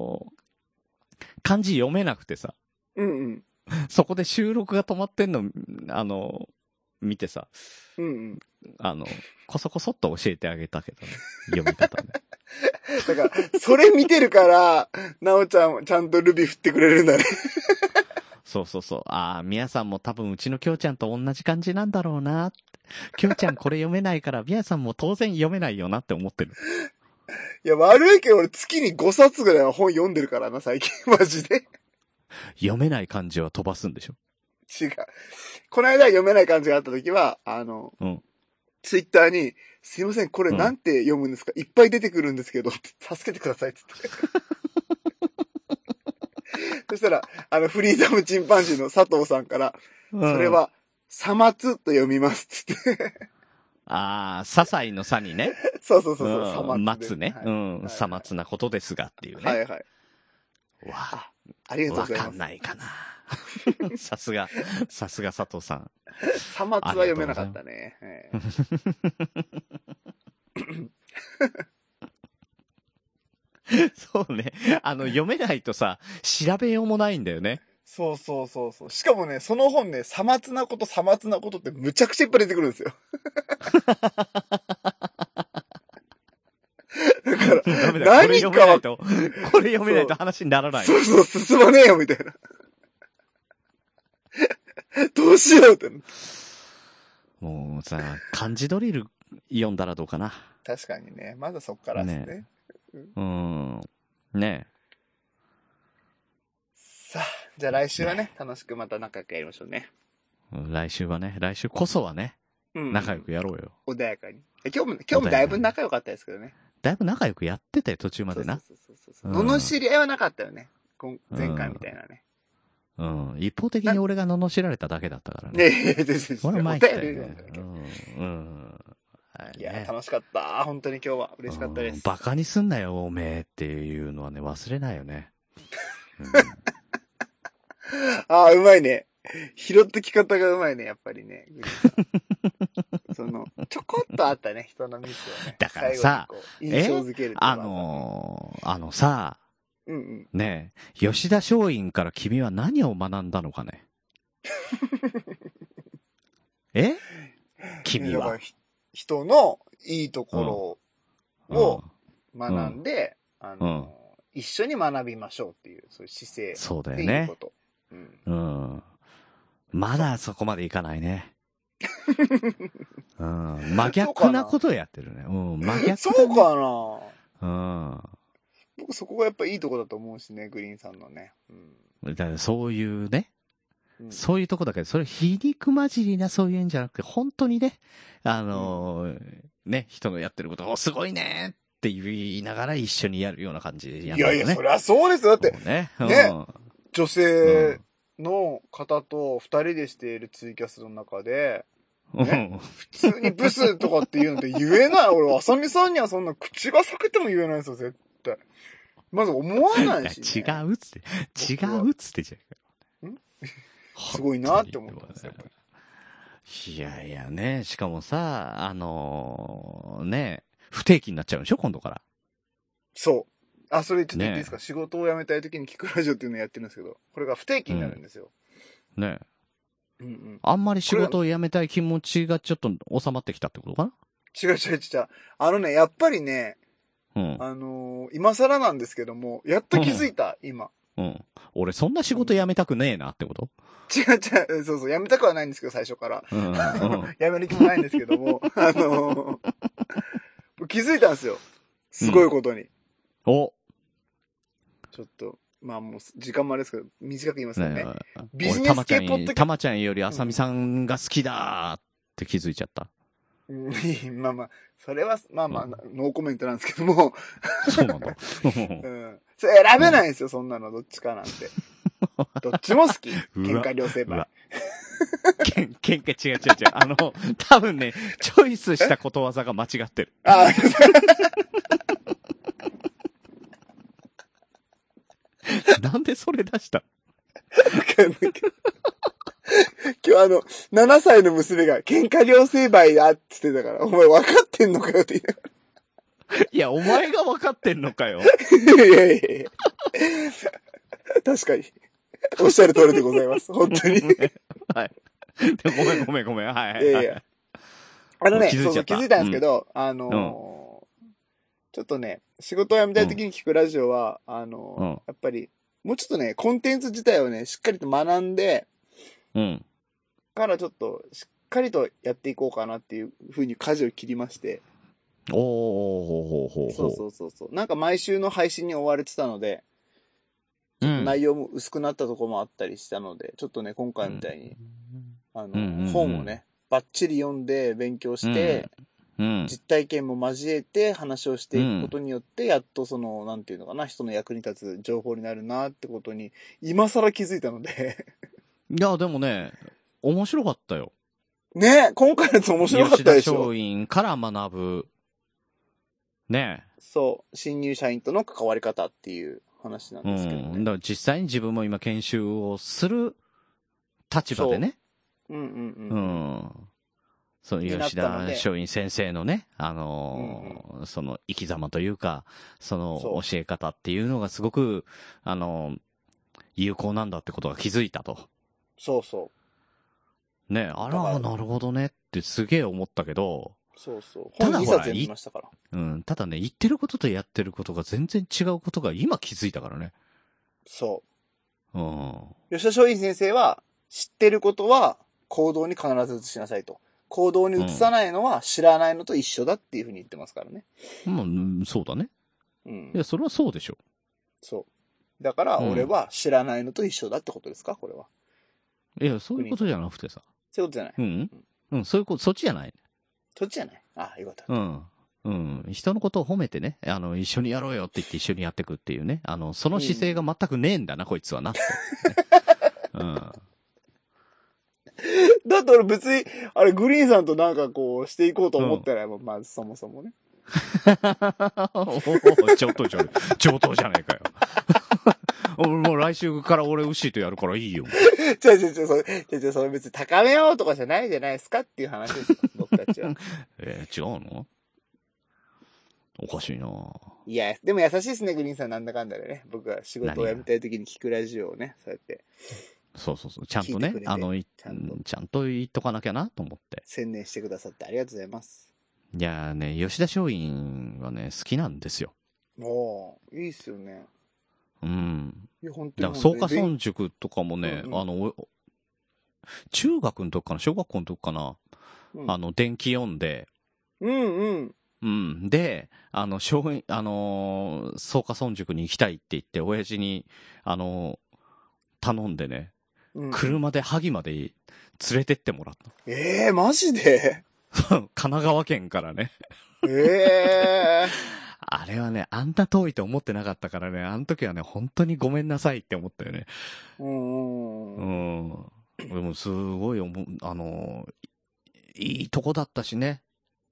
Speaker 2: 漢字読めなくてさ、
Speaker 3: うんうん。
Speaker 2: そこで収録が止まってんの、あのー見てさ、
Speaker 3: うんうん。
Speaker 2: あの、こそこそっと教えてあげたけどね、読み方 ね。
Speaker 3: だから、それ見てるから、なおちゃんはちゃんとルビ振ってくれるんだね。
Speaker 2: そうそうそう。ああ、みやさんも多分うちのきょうちゃんと同じ感じなんだろうな。きょうちゃんこれ読めないから、みやさんも当然読めないよなって思ってる。
Speaker 3: いや、悪いけど俺月に5冊ぐらいは本読んでるからな、最近。マジで。
Speaker 2: 読めない漢字は飛ばすんでしょ。
Speaker 3: 違う。この間読めない漢字があった時は、あの、
Speaker 2: うん
Speaker 3: ツイッターに、すいません、これなんて読むんですか、いっぱい出てくるんですけど、助けてくださいっ つって。そしたら、あの、フリーダムチンパンジーの佐藤さんから、それは、さまつと読みますっつって。
Speaker 2: ああ、些細の差にね。
Speaker 3: そうそうそうそう、さ
Speaker 2: うん
Speaker 3: ま
Speaker 2: 待つね。
Speaker 3: はい
Speaker 2: うん。
Speaker 3: はい
Speaker 2: さまつなことですがっていう
Speaker 3: は
Speaker 2: ね。
Speaker 3: いはい。
Speaker 2: わ
Speaker 3: ありがとう
Speaker 2: わ
Speaker 3: ござい
Speaker 2: か
Speaker 3: ま
Speaker 2: ん
Speaker 3: す。
Speaker 2: ないかな。 さすが、さすが佐藤さん。
Speaker 3: さまつは読めなかったね。はい
Speaker 2: そうね。あの、読めないとさ、調べようもないんだよ ね。
Speaker 3: そうそうそうそう。しかもね、その本ね、さまつなこと、さまつなことってむちゃくちゃいっぱい出てくるんですよ。だから、
Speaker 2: ダメだ。これ
Speaker 3: 何
Speaker 2: 読めな
Speaker 3: か
Speaker 2: い、と、これ読めないと話にならない。
Speaker 3: そうそう、進まねえよ、みたいな。 どうしようって。
Speaker 2: もうさ、漢字ドリル読んだらどうかな。
Speaker 3: 確かにね、まだそっからですね。
Speaker 2: ねうん。ね
Speaker 3: さあ、じゃあ来週はね、楽しくまた仲良くやりましょうね。
Speaker 2: え来週はね、来週こそはね、
Speaker 3: うん。
Speaker 2: 仲良くやろうよ。
Speaker 3: 穏やかに。え今日も、今日もだいぶ仲良かったですけどね。
Speaker 2: だいぶ仲良くやってたよ、途中までな。
Speaker 3: そうそうそうそうう。
Speaker 2: ん
Speaker 3: 罵り合いはなかったよね。こん前回みたいなね。
Speaker 2: うん。一方的に俺が罵られただけだったからね。
Speaker 3: ねえ、全然
Speaker 2: 俺は前
Speaker 3: お
Speaker 2: 来たよ
Speaker 3: 便り
Speaker 2: ね
Speaker 3: 読んだだ。
Speaker 2: う
Speaker 3: け
Speaker 2: ん。うん。はい
Speaker 3: いや、
Speaker 2: ね
Speaker 3: 楽しかった。本当に今日は嬉しかったで
Speaker 2: うん
Speaker 3: す。
Speaker 2: バカにすんなよ、おめえっていうのはね、忘れないよね。うん
Speaker 3: ああ、うまいね。拾ってき方がうまいね、やっぱ りね。グリーンさんその、ちょこっとあったね、人のミスをね。
Speaker 2: だからさ
Speaker 3: 最後にこう、印象づけるっていうか
Speaker 2: あ、のーあのさ、
Speaker 3: うんうん。
Speaker 2: ねえ、吉田松陰から君は何を学んだのか ねえ君
Speaker 3: だか
Speaker 2: は
Speaker 3: ら。ひ人のいいところを学んで、あの、一緒に学びましょうっていう、そういう姿勢
Speaker 2: うんそうだ
Speaker 3: っ
Speaker 2: よ
Speaker 3: ていう
Speaker 2: ね
Speaker 3: こ。と。うん
Speaker 2: うん。まだそこまでいかない ね。うん。真逆なことをやってるね。うん。真逆だね
Speaker 3: そうかな
Speaker 2: うん。
Speaker 3: 僕そこがやっぱいいとこだと思うしね、グリーンさんのね。うん
Speaker 2: だからそういうね、
Speaker 3: うん
Speaker 2: そういうとこだけど、それ皮肉混じりなそういうんじゃなくて、本当にね、あのーね、人のやってること、お、すごいねって言いながら一緒にやるような感じでや
Speaker 3: い
Speaker 2: るよ
Speaker 3: や
Speaker 2: ね。
Speaker 3: いや、そりゃそうですよ。だって、
Speaker 2: もうね。うん
Speaker 3: ね女性の方と二人でしているツイキャスの中で、ね普通にブスとかって言うのって言えない。俺、あさみさんにはそんな口が裂けても言えないですよ、絶対。まず思わ
Speaker 2: うん
Speaker 3: ないし、
Speaker 2: い や違うっつって、違
Speaker 3: 僕は
Speaker 2: うっつってじゃ
Speaker 3: ん
Speaker 2: す
Speaker 3: すごいなって思ったんですよ。
Speaker 2: いやいやね、しかもさ、あのーね、不定期になっちゃうんでしょ、今度から。
Speaker 3: そう。あ、それちょっと言っていい
Speaker 2: ね
Speaker 3: ですか、仕事を辞めたい時に聞くラジオっていうのをやってるんですけど、これが不定期になるんですよ。
Speaker 2: ね。
Speaker 3: うんうん。
Speaker 2: あんまり仕事を辞めたい気持ちがちょっと収まってきたってことか
Speaker 3: 違う違う違う。あのね、やっぱりね、
Speaker 2: なうん。
Speaker 3: あのー今更なんですけども、やっと気づいた、今。
Speaker 2: うん。俺、そんな仕事辞めたくねえなってこと
Speaker 3: 違う違う、そうそう、辞めたくはないんですけど、最初から。
Speaker 2: うん。 うん
Speaker 3: やめる気もないんですけども、あのー気づいたんですよ。すごいことに。
Speaker 2: お、
Speaker 3: ちょっと、まあもう時間もあれですけど、短く言いますけど
Speaker 2: ね
Speaker 3: ね。、ビジ
Speaker 2: 俺、
Speaker 3: ネ
Speaker 2: たま
Speaker 3: ス
Speaker 2: ち
Speaker 3: 系
Speaker 2: ゃ
Speaker 3: ポ
Speaker 2: ん
Speaker 3: ッドキャスト
Speaker 2: に、たまちゃんよりあさみさんが好きだーって気づいちゃ った。
Speaker 3: うんまあまあ、それは、まあまあ、ノーコメントなんですけども、
Speaker 2: そうなんだ。
Speaker 3: うん。それ選べないんですよ、そんなの、どっちかなんて。どっちも好き。喧嘩両成
Speaker 2: うわ
Speaker 3: 敗。
Speaker 2: けん、喧嘩違う違う違う。あの、多分ね、チョイスしたことわざが間違って る。
Speaker 3: あ
Speaker 2: なんでそれ出した
Speaker 3: わかんないけど今日あの、7歳の娘が喧嘩両成敗だって言ってたから、お前分かってんのかよって
Speaker 2: いや、お前が分かってんのか よ。
Speaker 3: 言いながら。いやいやいや確かに。おっしゃる通りでございます。本 当に。い
Speaker 2: はい。でごめんごめんごめん。はいはい
Speaker 3: や
Speaker 2: はいい。
Speaker 3: や。あのね、
Speaker 2: 気づいちゃった
Speaker 3: そうそう気づいたんですけど、あのーちょっとね、仕事を辞めたい時に聞くラジオは、あのー
Speaker 2: うん
Speaker 3: やっぱり、もうちょっとね、コンテンツ自体をね、しっかりと学んで、
Speaker 2: うん。
Speaker 3: からちょっとしっかりとやっていこうかなっていうふうに舵を切りまして、
Speaker 2: おーほうほうほうほ
Speaker 3: そうそうそうそう。なんか毎週の配信に追われてたので、
Speaker 2: う。うん。
Speaker 3: 内容も薄くなったとこもあったりしたので、ちょっとね、今回みたいに、あ
Speaker 2: うんうんうん
Speaker 3: の、本をね、バッチリ読んで勉強して、
Speaker 2: うん。
Speaker 3: 実体験も交えて話をしていくことによって、やっとその、なんていうのかな、人の役に立つ情報になるなってことに、今更気づいたので、
Speaker 2: いや、でもね、面白かったよ。
Speaker 3: ね今回のやつ面白かったで
Speaker 2: 吉
Speaker 3: し
Speaker 2: 田松
Speaker 3: ょ
Speaker 2: 陰から学ぶ。ね
Speaker 3: そう、新入社員との関わり方っていう話なん
Speaker 2: え。う
Speaker 3: ですけどね。
Speaker 2: ん。だから実際に自分も今研修をする立場でね。
Speaker 3: うんうん
Speaker 2: う
Speaker 3: うん。
Speaker 2: ん。その
Speaker 3: になっ
Speaker 2: 吉
Speaker 3: た
Speaker 2: 田
Speaker 3: ので
Speaker 2: 松陰先生のね、あのーその生き様というか、その
Speaker 3: そう
Speaker 2: 教え方っていうのがすごく、あのー有効なんだってことが気づいたと。
Speaker 3: そうそう。
Speaker 2: ねえ、あ
Speaker 3: だから
Speaker 2: ら、なるほどねってすげえ思ったけど、
Speaker 3: そうそう。
Speaker 2: た
Speaker 3: 本
Speaker 2: だ
Speaker 3: 2冊
Speaker 2: ほら
Speaker 3: 読みましたから。
Speaker 2: うん、ただね、言ってることとやってることが全然違うことが今気づいたからね。
Speaker 3: そ
Speaker 2: うん。
Speaker 3: う。吉田松陰先生は、知ってることは行動に必ず移しなさいと。行動に移さないのは知らないのと一緒だっていうふうに言ってますからね。
Speaker 2: まあうん、そうだね。
Speaker 3: うん
Speaker 2: い。や、それはそうでしょ。
Speaker 3: そう。だから、
Speaker 2: うん
Speaker 3: 俺は知らないのと一緒だってことですかこれは。
Speaker 2: いや、そういうことじゃなくてさ。
Speaker 3: そういうことじゃない。
Speaker 2: うん。うん、そういうこと、そっちじゃない。
Speaker 3: そっちじゃない。あ、よかった。
Speaker 2: うん。うん。人のことを褒めてね、あの、一緒にやろうよって言って一緒にやってくっていうね。あの、その姿勢が全くねえんだな、こいつはなって。うん。
Speaker 3: だって俺別に、あれ、グリーンさんとなんかこう、していこうと思ってないもん、まずそもそもね。
Speaker 2: おお上等じゃねえ。上等じゃねえかよ。 俺もう来週から俺、ウッシーとやるからいいよ。
Speaker 3: じゃあじゃあじゃあそれ、じゃあじゃあそれ別に高めようとかじゃないじゃないですかっていう話ですよ、僕たち は。
Speaker 2: えー違うのおかしいない
Speaker 3: や、でも優しいですね、グリーンさんなんだかんだでね。僕が仕事を辞めたい時に聞くラジオをね、そうやって
Speaker 2: そうそうそう。ちゃんと
Speaker 3: 聞いて
Speaker 2: ね
Speaker 3: くれ、て
Speaker 2: あの、い
Speaker 3: ちゃんと
Speaker 2: ちゃんと言っとかなきゃなと思って。
Speaker 3: 宣伝してくださってありがとうございます。
Speaker 2: いやーね、吉田松陰はね、好きなんですよ。
Speaker 3: もう、いいっすよね。
Speaker 2: うん。
Speaker 3: いや、本当
Speaker 2: だ
Speaker 3: に
Speaker 2: から
Speaker 3: 本当
Speaker 2: 草
Speaker 3: に。
Speaker 2: 加村塾とかもね、
Speaker 3: うんうん
Speaker 2: あの、お中学の時かな、小学校の時かな、
Speaker 3: うん
Speaker 2: あの、電気読んで、
Speaker 3: うんうん。
Speaker 2: うん。で、あの、小園、あのー草加村塾に行きたいって言って、親父に、あのー頼んでね、
Speaker 3: うん、
Speaker 2: 車で萩まで連れてってもらっ
Speaker 3: ええー、マジで
Speaker 2: た。 神奈川県からね。
Speaker 3: ええ
Speaker 2: あれはね、あんな遠いと思ってなかったからね、あの時はね、本当にごめんなさいって思ったよね。
Speaker 3: ー。 うん
Speaker 2: う
Speaker 3: うん。
Speaker 2: ん。でもすごい思う、あの、いいいとこだったしね。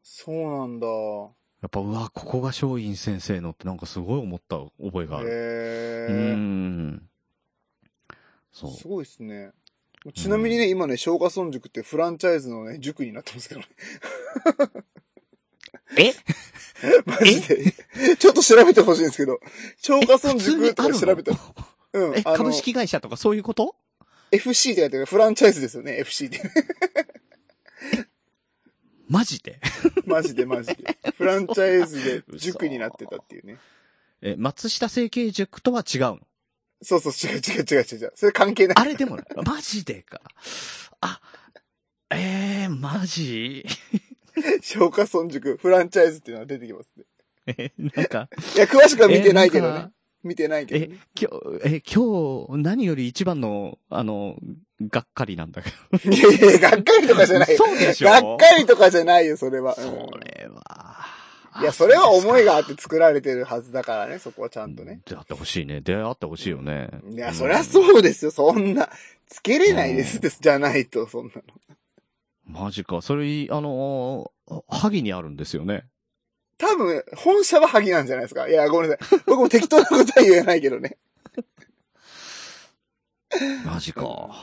Speaker 3: そうなんだ。
Speaker 2: やっぱ、うわ、ここが松陰先生のってなんかすごい思った覚えがある。
Speaker 3: え
Speaker 2: う
Speaker 3: えー。
Speaker 2: ん。そう。
Speaker 3: すごいですね。ちなみにね、今ね、昭和村塾ってフランチャイズのね、塾になってますけどね。
Speaker 2: え
Speaker 3: マジで。ちょっと調べてほしいんですけど、昭和村塾とか調べたら、うん、
Speaker 2: え、
Speaker 3: あの
Speaker 2: 株、式会社とかそういうこと
Speaker 3: FC って書いてあるフランチャイズですよね、FC って。
Speaker 2: マジで
Speaker 3: マジでマジで。フランチャイズで塾になってたっていうね。
Speaker 2: え、松下整形塾とは違うの
Speaker 3: そうそう、違う違う違う違う違う。それ関係ない。
Speaker 2: あれでもない。マジでか。あ、えー、マジ
Speaker 3: 昭和村塾、フランチャイズっていうのが出てきますね。
Speaker 2: え、なんか、
Speaker 3: いや、詳しくは見てないけど
Speaker 2: えなん
Speaker 3: ね
Speaker 2: か。
Speaker 3: 見てないけどね。
Speaker 2: 今日、え、今日、何より一番の、あの、がっかりなんだけ
Speaker 3: いやいや、がっかりとかじゃないよ。
Speaker 2: そうでしょ
Speaker 3: がっかりとかじゃないよ、それは。
Speaker 2: ど。
Speaker 3: うん
Speaker 2: それは。
Speaker 3: いや、それは思いがあって作られてるはずだからね、そこはちゃんとね。。
Speaker 2: 出会ってほしいね。出会ってほしいよね。
Speaker 3: いや、そりゃ
Speaker 2: うん。
Speaker 3: そうですよ、そんな。つけれないですです、じゃないと、そんなの。
Speaker 2: マジか。それ、あのー、萩にあるんですよね。
Speaker 3: 多分、本社は萩なんじゃないですか。いや、ごめんなさい。僕も適当なことは言えないけどね。
Speaker 2: マジか。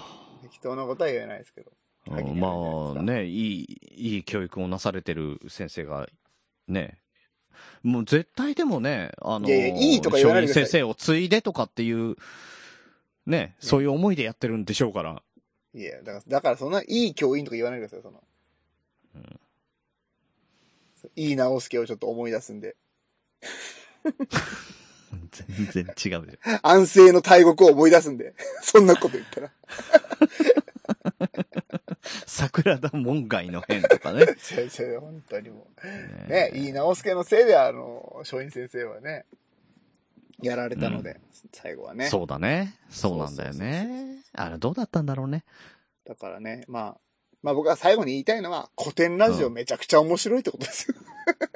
Speaker 3: 適当なことは言えないですけど。
Speaker 2: う
Speaker 3: 萩
Speaker 2: ん
Speaker 3: にあるんじゃないで
Speaker 2: ま
Speaker 3: すか
Speaker 2: あね、いい、いい教育をなされてる先生が、ね。もう絶対でもね、あのー、
Speaker 3: いやいやいいとか言わないでください
Speaker 2: 松陰先生を継いでとかっていう、ね、そういう思いでやってるんでしょうから。
Speaker 3: いや、だから、だからそんないい教員とか言わないでください、その。
Speaker 2: うん
Speaker 3: いい直すけをちょっと思い出すんで。
Speaker 2: 全然違うじゃん。
Speaker 3: 安政の大国を思い出すんで。 そんなこと言ったら。
Speaker 2: 桜田門外の変とかね。
Speaker 3: 先生、本当にもう。 ね
Speaker 2: ね、
Speaker 3: いい直輔のせいで、あの、松陰先生はね、やられたので、最後はね。
Speaker 2: そうだね。そうなんだよ
Speaker 3: そうそう
Speaker 2: ね。あれどうだったんだろうね。
Speaker 3: だからね、まあ、まあ僕は最後に言いたいのは、古典ラジオめちゃくちゃ面白いってことですよ。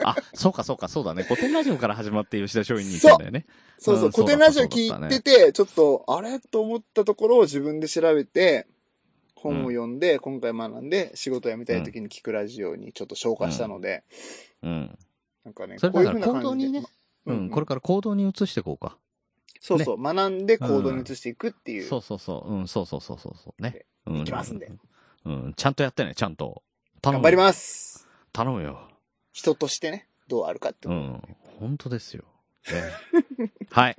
Speaker 2: あ、そうかそうかそうだね。古典ラジオから始まって吉田松陰に行ったんだよね。
Speaker 3: そうそう、
Speaker 2: うん
Speaker 3: 古典ラジオ
Speaker 2: そうだった
Speaker 3: 聞いてて、ちょっと、あれと思ったところを自分で調べて、本を読んで、今回学んで、仕事辞めたい時に聞くラジオにちょっと消化したので、
Speaker 2: うん。
Speaker 3: なんかね、
Speaker 2: それ
Speaker 3: こういう
Speaker 2: だ
Speaker 3: ふ
Speaker 2: か
Speaker 3: う
Speaker 2: ら
Speaker 3: な感
Speaker 2: 行
Speaker 3: じ
Speaker 2: 動に
Speaker 3: で。
Speaker 2: ね。
Speaker 3: う
Speaker 2: うんん。これから行動に移していこうか。
Speaker 3: そうそう、学んで行動に移していくっていう。
Speaker 2: そうそうそう。うん、そうそうそうそうそう。ね。うん。
Speaker 3: 行きますんで。
Speaker 2: うん。ちゃんとやってね、ちゃんと。頼む
Speaker 3: 頑張ります。
Speaker 2: 頼むよ。
Speaker 3: 人としてね、どうあるかって
Speaker 2: う
Speaker 3: こと。
Speaker 2: ん。本当ですよ。ね はい。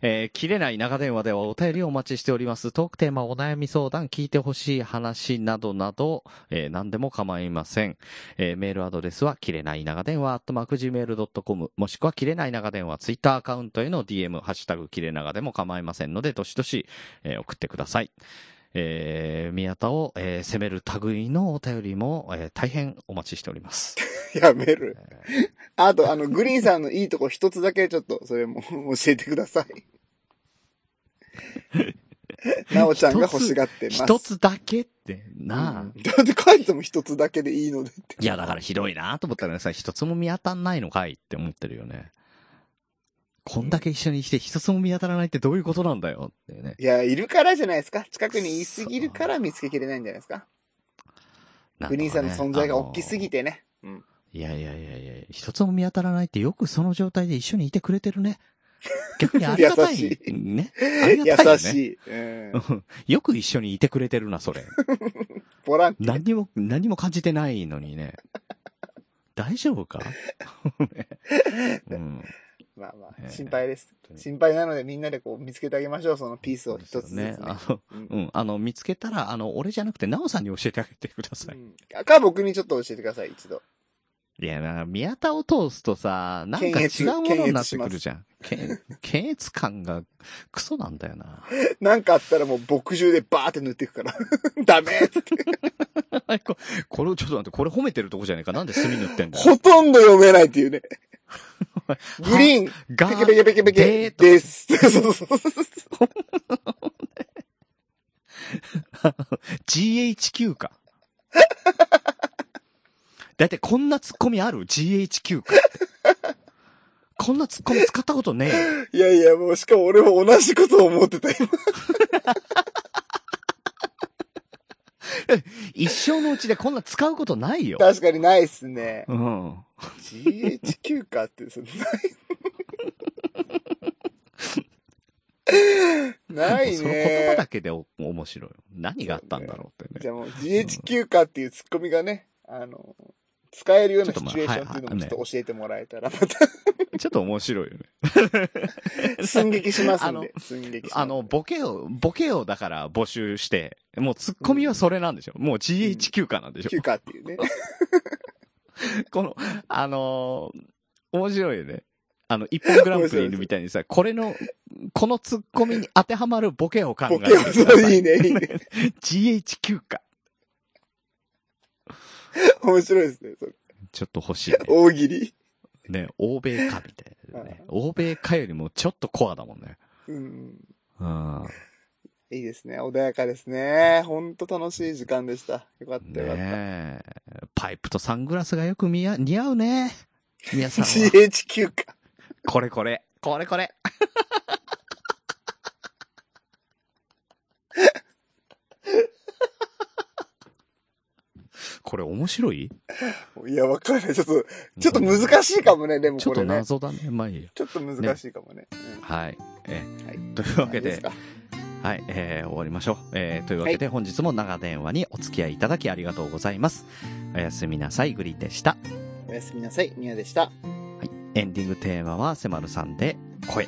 Speaker 2: えー切れない長電話ではお便りをお待ちしております。トークテーマ、お悩み相談、聞いてほしい話などなど、えー何でも構いません。えーメールアドレスは、切れない長電話、アットマーク Gmail.com、もしくは、切れない長電話、ツイッターアカウントへの DM、ハッシュタグ、切れ長でも構いませんので、どしどし、えー送ってください。えー宮田を、えー責める類のお便りも、えー大変お待ちしております。
Speaker 3: やめる。 あと、あの、グリーンさんのいいとこ一つだけちょっと、それも教えてください。なおちゃんが欲しがってます。
Speaker 2: 一つだけって、なあ。
Speaker 3: うんだって書いても一つだけでいいのでって。
Speaker 2: いや、だからひどいなと思ったらさ、一つも見当たんないのかいって思ってるよね。こんだけ一緒にして一つも見当たらないってどういうことなんだよってね。
Speaker 3: いや、いるからじゃないですか。近くにいすぎるから見つけきれないんじゃないですか。
Speaker 2: なんとかね
Speaker 3: グリーンさんの存在が大きすぎ。てね。うん。
Speaker 2: あのいやいやいやいや、一つも見当たらないってよくその状態で一緒にいてくれてる ね。逆にありがたい。
Speaker 3: 優し
Speaker 2: ね。ありがたいよね
Speaker 3: 優しい。うん。
Speaker 2: うん よく一緒にいてくれてるな、それ。
Speaker 3: ボランティア
Speaker 2: 何にも、何にも感じてないのにね。大丈夫か、 うん
Speaker 3: まあま
Speaker 2: え
Speaker 3: あ、
Speaker 2: え
Speaker 3: 心配です。心配なのでみんなでこう見つけてあげましょう、そのピースを一つずつ、ね
Speaker 2: ね。あの、
Speaker 3: うん
Speaker 2: うん、あの、見つけたら、あの、俺じゃなくて、なおさんに教えてあげてください。
Speaker 3: うんか、僕にちょっと教えてください、一度。
Speaker 2: いや、なんか、宮田を通すとさ、なんか違うものになってくるじゃん。検 検閲感がクソなんだよな。
Speaker 3: なんかあったらもう墨汁でバーって塗っていくから。 ダメっつって
Speaker 2: ここれ、ちょっと待って、これ褒めてるとこじゃねえか。なんで墨塗ってんだよ。
Speaker 3: ほとんど読めないっ ていうね。グリーン、
Speaker 2: ガ
Speaker 3: ペケペケペケペ
Speaker 2: でー
Speaker 3: ケ
Speaker 2: と
Speaker 3: です。 そうそうそう
Speaker 2: GHQ か。だってこんなツッコミある ?GHQ か。こんなツッコミ使ったことねえよ。
Speaker 3: いやいや、もうしかも俺も同じことを思ってた今。
Speaker 2: 一生のうちでこんな使うことないよ。
Speaker 3: 確かにないっすね。
Speaker 2: うん。
Speaker 3: GHQ かって、そのない。ないね。
Speaker 2: その言葉だけでお面白い。何があったんだろうって
Speaker 3: じ
Speaker 2: ね。
Speaker 3: ゃあもう GHQ かっていうツッコミがね、あの、使えるようなシチュエーションっていうのもちょっと教えてもらえたら、また
Speaker 2: ちょっと面白いよね。
Speaker 3: 寸劇します
Speaker 2: あ
Speaker 3: ん
Speaker 2: の
Speaker 3: で、寸劇します
Speaker 2: あの、ボケを、ボケをだから募集して、もうツッコミはそれなんでしょ。もう GHQ かなんでしょ。
Speaker 3: Q かっていうね。
Speaker 2: この、あのー面白いよね。あの、一本グランプリみたいにさ、これの、このツッコミに当てはまるボケを考え
Speaker 3: ボ
Speaker 2: て
Speaker 3: ケを、
Speaker 2: くだ
Speaker 3: そう
Speaker 2: さい
Speaker 3: いいね、いいね。
Speaker 2: GHQ か。
Speaker 3: 面白いですね、それ。
Speaker 2: ちょっと欲しいね。
Speaker 3: 大喜利。
Speaker 2: ね、欧米かみたいなね。欧米かよりもちょっとコアだもんね。
Speaker 3: うん。
Speaker 2: うん。
Speaker 3: いいですね。穏やかですね。ほんと楽しい時間でした。よかったよかった。
Speaker 2: ねえ。パイプとサングラスがよく見や似合うね。皆さん は。
Speaker 3: GHQ か。
Speaker 2: これこれ。これこ れ。これ面白い
Speaker 3: いや、わかんない。ちょっと、ちょっと難しいかもね、でも
Speaker 2: ちょ
Speaker 3: こ
Speaker 2: っと
Speaker 3: れね。
Speaker 2: 謎だね。まあいいや。
Speaker 3: ちょっと難しいかもね。
Speaker 2: はい。え
Speaker 3: うんはい。
Speaker 2: というわけ
Speaker 3: いい、
Speaker 2: です
Speaker 3: か
Speaker 2: はい、えー終わりましょう。えーというわけで本日も長電話にお付き合いいただきありがとうございます。おやすみなさい、グリーでした。
Speaker 3: おやすみなさい。みやでした。
Speaker 2: はい、エンディングテーマは、せまるさんで、声。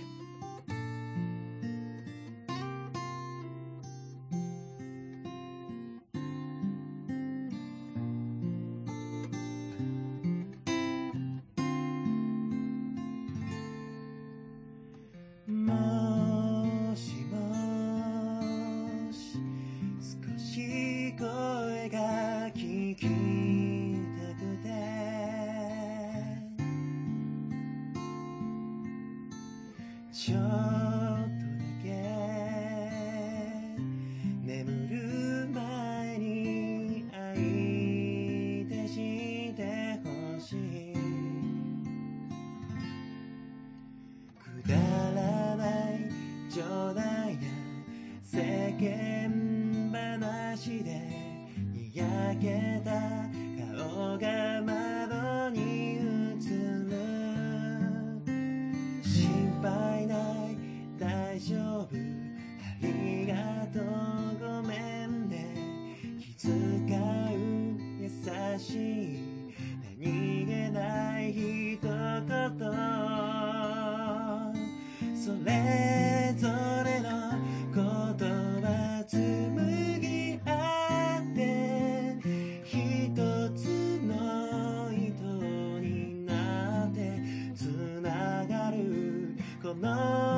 Speaker 6: もしもし少し声が聞きたくてちょっとだけ眠る前に相手してほしいくだらない冗談や世間話でにやけた顔が窓に映る心配ない大丈夫ありがとうごめんね気遣う優しい何気ない一言それぞれの言葉紡ぎ合って一つの糸になってつながるこの